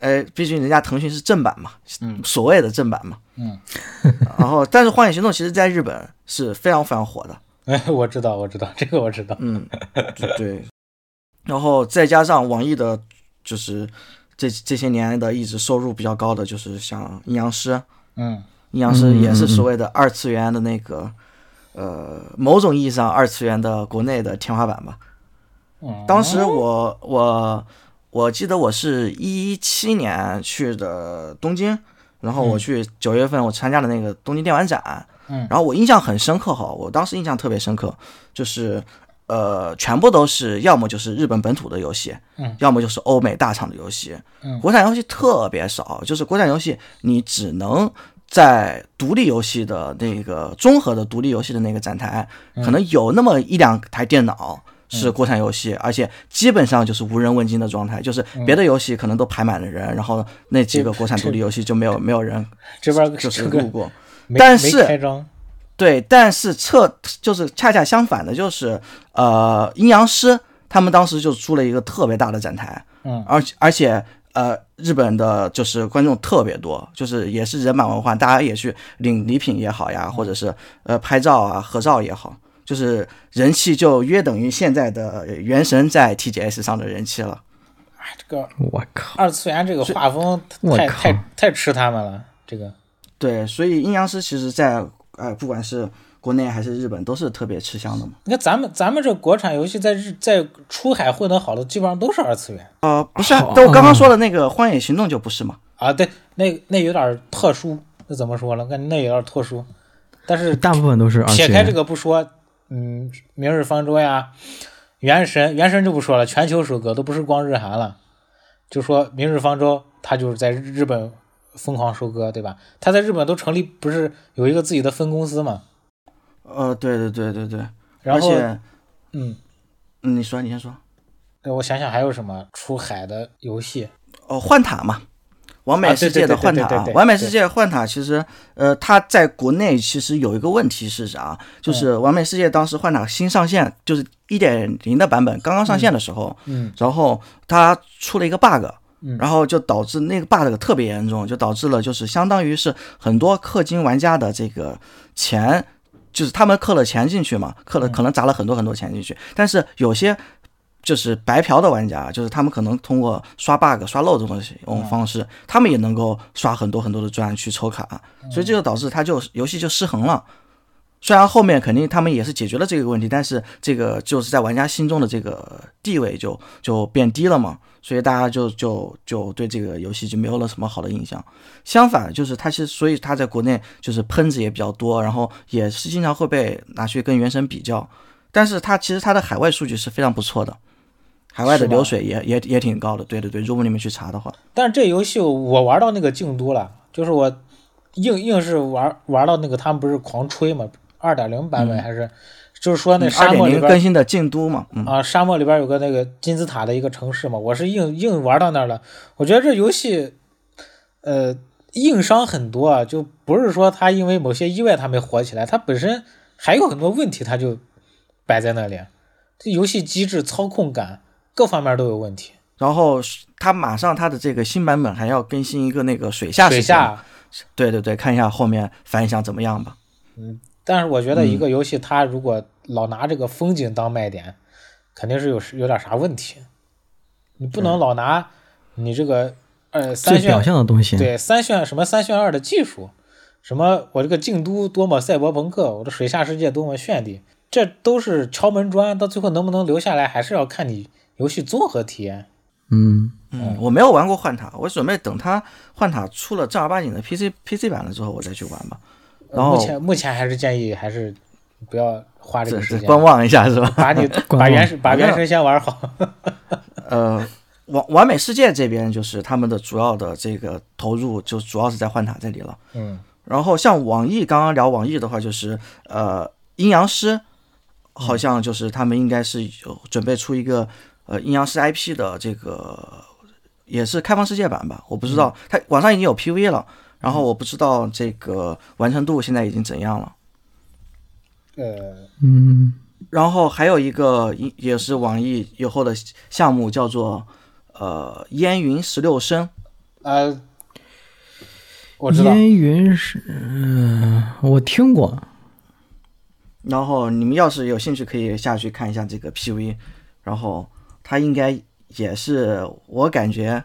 S3: 哎，毕竟人家腾讯是正版嘛，
S2: 嗯
S3: 所谓的正版嘛，
S2: 嗯，
S3: 然后但是《荒野行动》其实在日本是非常非常火的，
S2: 哎， 我知道，我知道，这个我知道，
S3: 嗯，对 对。然后再加上网易的，就是这这些年来的一直收入比较高的，就是像阴阳师，
S2: 嗯
S3: 阴阳师也是
S1: 嗯嗯嗯
S3: 所谓的二次元的那个，呃，某种意义上二次元的国内的天花板吧。
S2: 嗯，
S3: 当时我我我记得我是一七年去的东京，然后我去九月份我参加的那个东京电玩展，
S2: 嗯
S3: 然后我印象很深刻哈，我当时印象特别深刻，就是呃，全部都是要么就是日本本土的游戏，
S2: 嗯
S3: 要么就是欧美大厂的游戏，
S2: 嗯
S3: 国产游戏特别少，就是国产游戏你只能。在独立游戏的那个综合的独立游戏的那个展台，
S2: 嗯
S3: 可能有那么一两台电脑是国产游戏，而且基本上就是无人问津的状态，就是
S2: 嗯
S3: 别的游戏可能都排满了人，然后那几个国产独立游戏就没有没有人
S2: 这边这
S3: 就是
S2: 个
S3: 路过。
S2: 没
S3: 但是
S2: 没开张，
S3: 对，但是侧就是恰恰相反的，就是呃，阴阳师他们当时就出了一个特别大的展台，
S2: 嗯
S3: 而且而且呃，日本的就是观众特别多，就是也是人满为患，大家也去领礼品也好呀，或者是呃拍照啊、合照也好，就是人气就约等于现在的呃原神在 TGS 上的人气了。
S2: 哎，这个
S1: 我靠，
S2: 二次元这个画风
S1: 我
S2: 太
S1: 靠
S2: 太太吃他们了，这个，
S3: 对，所以阴阳师其实在呃，不管是国内还是日本，都是特别吃香的嘛。
S2: 你看咱们咱们这国产游戏在日在出海混得好的，基本上都是二次元
S3: 呃，不是、啊
S1: 好，
S3: 但我刚刚说的那个《荒野行动》就不是嘛。
S2: 啊，对，那那有点特殊，那怎么说呢？我感觉那有点特殊，但是
S1: 大部分都是二次
S2: 撇
S1: 元。
S2: 开这个不说，嗯，明日方舟呀，原神，原神就不说了，全球首歌都不是光日韩了，就说明日方舟，它就是在日本疯狂收割，对吧？它在日本都成立，不是有一个自己的分公司嘛？
S3: 呃，对对对对对，
S2: 然
S3: 而
S2: 后，
S3: 且
S2: 嗯，
S3: 嗯你说你先说，
S2: 对，我想想还有什么出海的游戏？
S3: 哦，幻塔嘛，完美世界的幻塔
S2: 啊对对对对对
S3: 啊
S2: 对，对
S3: 完美世界幻塔其实，呃，它在国内其实有一个问题是啥？就是完美世界当时幻塔新上线，就是一点零的版本刚刚上线的时候，
S2: 嗯，
S3: 然后它出了一个 bug，
S2: 嗯
S3: 然后就导致那个 bug 特别严重，就导致了就是相当于是很多氪金玩家的这个钱，就是他们氪了钱进去嘛，氪
S2: 嗯
S3: 了可能砸了很多很多钱进去，但是有些。就是白嫖的玩家，就是他们可能通过刷 bug、刷漏这种用方式，他们也能够刷很多很多的钻去抽卡，
S2: 嗯
S3: 所以这就导致它就游戏就失衡了。虽然后面肯定他们也是解决了这个问题，但是这个就是在玩家心中的这个地位就就变低了嘛，所以大家就就就对这个游戏就没有了什么好的印象。相反，就是它是所以它在国内就是喷子也比较多，然后也是经常会被拿去跟原神比较，但是它其实它的海外数据是非常不错的，海外的
S2: 是吗
S3: 流水也也也挺高的。对对对，如果你们去查的话，
S2: 但是这游戏我玩到那个京都了，就是我硬硬是玩玩到那个他们不是狂吹嘛，二点零版本还是、就是说那
S3: 嗯二
S2: 沙
S3: 点
S2: 漠里
S3: 零
S2: 边
S3: 更新的进都嘛，嗯，
S2: 啊，沙漠里边有个那个金字塔的一个城市嘛，我是硬硬玩到那儿了。我觉得这游戏，呃，硬伤很多啊，就不是说它因为某些意外它没火起来，它本身还有很多问题，它就摆在那里。啊这游戏机制、操控感各方面都有问题。
S3: 然后它马上它的这个新版本还要更新一个那个水下
S2: 水
S3: 时间
S2: 下，
S3: 对对对，看一下后面反响怎么样吧。
S2: 但是我觉得一个游戏它如果老拿这个风景当卖点，肯定是有有点啥问题。你不能老拿你这个呃三
S1: 最
S2: 炫
S1: 表象的东西，
S2: 对三炫什么三炫二的技术，什么我这个京都多么赛博朋克，我的水下世界多么绚丽，这都是敲门砖，到最后能不能留下来，还是要看你游戏综合体验。
S1: 嗯，
S3: 嗯，我没有玩过幻塔，我准备等它幻塔出了正儿八经的 PC PC 版了之后，我再去玩吧。
S2: 呃
S3: 然后
S2: 目前目前还是建议还是不要花这
S3: 这
S2: 个时
S3: 是
S2: 间，
S3: 观望一下是吧？
S2: 把你
S1: 观
S2: 把
S1: 望
S2: 原始把
S3: 好像
S2: 原神先玩好。
S3: 呃，完完美世界这边就是他们的主要的这个投入，就主要是在幻塔这里了。
S2: 嗯
S3: 然后像网易，刚刚聊网易的话，就是呃，阴阳师好像就是他们应该是有准备出一个呃阴阳师 IP 的这个也是开放世界版吧，我不知道，它网上已经有 PV 了，然后我不知道这个完成度现在已经怎样了。
S2: 呃
S1: 嗯，
S3: 然后还有一个也也是网易以后的项目叫做呃烟云十六声，
S2: 呃，我知道
S1: 烟云是，嗯、我听过，
S3: 然后你们要是有兴趣，可以下去看一下这个 PV。然后它应该也是我感觉，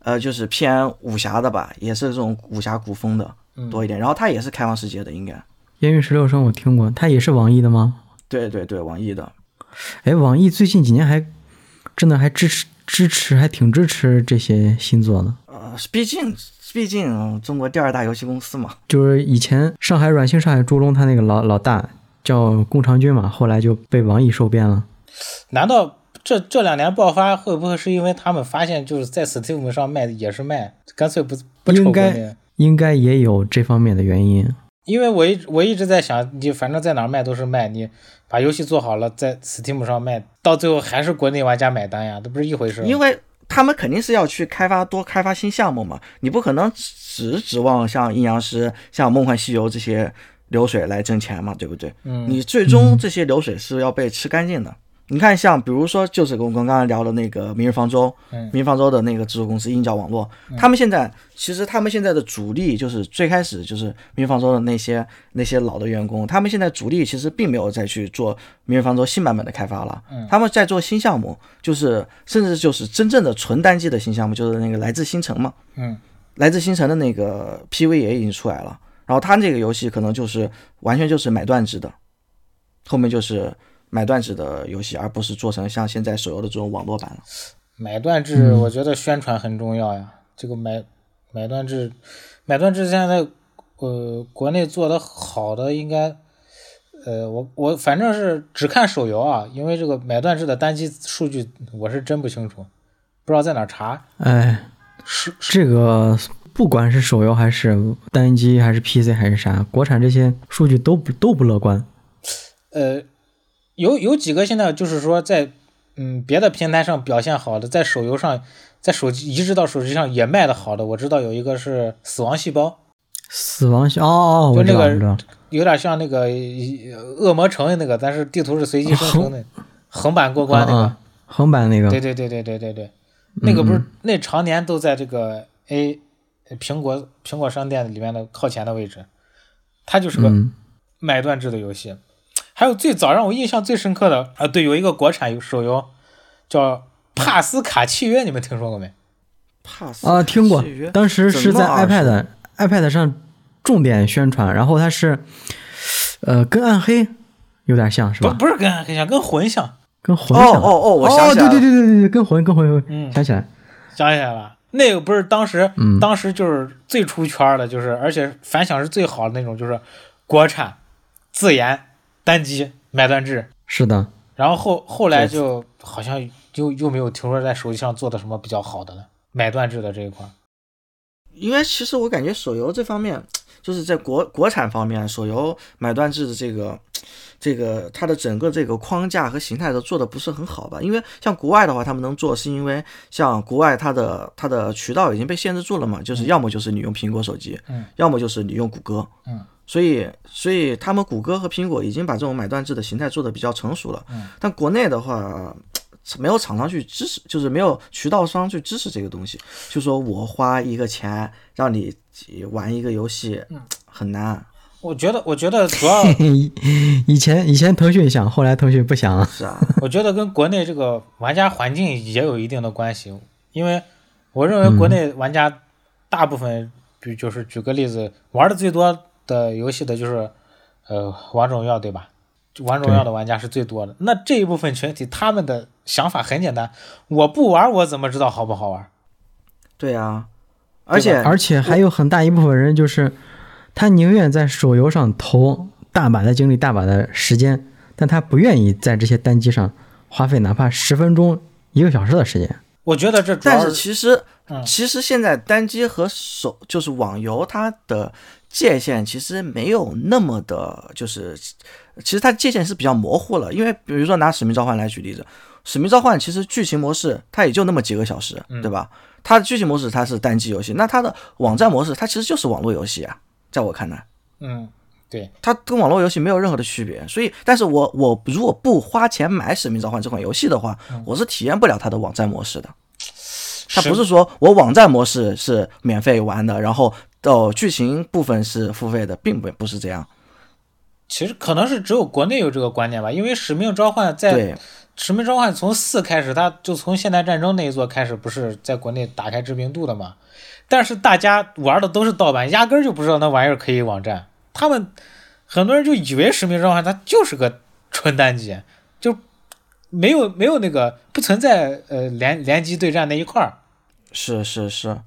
S3: 呃，就是偏武侠的吧，也是这种武侠古风的多一点。然后它也是开放世界的，应该
S1: 烟云十六声我听过，它也是网易的吗？
S3: 对对对，网易的。
S1: 哎，网易最近几年还真的还支持支持，还挺支持这些新作的。
S3: 呃，毕竟毕竟、嗯中国第二大游戏公司嘛，
S1: 就是以前上海软星、上海朱龙，他那个老老大叫宫长军嘛，后来就被网易收编了。
S2: 难道这这两年爆发会不会是因为他们发现就是在 Steam 上卖的也是卖，干脆不不抽
S1: 应
S2: 国
S1: 该
S2: 内？
S1: 应该也有这方面的原因。
S2: 因为我一直我一直在想，你反正在哪儿卖都是卖，你把游戏做好了，在 Steam 上卖，到最后还是国内玩家买单呀，这不是一回事吗。
S3: 因为他们肯定是要去开发多开发新项目嘛，你不可能只指望像阴阳师、像梦幻西游这些流水来挣钱嘛，对不对？
S2: 嗯
S3: 你最终这些流水是要被吃干净的。你看，像比如说，就是我们刚刚聊的那个《明日方舟》，
S2: 嗯
S3: 明日方舟》的那个制作公司鹰角网络，他们现在其实他们现在的主力就是最开始就是《明日方舟》的那些那些老的员工，他们现在主力其实并没有再去做《明日方舟》新版本的开发了，
S2: 嗯
S3: 他们在做新项目，就是甚至就是真正的纯单机的新项目，就是那个《来自星辰》嘛，
S2: 嗯，
S3: 来自星辰的那个 PV 也已经出来了，然后它这个游戏可能就是完全就是买断制的，后面就是买断制的游戏，而不是做成像现在手游的这种网络版了。
S2: 买断
S3: 嗯
S2: 制，我觉得宣传很重要呀。这个买买断制，买断制现在呃国内做的好的应该，呃我我反正是只看手游啊，因为这个买断制的单机数据我是真不清楚，不知道在哪儿查。
S1: 哎，
S2: 是
S1: 这个不管是手游还是单机还是 PC 还是啥，国产这些数据都不都不乐观。
S2: 呃，有有几个现在就是说在嗯别的平台上表现好的，在手游上，在手机移植到手机上也卖的好的，我知道有一个是《死亡细胞》，
S1: 死亡细哦哦，我知
S2: 就那
S1: 道，
S2: 个
S1: 我知道，
S2: 有点像那个呃恶魔城的那个，但是地图是随机生成的，横版过关
S1: 嗯
S2: 那个。
S1: 嗯横版那个，
S2: 对对对对对对对，那个不是那常年都在这个 A 呃苹果苹果商店里面的靠前的位置，它就是个
S1: 嗯
S2: 买断制的游戏。还有最早让我印象最深刻的啊，对，有一个国产手游叫《帕斯卡契约》，你们听说过没？
S3: 帕斯
S1: 啊，听过
S3: 契约，
S1: 当时是在
S3: 怎么耳熟
S1: iPad iPad 上重点宣传，然后它是，呃，跟暗黑有点像是
S2: 不
S1: 吧？
S2: 不是跟暗黑像，跟魂像，
S1: 跟魂
S3: 哦
S1: 像
S3: 哦哦我想起来
S1: 对
S3: 了
S1: 对对对对对，跟魂跟魂有
S2: 嗯
S1: 想起来，
S2: 想起来了。那个不是当时，
S1: 嗯
S2: 当时就是最出圈的，就是而且反响是最好的那种，就是国产自研单机买断制，
S1: 是的，
S2: 然后后后来
S3: 对
S2: 就好像又又没有听说在手机上做的什么比较好的了，买断制的这一块。
S3: 因为其实我感觉手游这方面，就是在国国产方面，手游买断制的这个这个它的整个这个框架和形态都做的不是很好吧？因为像国外的话，他们能做，是因为像国外它的它的渠道已经被限制住了嘛，就是要么就是你用苹果手机，
S2: 嗯，
S3: 要么就是你用谷歌，
S2: 嗯。
S3: 所以，所以他们谷歌和苹果已经把这种买断制的形态做得比较成熟了。
S2: 嗯、
S3: 但国内的话，没有厂商去支持，就是没有渠道商去支持这个东西。就说我花一个钱让你玩一个游戏，
S2: 嗯
S3: 很难，
S2: 我觉得，我觉得主要，
S1: 以前以前腾讯想，后来腾讯不想了，
S3: 是 啊，
S2: 我觉得跟国内这个玩家环境也有一定的关系，因为我认为国内玩家大部分，比就是举个例子，玩的最多的游戏的就是，呃，王者荣耀，对吧？王者荣耀的玩家是最多的。那这一部分群体，他们的想法很简单：我不玩，我怎么知道好不好玩？
S3: 对啊，而且
S1: 而且还有很大一部分人就是，他宁愿在手游上投大把的精力、大把的时间，但他不愿意在这些单机上花费哪怕十分钟、一个小时的时间。
S2: 我觉得这主要
S3: 但是其实，
S2: 嗯
S3: 其实现在单机和手就是网游，它的界限其实没有那么的，就是其实它界限是比较模糊了。因为比如说拿《使命召唤》来举例子，《使命召唤》其实剧情模式它也就那么几个小时，
S2: 嗯
S3: 对吧？它的剧情模式它是单机游戏，那它的网站模式它其实就是网络游戏啊，在我看来。
S2: 嗯，对，
S3: 它跟网络游戏没有任何的区别，所以，但是我我如果不花钱买《使命召唤》这款游戏的话，
S2: 嗯
S3: 我是体验不了它的网站模式的。它不是说我网站模式是免费玩的，然后哦剧情部分是付费的，并不不是这样。
S2: 其实可能是只有国内有这个观念吧，因为《使命召唤》在《
S3: 对，
S2: 使命召唤》从四开始，它就从现代战争那一座开始，不是在国内打开知名度的嘛？但是大家玩的都是盗版，压根儿就不知道那玩意儿可以网站。他们很多人就以为《使命召唤》它就是个纯单机，就没有没有那个不存在呃联联机对战那一块儿。
S3: 是是是，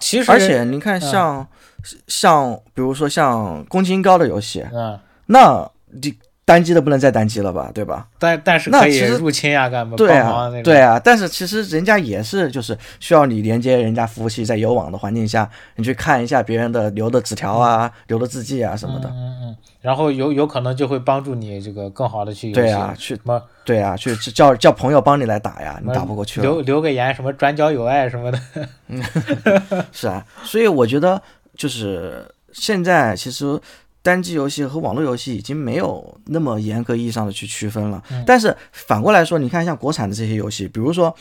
S2: 其实，
S3: 而且你看像、像比如说像宫崎英高的游戏，
S2: 嗯，
S3: 那你单机的不能再单机了吧，对吧？
S2: 但但是
S3: 那
S2: 可以
S3: 其实
S2: 入侵呀、干嘛
S3: 对
S2: 帮
S3: 啊
S2: 忙那，种。
S3: 对啊，但是其实人家也是，就是需要你连接人家服务器，在有网的环境下，你去看一下别人的留的纸条啊、留的字迹啊什么的。
S2: 嗯嗯，然后有有可能就会帮助你这个更好的去游戏
S3: 对啊，去
S2: 什么
S3: 对啊，去去叫叫朋友帮你来打呀，你打不过去了
S2: 留。留个言，什么转角有爱什么的。
S3: 是啊，所以我觉得就是现在其实单机游戏和网络游戏已经没有那么严格意义上的去区分了。
S2: 嗯
S3: 但是反过来说，你看像国产的这些游戏，比如说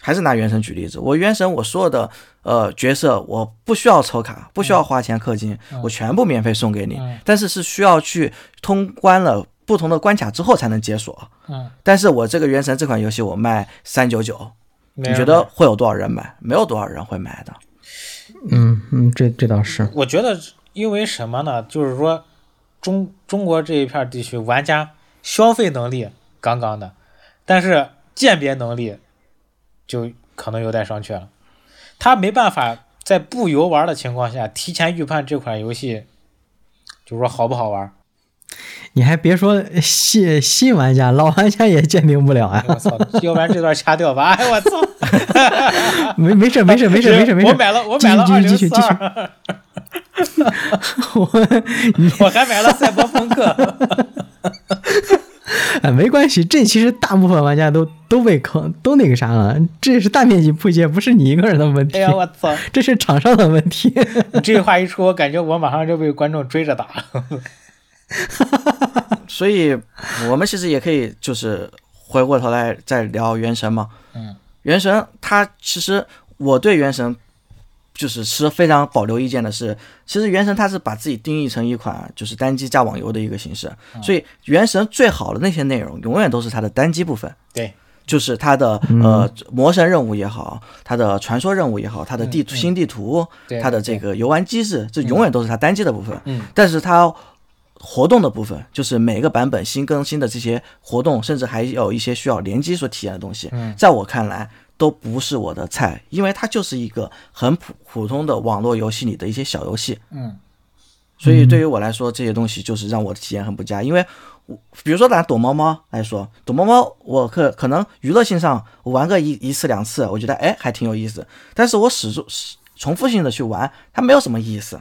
S3: 还是拿原神举例子，我原神我所有的呃角色我不需要抽卡，不需要花钱氪金，我全部免费送给你，
S2: 嗯
S3: 但是是需要去通关了不同的关卡之后才能解锁。
S2: 嗯，
S3: 但是我这个原神这款游戏我卖三九九，
S2: 没
S3: 你
S2: 人
S3: 觉得会有多少人买？没有多少人会买的。
S1: 嗯嗯，这这倒是
S2: 买？，我觉得因为什么呢？就是说中中国这一片地区玩家消费能力杠杠的，但是鉴别能力就可能有待商榷了。他没办法在不游玩的情况下提前预判这款游戏，就是说好不好玩。
S1: 你还别说新新玩家，老玩家也鉴定不了啊。
S2: 我操，要不然这段掐掉吧。哎，我 操！
S1: 没没事没事没事没事没事，
S2: 我买了，我买了
S1: 继续
S2: 二
S1: 继
S2: 零
S1: 续
S2: 四
S1: 继续
S2: 二，
S1: 我
S2: 我还买了赛博朋克。
S1: 哎，没关系，这其实大部分玩家都都被坑，都那个啥了。这是大面积破解，不是你一个人的问题。
S2: 哎呀，我操！
S1: 这是厂商的问题。
S2: 你这句话一出，我感觉我马上就被观众追着打。
S3: 所以，我们其实也可以就是回过头来再聊《原神》嘛。
S2: 嗯，
S3: 原神它其实我对原神就是持非常保留意见的是，其实原神它是把自己定义成一款就是单机加网游的一个形式，所以原神最好的那些内容永远都是它的单机部分。
S2: 对，
S3: 就是它的
S2: 嗯
S3: 呃魔神任务也好，它的传说任务也好，它的地
S2: 嗯
S3: 图新地图，
S2: 对
S3: 它的这个游玩机制，这永远都是它单机的部分。
S2: 嗯，
S3: 但是它活动的部分，就是每个版本新更新的这些活动，甚至还有一些需要联机所体验的东西，
S2: 嗯
S3: 在我看来都不是我的菜，因为它就是一个很普普通的网络游戏里的一些小游戏。
S2: 嗯
S3: 所以对于我来说，这些东西就是让我的体验很不佳，因为我比如说拿躲猫猫来说，躲猫猫我可可能娱乐性上我玩个一一次两次，我觉得哎还挺有意思，但是我始终始重复性的去玩，它没有什么意思，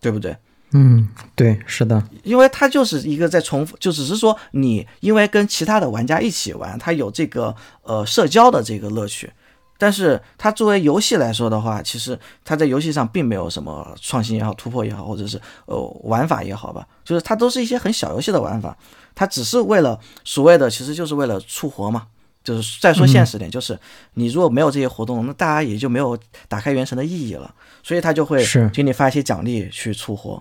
S3: 对不对？
S1: 嗯，对，是的，
S3: 因为它就是一个在重复，就只是说你因为跟其他的玩家一起玩，它有这个呃社交的这个乐趣。但是它作为游戏来说的话，其实它在游戏上并没有什么创新也好、突破也好，或者是呃玩法也好吧，就是它都是一些很小游戏的玩法，它只是为了所谓的，其实就是为了出活嘛。就是再说现实点，就是你如果没有这些活动，那大家也就没有打开原神的意义了，所以它就会
S1: 是
S3: 给你发一些奖励去出活。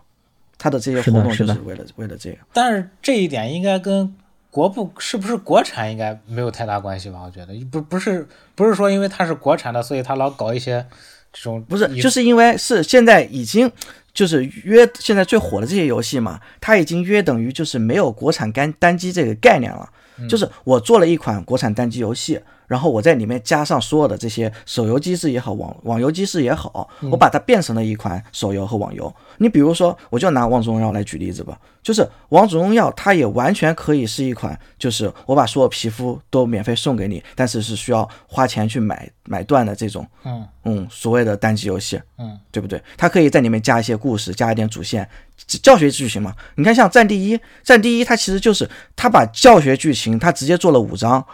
S3: 它的这些
S1: 是
S3: 活
S1: 的
S3: 动
S1: 是
S3: 就
S1: 的
S3: 是为了为了这个。
S2: 但是这一点应该跟国不是不是国产应该没有太大关系吧？我觉得不不是不是说因为它是国产的，所以它老搞一些这种
S3: 不是，
S2: 以
S3: 就是因为是现在已经就是约现在最火的这些游戏嘛，它已经约等于就是没有国产单单机这个概念了。就是我做了一款国产单机游戏，然后我在里面加上所有的这些手游机制也好，网网游机制也好，我把它变成了一款手游和网游。你比如说，我就拿《王者荣耀》来举例子吧，就是《王者荣耀》，它也完全可以是一款，就是我把所有皮肤都免费送给你，但是是需要花钱去买买断的这种
S2: 嗯
S3: 嗯，所谓的单机游戏，
S2: 嗯，
S3: 对不对？它可以在里面加一些故事，加一点主线，只教学剧情嘛。你看，像《战地一》，《战地一》它其实就是它把教学剧情，它直接做了五章。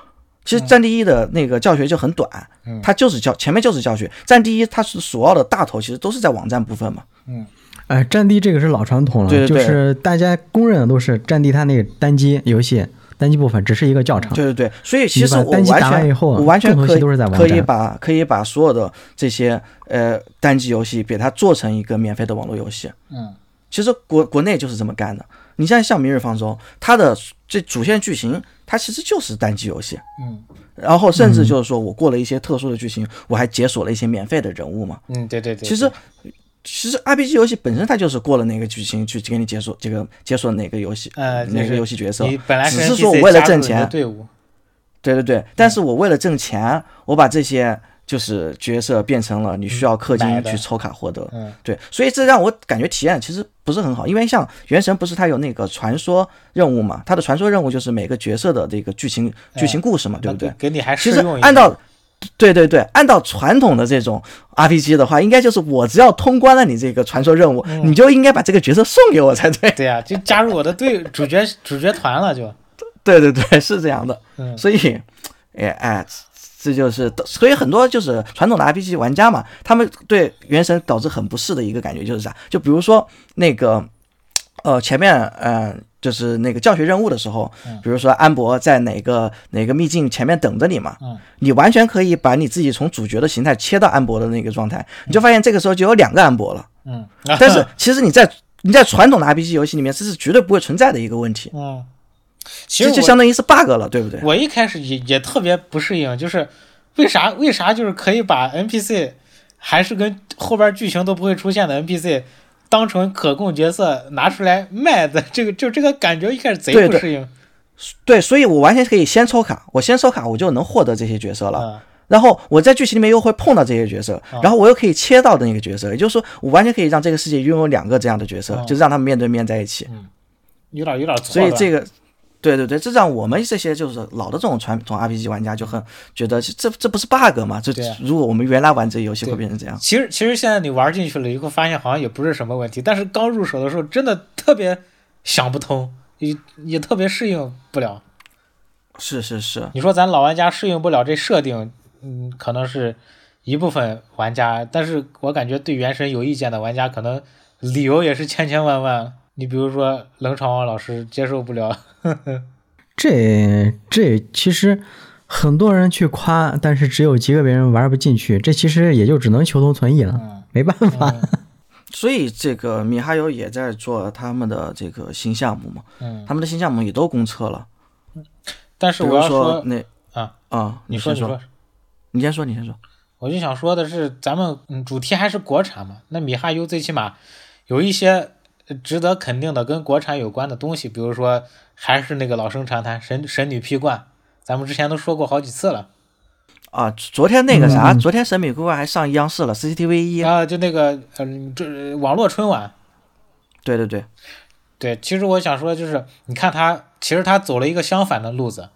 S3: 其实《战地一》的那个教学就很短，
S1: 嗯
S3: 它就是教前面就是教学，《战地一》它是所有的大头其实都是在网站部分嘛。
S2: 嗯
S1: 哎，战地这个是老传统了，
S3: 对对对
S1: 就是大家公认的都是战地，它那个单机游戏单机部分只是一个教程。
S3: 对对对，所以其实
S1: 嗯你把
S3: 我
S1: 单
S3: 完
S1: 机打完
S3: 全
S1: 以后啊
S3: 我完全
S1: 重头戏
S3: 可以
S1: 都是在网站
S3: 可以把可以把所有的这些呃单机游戏给它做成一个免费的网络游戏。
S2: 嗯
S3: 其实国国内就是这么干的。你像像《明日方舟》，它的这主线剧情，它其实就是单机游戏，
S2: 嗯
S3: 然后甚至就是说我过了一些特殊的剧情，我还解锁了一些免费的人物嘛。
S2: 嗯，对对对，
S3: 其实，其实 RPG 游戏本身它就是过了哪个剧情去给你解锁这个解锁哪个游戏
S2: 呃，
S3: 哪
S2: 就
S3: 个
S2: 是
S3: 游戏角色
S2: 你，本来
S3: 只
S2: 跟
S3: 是
S2: NPC
S3: 说我为
S2: 加
S3: 了
S2: 入
S3: 挣
S2: 你的
S3: 钱，
S2: 队伍，
S3: 对对对，但是我为了挣钱，我把这些就是角色变成了你需要氪
S2: 买
S3: 金
S2: 的
S3: 去抽卡获得，
S2: 嗯
S3: 对，所以这让我感觉体验其实不是很好，因为像原神不是它有那个传说任务嘛，它的传说任务就是每个角色的这个剧情
S2: 哎
S3: 剧情故事嘛，对不对
S2: 那？给你还
S3: 其
S2: 适
S3: 实
S2: 用一
S3: 按
S2: 点
S3: 照对对对，按照传统的这种 RPG 的话，应该就是我只要通关了你这个传说任务，
S2: 嗯
S3: 你就应该把这个角色送给我才对。
S2: 对呀、就加入我的队主角主角团了就，
S3: 对对对，是这样的。
S2: 嗯
S3: 所以，哎哎，这就是所以很多就是传统的 RPG 玩家嘛，他们对《原神》导致很不适的一个感觉就是啥？就比如说那个，呃，前面呃，就是那个教学任务的时候，
S2: 嗯
S3: 比如说安博在哪个哪个秘境前面等着你嘛，
S2: 嗯
S3: 你完全可以把你自己从主角的形态切到安博的那个状态，你就发现这个时候就有两个安 博了。
S2: 嗯，
S3: 但是其实你在你在传统的 RPG 游戏里面，这是绝对不会存在的一个问题，
S2: 嗯，其
S3: 这
S2: 实
S3: 就
S2: 我
S3: 相当于是 bug 了，对不对？
S2: 我一开始也也特别不适应，就是为啥为啥就是可以把 NPC 还是跟后边剧情都不会出现的 NPC 当成可供角色拿出来卖的，这个就这个感觉一开始贼
S3: 对
S2: 不
S3: 对
S2: 适应。
S3: 对，所以我完全可以先抽卡，我先抽卡，我就能获得这些角色了。
S2: 嗯
S3: 然后我在剧情里面又会碰到这些角色，然后我又可以切到的那个角色，也就是说，我完全可以让这个世界拥有两个这样的角色，就是让他们面对面在一起。
S2: 有点有点嗯错
S3: 所以
S2: 乱。
S3: 这个，对对对，这让我们这些就是老的这种传统 RPG 玩家就很觉得这这不是 bug 吗？这
S2: 对啊
S3: 如果我们原来玩这游戏会
S2: 对
S3: 变成这样。
S2: 其实其实现在你玩进去了以后，发现好像也不是什么问题，但是刚入手的时候真的特别想不通，也也特别适应不了。
S3: 是是是，
S2: 你说咱老玩家适应不了这设定，嗯，可能是一部分玩家，但是我感觉对原神有意见的玩家，可能理由也是千千万万。你比如说冷场王老师接受不了，
S1: 这这其实很多人去夸，但是只有极个别人玩不进去，这其实也就只能求同存异了，
S2: 嗯
S1: 没办法。
S2: 嗯
S3: 所以这个米哈游也在做他们的这个新项目嘛，
S2: 嗯。
S3: 他们的新项目也都公测了，
S2: 但是
S3: 比
S2: 我
S3: 如
S2: 要
S3: 那
S2: 啊
S3: 啊，
S2: 你
S3: 先
S2: 你
S3: 说
S2: 说，，
S3: 你先说，你先说，
S2: 我就想说的是，咱们嗯主题还是国产嘛，那米哈游最起码有一些呃值得肯定的跟国产有关的东西，比如说还是那个老生常谈神神女劈冠，咱们之前都说过好几次了
S3: 啊，昨天那个啥，
S1: 嗯
S3: 昨天《神笔顾问》还上央视了，CCTV 一。
S2: 啊，就那个嗯、这呃网络春晚，
S3: 对对对，
S2: 对，其实我想说就是，你看他其实他走了一个相反的路子，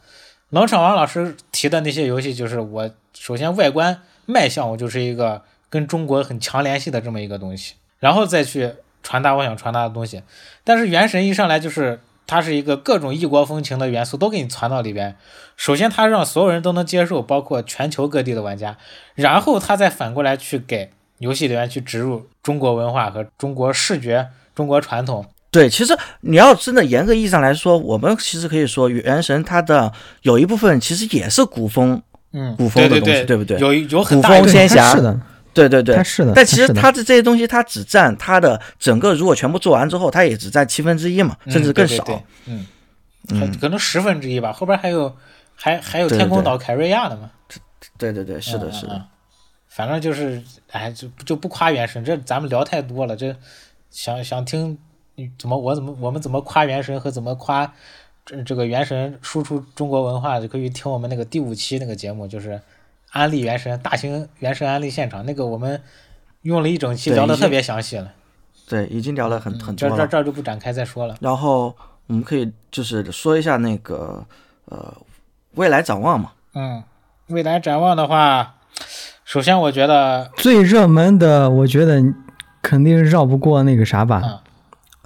S2: 冷场王老师提的那些游戏，就是我首先外观卖相，我就是一个跟中国很强联系的这么一个东西，然后再去传达我想传达的东西。但是原神一上来就是它是一个各种异国风情的元素都给你传到里边，首先它让所有人都能接受，包括全球各地的玩家，然后它再反过来去给游戏里面去植入中国文化和中国视觉、中国传统。
S3: 对，其实你要真的严格意义上来说，我们其实可以说《原神》它的有一部分其实也是古风，
S2: 嗯，
S3: 古风的
S2: 对
S3: 东西
S2: 对
S3: 对不对
S2: 有有很
S3: 古
S2: 大
S3: 风
S2: 一部
S1: 对
S2: 分
S3: 仙
S1: 它
S3: 侠
S1: 是的，
S3: 对对对
S1: 它，是的。
S3: 但其实
S1: 是的
S3: 它的这些东西，它只占它的整个，如果全部做完之后，它也只占七分之一嘛，甚至更少。
S2: 嗯，对对对嗯，
S3: 嗯
S2: 还可能十分之一吧。后边还有还还有
S3: 对对
S2: 天空
S3: 对
S2: 岛凯瑞亚的嘛？
S3: 对对对，是的，是
S2: 嗯嗯
S3: 的，
S2: 嗯反正就是，哎，就就不夸原神，这咱们聊太多了。这想想听你怎么我怎么我们怎么夸原神和怎么夸这这个原神输出中国文化，就可以听我们那个第五期那个节目，就是安利原神大型原神安利现场那个，我们用了一整期
S3: 对
S2: 聊的
S3: 已经
S2: 特别详细了，
S3: 对，已经聊了很很多
S2: 这这
S1: 嗯
S3: 了。
S2: 这儿就不展开再说了。
S3: 然后我们可以就是说一下那个呃未来展望嘛，
S2: 嗯，未来展望的话，首先我觉得，
S1: 最热门的，我觉得肯定绕不过那个啥吧，
S2: 嗯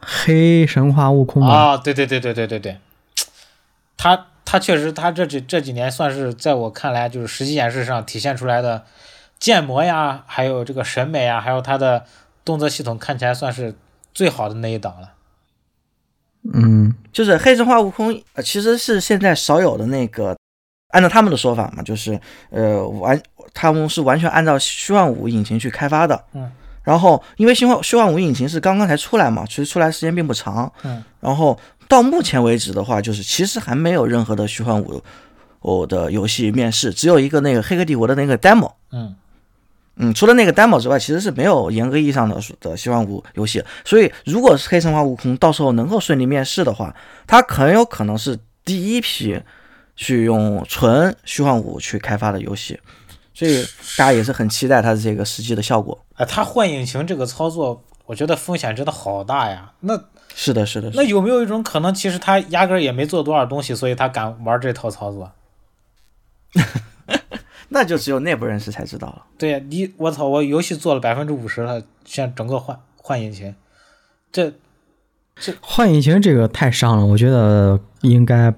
S1: 黑神话悟空吧。
S2: 啊、对对对对对对对，他他确实，他这几这几年算是在我看来，就是实际演示上体现出来的建模呀，还有这个审美呀，还有他的动作系统，看起来算是最好的那一档了。
S1: 嗯，
S3: 就是黑神话悟空，呃，其实是现在少有的那个，按照他们的说法嘛，就是呃完，他们是完全按照虚幻五引擎去开发的。
S2: 嗯。
S3: 然后，因为虚幻虚幻五引擎是刚刚才出来嘛，其实出来时间并不长。
S2: 嗯。
S3: 然后到目前为止的话，就是其实还没有任何的虚幻五五的游戏面世，只有一个那个《黑客帝国》的那个 demo。
S2: 嗯
S3: 嗯，除了那个 demo 之外，其实是没有严格意义上的的希望五游戏。所以，如果是黑神话悟空到时候能够顺利面世的话，它很有可能是第一批去用纯虚幻五去开发的游戏。所以大家也是很期待它的这个实际的效果。
S2: 啊，他换引擎这个操作，我觉得风险真的好大呀。那
S3: 是的，是的，是
S2: 那
S3: 的
S2: 有没有一种可能，其实他压根儿也没做多少东西，所以他敢玩这套操作？
S3: 那就只有内部人士才知道了。
S2: 对呀，你我操，我游戏做了百分之五十了，现在整个换换引擎，这
S1: 换引擎这个太伤了，我觉得应该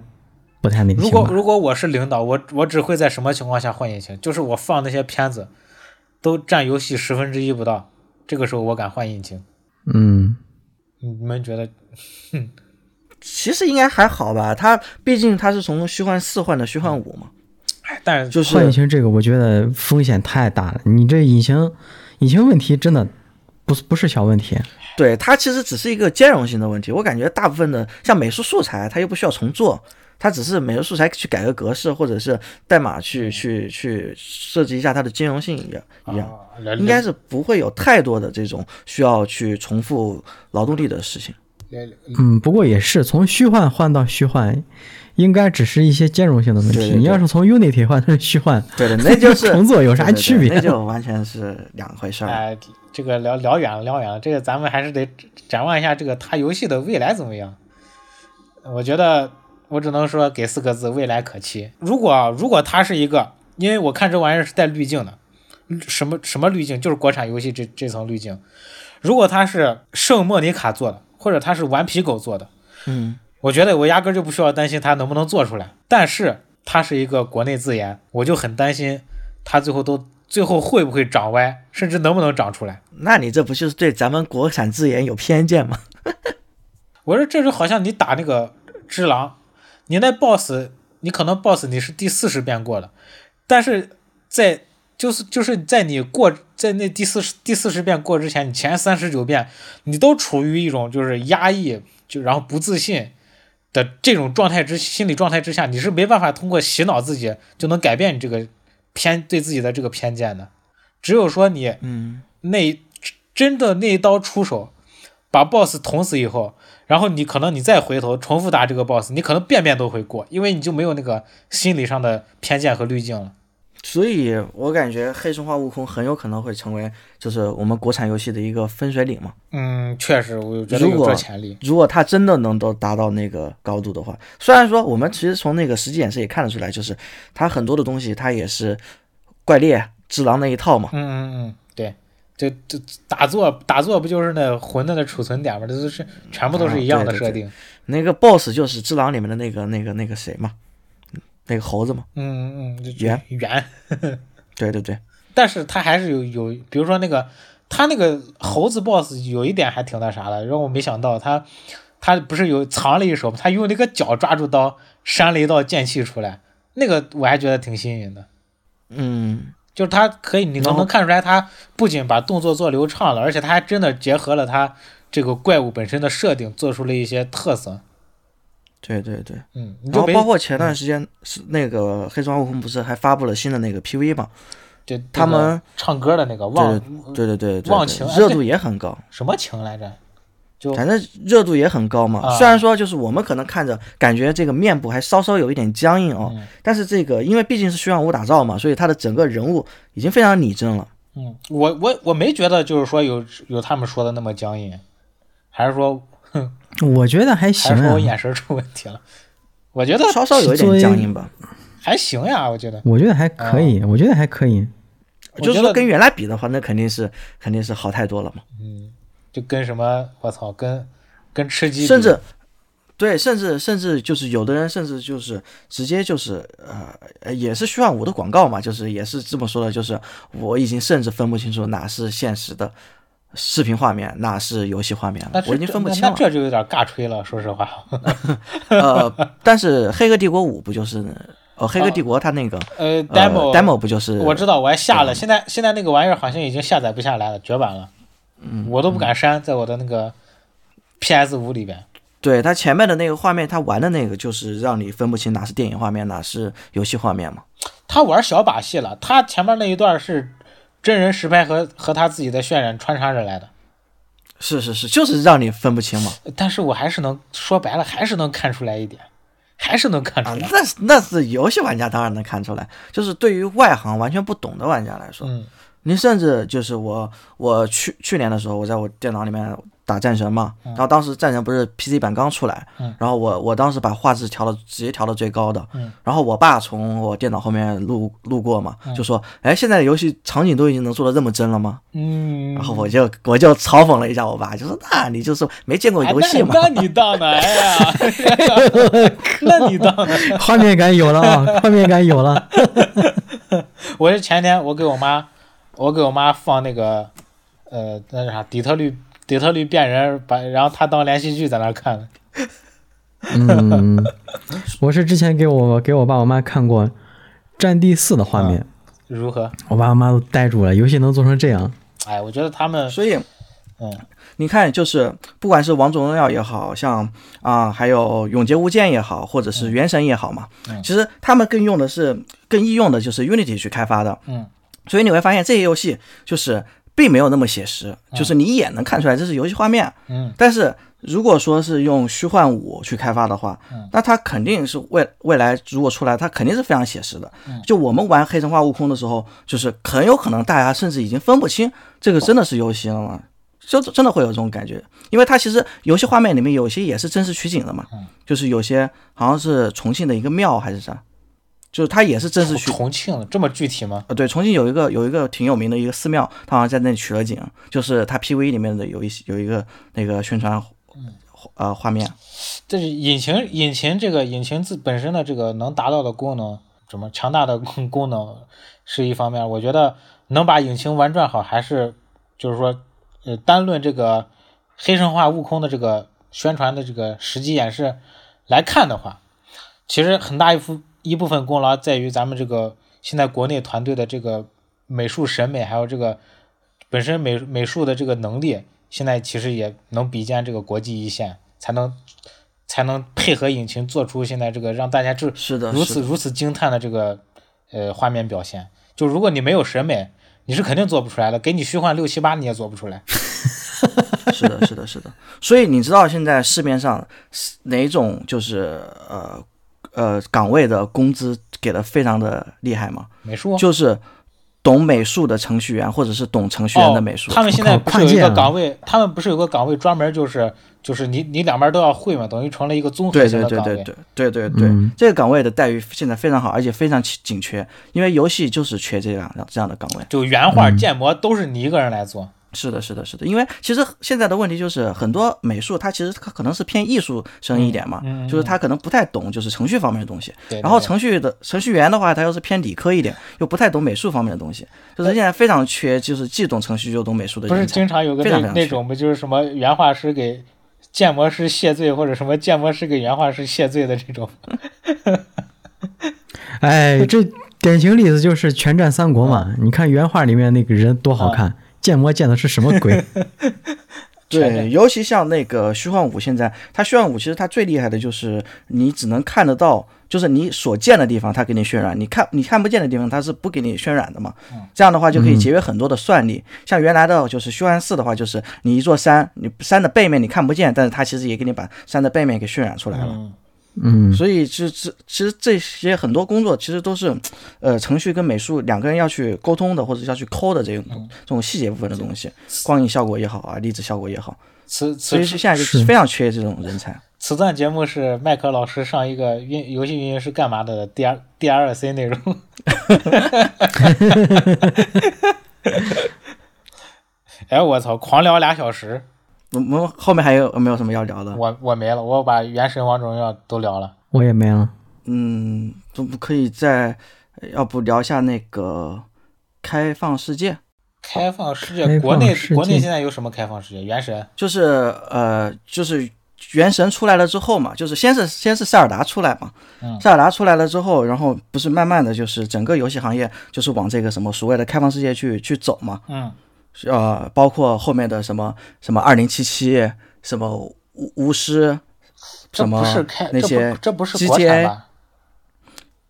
S1: 不太那个
S2: 如
S1: 行
S2: 果
S1: 吧。
S2: 如果我是领导，我我只会在什么情况下换引擎？就是我放那些片子都占游戏十分之一不到，这个时候我敢换引擎。
S1: 嗯，
S2: 你们觉得？
S3: 其实应该还好吧，它毕竟它是从虚幻四换的虚幻五嘛，
S2: 哎，但是
S3: 就
S1: 换引
S3: 是
S1: 擎这个我觉得风险太大了，你这引擎引擎问题真的不是不是小问题。
S3: 对它其实只是一个兼容性的问题。我感觉大部分的像美术素材，它又不需要重做，它只是美术素材去改个格式，或者是代码去去去设计一下它的兼容性一样一样，
S2: 啊，人
S3: 应该是不会有太多的这种需要去重复劳动力的事情。
S2: 人
S1: 嗯，不过也是从虚幻换到虚幻，应该只是一些兼容性的问题。
S3: 对对对
S1: 你要是从 Unity 换成虚幻，
S3: 对的， 那就是
S1: 重做有啥
S3: 对对对
S1: 区别
S3: 那就完全是两回事儿了。
S2: 哎，这个聊聊远了，聊远了。这个咱们还是得展望一下这个他游戏的未来怎么样。我觉得我只能说给四个字：未来可期。如果啊如果它是一个，因为我看这玩意儿是带滤镜的，
S3: 嗯
S2: 什么什么滤镜，就是国产游戏这这层滤镜。如果它是圣莫妮卡做的，或者它是顽皮狗做的，
S3: 嗯，
S2: 我觉得我压根儿就不需要担心它能不能做出来。但是它是一个国内自研，我就很担心它最后都最后会不会长歪，甚至能不能长出来。
S3: 那你这不就是对咱们国产自研有偏见吗？
S2: 我说这就好像你打那个只狼，你那 BOSS，你可能 BOSS 你是第四十遍过的，但是在就是就是在你过在那第四十第四十遍过之前，你前三十九遍你都处于一种就是压抑，就然后不自信的这种状态之心理状态之下，你是没办法通过洗脑自己就能改变你这个偏对自己的这个偏见的。只有说你
S3: 嗯，
S2: 那真的那一刀出手，把 BOSS 捅死以后，然后你可能你再回头重复打这个 BOSS，你可能遍遍都会过，因为你就没有那个心理上的偏见和滤镜了。
S3: 所以我感觉黑神话悟空很有可能会成为就是我们国产游戏的一个分水岭嘛。
S2: 嗯，确实，我觉得
S3: 如
S2: 有
S3: 果
S2: 这潜力。
S3: 如果他真的能够达到那个高度的话，虽然说我们其实从那个实际演示也看得出来，就是他很多的东西他也是怪猎、只狼那一套嘛。
S2: 嗯嗯嗯，对，这这打坐打坐不就是那混的那储存点吗？这都是全部都是一样的
S3: 啊对对
S2: 设定。
S3: 那个 BOSS 就是只狼里面的那个那个那个谁嘛，那个猴子嘛。
S2: 嗯嗯嗯，就
S3: 圆
S2: 圆，
S3: 对对对，
S2: 但是它还是有有，比如说那个他那个猴子 boss 有一点还挺那啥的，让我没想到他他不是有藏了一手吗，他用那个脚抓住刀扇了一道剑气出来，那个我还觉得挺新颖的。
S3: 嗯，
S2: 就是他可以，你
S3: 然
S2: 能
S3: 后
S2: 能看出来，他不仅把动作做流畅了，而且他还真的结合了他这个怪物本身的设定，做出了一些特色。
S3: 对对对。
S2: 嗯，你
S3: 然
S2: 就
S3: 后
S2: 没
S3: 包括前段时间是那个黑神话悟空不是还发布了新的那个 PV 嘛？
S2: 就那个
S3: 他们
S2: 唱歌的那个忘
S3: 对对对对
S2: 哦忘情
S3: 对，
S2: 哎
S3: 热度也很高。
S2: 什么情来着，就
S3: 反正热度也很高嘛。
S2: 啊
S3: 虽然说就是我们可能看着感觉这个面部还稍稍有一点僵硬哦，
S2: 嗯
S3: 但是这个因为毕竟是虚幻武打造嘛，所以他的整个人物已经非常拟真了。
S2: 嗯，我我我没觉得就是说有有他们说的那么僵硬，还是说
S1: 我觉得还行
S2: 还是说我
S1: 啊，
S2: 眼神出问题了？我觉得
S3: 稍稍有一点僵硬吧，
S2: 还行呀，我觉得
S1: 我觉得还可以，我觉得还可以。
S2: 我
S3: 就是
S2: 觉
S3: 说
S2: 得
S3: 跟原来比的话，那肯定是肯定是好太多了嘛。
S2: 就跟什么我操，跟跟吃鸡比，
S3: 甚至对，甚至甚至就是有的人甚至就是直接就是呃，呃也是虚幻五的广告嘛，就是也是这么说的，就是我已经甚至分不清楚哪是现实的视频画面，哪是游戏画面
S2: 那
S3: 了，
S2: 这
S3: 我已经分不清
S2: 那
S3: 了
S2: 那。这就有点尬吹了，说实 话。
S3: 呃，但是《黑客帝国五》不就是呃，《黑客帝国》它那个、
S2: 呃
S3: 呃
S2: ，demo
S3: demo 不就是
S2: 我知道，我还下了，现在现在那个玩意儿好像已经下载不下来了，绝版了。嗯，我都不敢删，在我的那个 PS 五里边。
S3: 对它前面的那个画面，它玩的那个就是让你分不清哪是电影画面，哪是游戏画面嘛。
S2: 他玩小把戏了，他前面那一段是真人实拍和和他自己的渲染穿插着来的，
S3: 是是是，就是让你分不清嘛。
S2: 但是我还是能说白了，还是能看出来一点，还是能看出
S3: 啊，
S2: 来。
S3: 那是那是游戏玩家当然能看出来，就是对于外行完全不懂的玩家来说，
S2: 嗯
S3: 你甚至就是我，我去去年的时候，我在我电脑里面打战神嘛，然后当时战神不是 PC 版刚出来，
S2: 嗯
S3: 然后我我当时把画质调到直接调到最高的，
S2: 嗯
S3: 然后我爸从我电脑后面路路过嘛，就说，哎，现在的游戏场景都已经能做的这么真了吗？
S2: 嗯
S3: 然，后我就我就嘲讽了一下我爸，就说，那你就是没见过
S2: 哎
S3: 游戏嘛，
S2: 那那你当的，哎呀， 那你当的。
S1: 画面感有了啊，画面感有了。
S2: 我是前天我给我妈，我给我妈放那个，呃，那是啥，底特律，底特律变人，把然后她当连续剧在那儿看的。
S1: 嗯，我是之前给我给我爸我妈看过《战地四》的画面，
S2: 如何？
S1: 我爸我妈都呆住了，游戏能做成这样。
S2: 哎，我觉得他们，
S3: 所以
S2: 嗯，
S3: 你看，就是不管是王者荣耀也好像啊、还有永劫无间也好，或者是原神也好嘛，
S2: 嗯
S3: 其实他们更用的是更易用的就是 Unity 去开发的，
S2: 嗯，
S3: 所以你会发现这些游戏就是并没有那么写实，就是你一眼能看出来这是游戏画面，
S2: 嗯，
S3: 但是如果说是用虚幻五去开发的话，那它肯定是未未来如果出来，它肯定是非常写实的。就我们玩黑神话悟空的时候，就是很有可能大家甚至已经分不清这个真的是游戏了吗？就真的会有这种感觉，因为它其实游戏画面里面有些也是真实取景的嘛，就是有些好像是重庆的一个庙还是啥，就是它也是真实取
S2: 重庆的这么具体吗？
S3: 呃，对，重庆有一个有一个挺有名的一个寺庙，他好像在那里取了景，嗯就是他 PV 里面的有一些有一个那个宣传，呃画面，
S2: 但是引擎引擎这个引擎自本身的这个能达到的功能，什么强大的功功能是一方面，我觉得能把引擎玩转好，还是就是说，呃，单论这个黑神话悟空的这个宣传的这个实际演示来看的话，其实很大一部一部分功劳在于咱们这个现在国内团队的这个美术审美，还有这个本身美美术的这个能力，现在其实也能比肩这个国际一线，才能才能配合引擎做出现在这个让大家这
S3: 是的
S2: 如
S3: 是
S2: 此
S3: 的
S2: 如此惊叹的这个呃画面表现。就如果你没有审美，你是肯定做不出来的，给你虚幻六七八你也做不出来。
S3: 是的，是的，是的。 所以你知道现在市面上是哪种就是呃呃岗位的工资给的非常的厉害吗？
S2: 美术哦
S3: 就是懂美术的程序员，或者是懂程序员的美术。
S2: 哦。他们现在不是有
S1: 跨
S2: 一
S1: 界
S2: 个
S1: 啊
S2: 岗位，他们不是有个岗位专门就是就是你你两边都要会嘛，等于成了一个综合
S3: 对
S2: 性
S3: 对
S2: 的
S3: 对
S2: 岗
S3: 对
S2: 位。
S3: 对对对对，
S1: 嗯
S3: 这个岗位的待遇现在非常好，而且非常紧紧缺，因为游戏就是缺这样这样的岗位。
S2: 就原画、
S3: 嗯
S2: 建模都是你一个人来做。
S3: 是的，是的，是的，因为其实现在的问题就是很多美术它其实它可能是偏艺术生一点嘛，
S2: 嗯嗯
S3: 就是他可能不太懂就是程序方面的东西，
S2: 对对
S3: 然后
S2: 对
S3: 程序的程序员的话，他又是偏理科一点，又不太懂美术方面的东西，就是现在非常缺就是既懂程序又懂美术
S2: 呃
S3: 的
S2: 不是
S3: 人才。
S2: 经常有个
S3: 非
S2: 那
S3: 常非常
S2: 那
S3: 缺
S2: 种不就是什么原画师给建模师谢罪，或者什么建模师给原画师谢罪的这种？
S1: 哎，这典型例子就是《全战三国》
S2: 啊
S1: 嘛。你看原画里面那个人多好看，建模建的是什么 鬼？
S2: 全
S3: 对，
S2: 面
S3: 尤其像那个虚幻五，现在它虚幻五其实它最厉害的就是你只能看得到，就是你所见的地方它给你渲染，你看你看不见的地方它是不给你渲染的嘛。这样的话就可以节约很多的算力。像原来的就是虚幻四的话，就是你一座山，你山的背面你看不见，但是它其实也给你把山的背面给渲染出来了。
S2: 嗯，
S1: 嗯，
S3: 所以这这其实这些很多工作其实都是，呃，程序跟美术两个人要去沟通的，或者要去抠的这种这种细节部分的东西，光影效果也好啊，粒子效果也好，
S2: 此此
S3: 所以
S2: 处
S3: 是现在就是非常缺这种人才。
S2: 此段节目是麦克老师上一个运游戏运营是干嘛的 D R D R C 内容。 哎，我操！狂聊俩小时，
S3: 我我们后面还有没有什么要聊的？
S2: 我我没了，我把《原神》《王者荣耀》都聊了。
S1: 我也没了。
S3: 嗯，都不可以再，呃要不聊一下那个开放世界？
S2: 开放世界，
S1: 开放
S2: 国内
S1: 世界
S2: 国内现在有什么开放世界？《原神》
S3: 就是呃，就是原神出来了之后嘛，就是先是先是塞尔达出来嘛，
S2: 嗯
S3: 塞尔达出来了之后，然后不是慢慢的就是整个游戏行业就是往这个什么所谓的开放世界去去走嘛，
S2: 嗯，
S3: 呃，包括后面的什么什么二零七七，什么巫巫师，
S2: 这
S3: 什么
S2: 不是开，
S3: 那
S2: 这
S3: 些
S2: 不这不是
S3: GTA
S2: 国产吧？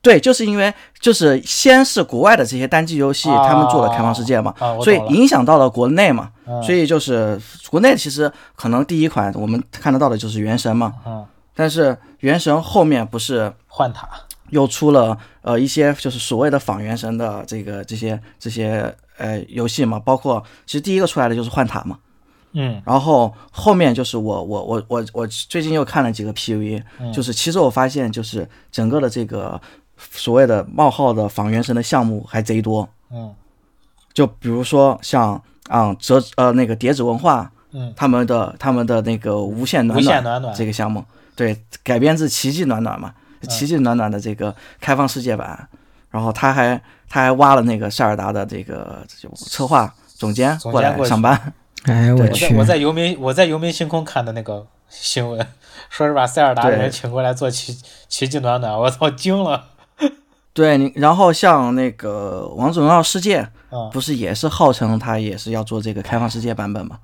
S3: 对，就是因为就是先是国外的这些单机游戏、
S2: 啊
S3: 他们做了开放世界嘛，
S2: 啊我懂
S3: 所以
S2: 了
S3: 影响到了国内嘛，
S2: 嗯
S3: 所以就是国内其实可能第一款我们看得到的就是原神嘛，
S2: 嗯，
S3: 但是原神后面不是
S2: 换塔。
S3: 又出了呃一些就是所谓的仿原神的这个这些这些呃游戏嘛，包括其实第一个出来的就是幻塔嘛，
S2: 嗯
S3: 然后后面就是我我我我我最近又看了几个 PUE，、就是
S2: 嗯
S3: 其实我发现就是整个的这个所谓的冒号的仿原神的项目还贼多，
S2: 嗯
S3: 就比如说像啊折呃那个叠纸文化
S2: 嗯，
S3: 他们的他们的那个无限暖
S2: 无限
S3: 暖
S2: 暖暖嗯
S3: 这个项目，对，改编自《奇迹暖暖》嘛，《奇迹暖暖》的这个开放世界版，然后他还他还挖了那个塞尔达的这个这就策划总监
S2: 总监
S3: 过来
S2: 过去
S3: 上班，
S1: 哎，
S3: 对
S1: 我
S2: 我在
S1: 去
S2: 我，在游民我在游民星空看的那个新闻，说是把塞尔达
S3: 对
S2: 人请过来做奇奇迹暖暖，我操惊了。
S3: 对你，然后像那个《王者荣耀世界》
S2: 嗯
S3: 不是也是号称他也是要做这个开放世界版本嘛？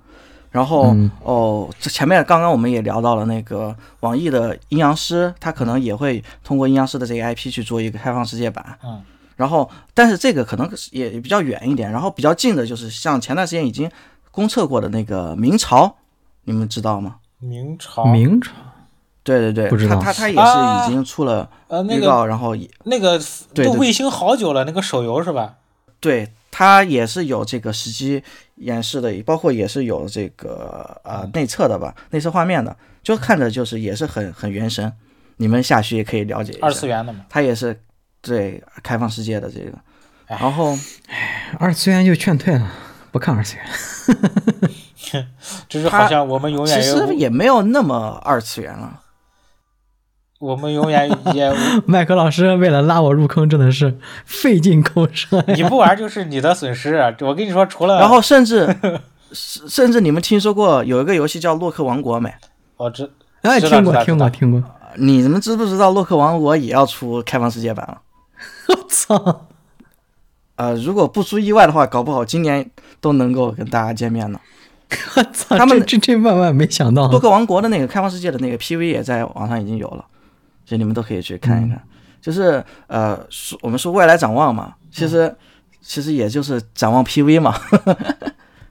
S3: 然后、
S1: 嗯
S3: 哦，这前面刚刚我们也聊到了那个网易的阴阳师，他可能也会通过阴阳师的这个 IP 去做一个开放世界版。
S2: 嗯，
S3: 然后但是这个可能也也比较远一点，然后比较近的就是像前段时间已经公测过的那个明朝，你们知道吗？
S2: 明朝
S1: 明朝
S3: 对对对，
S1: 不知道
S3: 他他他也是已经出了
S2: 呃啊那
S3: 预
S2: 个
S3: 告，然后也
S2: 那个
S3: 对
S2: 都
S3: 对
S2: 卫星好久了，那个手游是吧？
S3: 对，它也是有这个实机演示的，包括也是有这个呃内测的吧，内测画面的，就看着就是也是很很原神。你们下去也可以了解一下，
S2: 二次元的嘛。
S3: 它也是对开放世界的这个。
S2: 哎
S3: 然后
S1: 二次元就劝退了，不看二次元。
S2: 就是
S3: 它
S2: 好像我们永
S3: 其
S2: 远
S3: 实
S2: 有
S3: 也没有那么二次元了，
S2: 我们永远也
S1: 麦克老师为了拉我入坑，真的是费尽口舌。
S2: 你不玩就是你的损失。啊我跟你说，除了
S3: 然后 甚至甚甚至你们听说过有一个游戏叫《洛克王国》没？呃
S2: 我知
S1: 哎，
S2: 知道
S1: 听
S2: 知
S1: 过，
S2: 道
S1: 听过，听过。
S3: 你们知不知道《洛克王国》也要出开放世界版了？
S1: 我 操！
S3: 呃，如果不出意外的话，搞不好今年都能够跟大家见面呢。
S1: 我操！
S3: 他们
S1: 这这这万万没想到
S3: 洛，克王国的那个开放世界的那个 PV 也在网上已经有了，所以你们都可以去看一
S1: 嗯
S3: 看。就是呃，说我们说未来展望嘛，其实、
S1: 嗯
S3: 其实也就是展望 PV 嘛，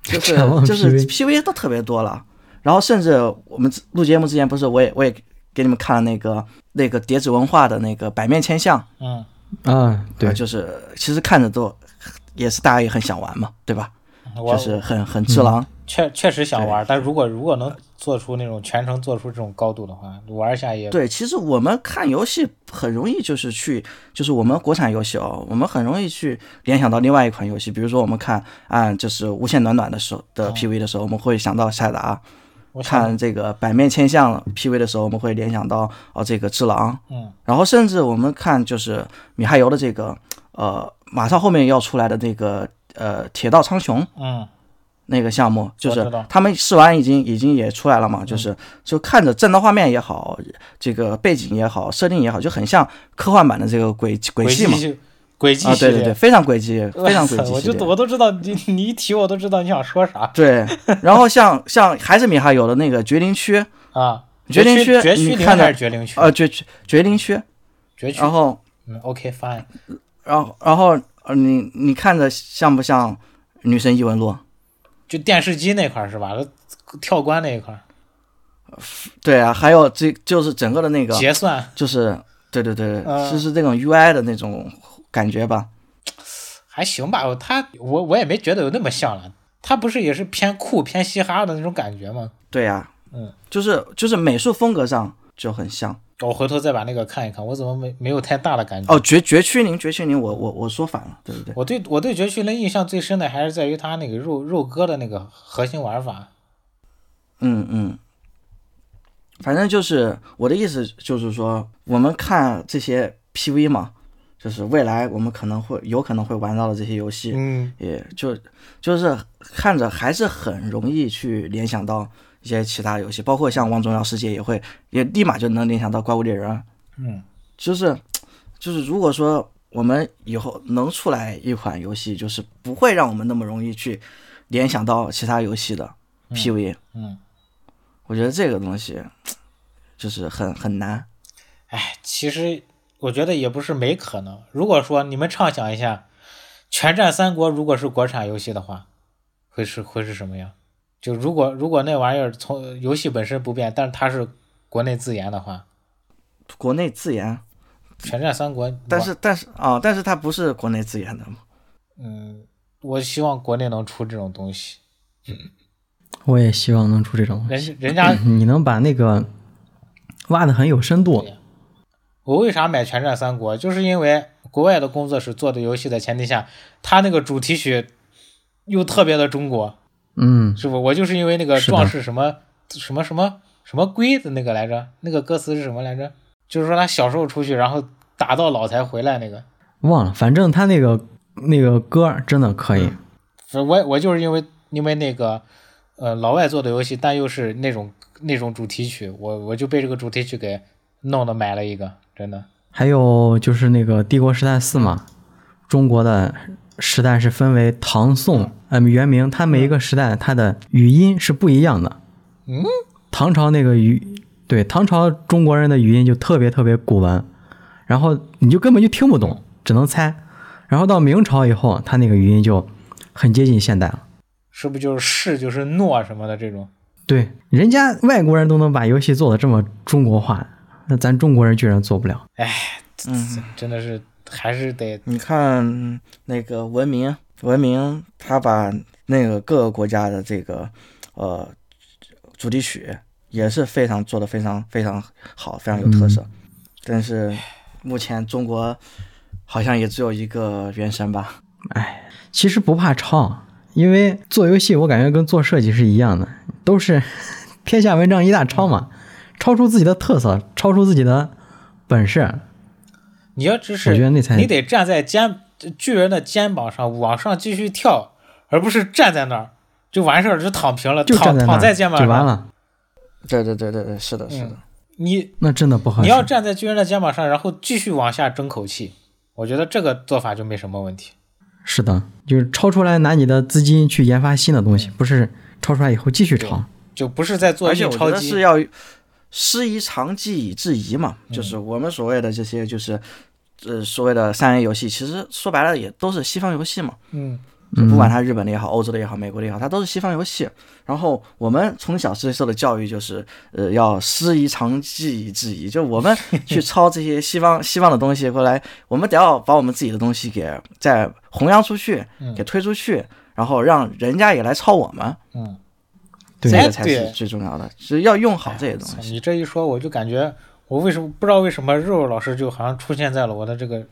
S3: 就是
S1: 展望
S3: 就是
S1: PV
S3: PV 都特别多了。然后甚至我们录节目之前，不是我也我也给你们看了那个那个叠纸文化的那个版面签像，
S2: 嗯，
S1: 啊！对
S3: 呃，就是其实看着都也是大家也很想玩嘛，对吧？
S2: 我
S3: 就是很
S1: 嗯
S3: 很智囊。
S2: 确确实想玩，但如果如果能做出那种全程做出这种高度的话，玩一下也
S3: 对，其实我们看游戏很容易就是去，就是我们国产游戏哦，我们很容易去联想到另外一款游戏，比如说我们看啊，就是《无限暖暖》的时候的 PV 的时候，我们会想到塞达；
S2: 哦我想
S3: 看这个《百面千相》PV 的时候，我们会联想到哦这个智狼。
S2: 嗯，
S3: 然后甚至我们看就是米哈游的这个呃，马上后面要出来的这个呃铁道苍穹，
S2: 嗯
S3: 那个项目，就
S2: 我
S3: 是
S2: 知道嗯
S3: 他们试完已经已经也出来了嘛，就是就看着震动画面也好，这个背景也好，设定也好，就很像科幻版的这个轨轨迹嘛。
S2: 系轨迹
S3: 啊，
S2: 系
S3: 对对
S2: 列
S3: 对，，非常轨迹， 非常
S2: 我
S3: 轨
S2: 操
S3: 迹
S2: 我
S3: 系
S2: 就
S3: 列。
S2: 我都知道你你一提我都知道你想说啥
S3: 对，然后像像还是米哈游的那个绝灵区，
S2: 啊。
S3: 绝灵
S2: 区
S3: 区
S2: 绝区
S3: 你
S2: 零
S3: 看的
S2: 还是绝灵区？
S3: 呃，绝绝绝灵区，
S2: 绝区
S3: 然。后
S2: 嗯，OK fine。
S3: 然后然后呃你你看着像不像女神异闻录？
S2: 就电视机那块儿是吧？跳关那一块儿
S3: 对啊，还有这就是整个的那个
S2: 结算
S3: 就是对对对，
S2: 嗯
S3: 就是这种 UI 的那种感觉吧。
S2: 还行吧，他我我也没觉得有那么像了。他不是也是偏酷偏嘻哈的那种感觉吗？
S3: 对呀、
S2: 嗯，
S3: 就是就是美术风格上就很像
S2: 我回头再把那个看一看，我怎么没没有太大的感觉？
S3: 哦，绝绝区零绝区零，我我我说反了，对不对？
S2: 我对我对绝区零印象最深的还是在于他那个肉肉鸽的那个核心玩法。
S3: 嗯嗯，反正就是我的意思就是说，我们看这些 PV 嘛，就是未来我们可能会有可能会玩到的这些游戏，
S2: 嗯，
S3: 也就就是看着还是很容易去联想到一些其他游戏，包括像《王中药世界》也会也立马就能联想到《怪物猎人》。啊
S2: 嗯，
S3: 就是就是如果说我们以后能出来一款游戏，就是不会让我们那么容易去联想到其他游戏的 PV，
S2: 嗯，
S3: 我觉得这个东西就是很很难。
S2: 哎，其实我觉得也不是没可能。如果说你们畅想一下，《全战三国》如果是国产游戏的话，会是会是什么样？就如果如果那玩意儿从游戏本身不变，但是它是国内自研的话，
S3: 国内自研，
S2: 《全战三国》我，
S3: 但是但是啊、但是它不是国内自研的嘛？
S2: 嗯，我希望国内能出这种东西。
S1: 我也希望能出这种。
S2: 人人家
S1: 你能把那个挖的很有深度
S2: 对，我为啥买《全战三国》，就是因为国外的工作室做的游戏的前提下，它那个主题曲又特别的中国，
S1: 嗯，
S2: 是不？我就是因为那个
S1: 是的
S2: 壮士什么什么什么什么龟的那个来着，那个歌词是什么来着？就是说他小时候出去，然后打到老才回来那个。
S1: 忘了，反正他那个那个歌儿真的可以。
S2: 是我我就是因为因为那个呃老外做的游戏，但又是那种那种主题曲，我我就被这个主题曲给弄的买了一个，真的。
S1: 还有就是那个《帝国时代四》嘛，中国的时代是分为唐宋，嗯、元明，它每一个时代它的语音是不一样的。
S2: 嗯，
S1: 唐朝那个语，对，唐朝中国人的语音就特别特别古文，然后你就根本就听不懂，只能猜。然后到明朝以后，他那个语音就很接近现代了。
S2: 是不是就是是就是诺什么的这种？
S1: 对，人家外国人都能把游戏做的这么中国化，那咱中国人居然做不了。
S2: 哎，这这真的是还是得
S3: 你看那个文明，文明他把那个各个国家的这个呃主题曲也是非常做的非常非常好，非常有特
S2: 嗯
S3: 色。但是目前中国好像也只有一个《原神》吧？
S1: 其实不怕抄，因为做游戏我感觉跟做设计是一样的， 都是天下文章一大抄嘛，抄出自己的特色，抄出自己的本事，
S2: 你要只是
S1: 我觉得那才
S2: 你得站在肩巨人的肩膀上往上继续跳，而不是站在那儿就完事儿，就躺平了，
S1: 就站
S2: 躺
S1: 在那
S2: 躺在
S1: 儿
S2: 肩膀
S1: 就
S2: 上
S1: 完。了。
S3: 对对对对对，是的，是的，
S2: 嗯你
S1: 那真的不合
S2: 你
S1: 适。
S2: 要站在巨人的肩膀上，然后继续往下争口气，我觉得这个做法就没什么问题。
S1: 是的，就是超出来拿你的资金去研发新的东西，不是超出来以后继续炒。
S2: 就不是在做
S3: 而且
S2: 逆
S3: 我觉
S2: 超
S3: 得是
S2: 级，
S3: 要师夷长技以制夷嘛，就是
S2: 嗯
S3: 我们所谓的这些就是。呃，所谓的三 A 游戏，其实说白了也都是西方游戏嘛，
S2: 嗯，
S3: 就不管它日本的也好，欧洲的也好，美国的也好，它都是西方游戏。然后我们从小接受的教育就是，呃，要师夷长技以制夷，就 我们去抄这些西方西方的东西过来，我们得要把我们自己的东西给再弘扬出去，
S1: 嗯
S3: 给推出去，然后让人家也来抄我们，
S1: 对
S3: 这
S2: 嗯哎
S3: 个才是
S2: 对
S3: 最重要的，是要用好这些东
S2: 操
S3: 西。
S2: 你这一说，我就感觉我为什么不知道为什么肉肉老师就好像出现在了我的这个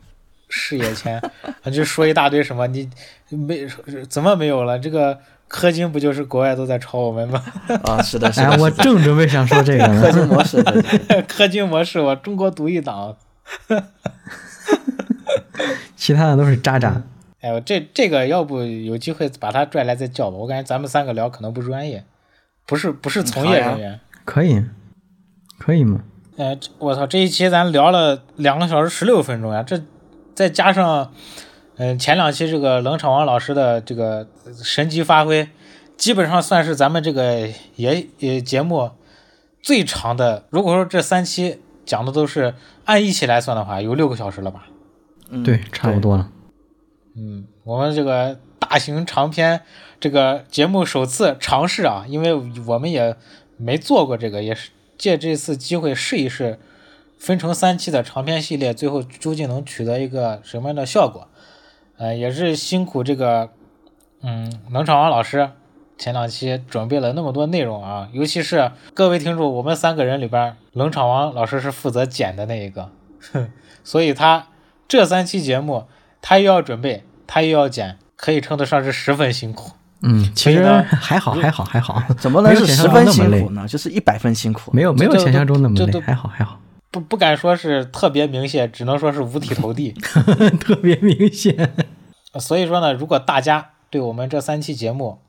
S2: 视野前，他就说一大堆什么你没怎么没有了？这个氪金不就是国外都在抄我们吗？
S3: 啊，是的，是的，
S1: 哎，
S3: 是
S1: 我
S3: 的
S1: 正准备想说这个
S3: 氪
S1: 呢。
S3: 金模式，对对对
S2: 氪金模式，我中国独一档。
S1: 其他的都是渣渣。
S2: 哎呦，这这个要不有机会把他拽来再叫吧，我感觉咱们三个聊可能不专业，不是不是从业
S3: 嗯好呀
S2: 人员。
S1: 可以，可以吗？
S2: 哎，这我操！这一期咱聊了两个小时十六分钟呀、这再加上，嗯、前两期这个冷场王老师的这个神级发挥，基本上算是咱们这个也也节目最长的。如果说这三期讲的都是按一起来算的话，有六个小时了吧？
S3: 嗯
S1: 对，差不多了。
S2: 嗯，我们这个大型长篇这个节目首次尝试啊，因为我们也没做过这个，也是借这次机会试一试，分成三期的长篇系列，最后究竟能取得一个什么样的效果？呃，也是辛苦这个，嗯，冷场王老师前两期准备了那么多内容啊，尤其是各位听众，我们三个人里边儿，冷场王老师是负责剪的那一个，哼，所以他这三期节目他又要准备，他又要剪，可以称得上是十分辛苦。
S1: 嗯，其
S2: 所以
S1: 实
S2: 呢
S1: 还好，还好，还好。
S3: 怎么能
S1: 没
S3: 是
S1: 有
S3: 十
S1: 想象
S3: 分
S1: 中那么
S3: 辛
S1: 累
S3: 苦呢？就是一百分辛苦。
S1: 没有没有
S2: 这都
S1: 想象中那
S2: 这
S1: 么累，
S2: 都
S1: 还好还好，
S2: 不不敢说是特别明显，只能说是五体投地。
S1: 特别明显。
S2: 所以说呢，如果大家对我们这三期节目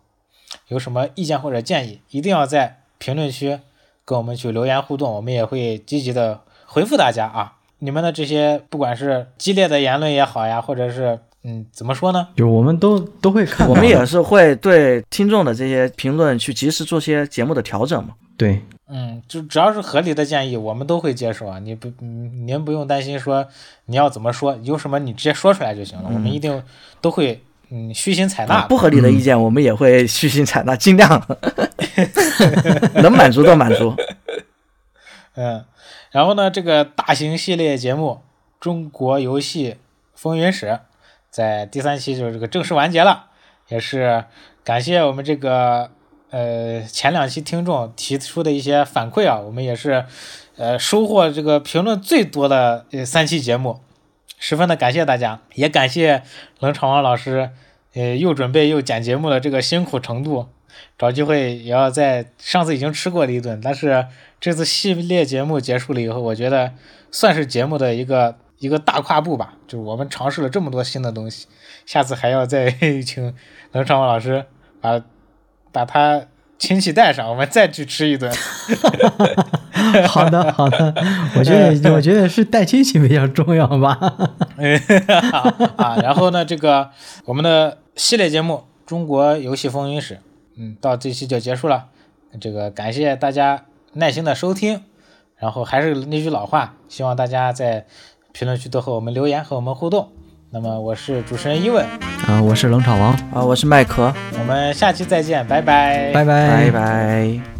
S2: 有什么意见或者建议，一定要在评论区跟我们去留言互动，我们也会积极的回复大家啊。你们的这些不管是激烈的言论也好呀，或者是嗯怎么说呢，
S1: 就我们都都会看到
S3: 我
S1: 的，
S3: 们也是会对听众的这些评论去及时做些节目的调整嘛。
S1: 对，
S2: 嗯，就只要是合理的建议，我们都会接受啊。你不，嗯您不用担心说你要怎么说，有什么你直接说出来就行了，我们一定都会嗯虚心采纳
S3: 嗯啊
S2: 的。
S3: 不合理的意见我们也会虚心采纳， 尽量能满足都满足。
S2: 嗯，然后呢，这个大型系列节目《中国游戏风云史》在第三期就是这个正式完结了，也是感谢我们这个呃前两期听众提出的一些反馈啊，我们也是呃收获这个评论最多的呃三期节目，十分的感谢大家，也感谢冷场王老师呃又准备又剪节目的这个辛苦程度。找机会也要在上次已经吃过了一顿，但是这次系列节目结束了以后，我觉得算是节目的一个一个大跨步吧，就是我们尝试了这么多新的东西，下次还要再 请冷场王老师把把他亲戚带上，我们再去吃一顿。
S1: 好的好的，我觉得我觉得是带亲戚比较重要吧。
S2: 啊，然后呢，这个我们的系列节目《中国游戏风云史》，嗯，到这期就结束了。这个感谢大家耐心的收听，然后还是那句老话，希望大家在评论区多和我们留言，和我们互动。那么我是主持人伊问，
S1: 啊，我是冷场王，
S3: 啊，我是麦克，
S2: 我们下期再见，拜拜，
S1: 拜
S3: 拜拜。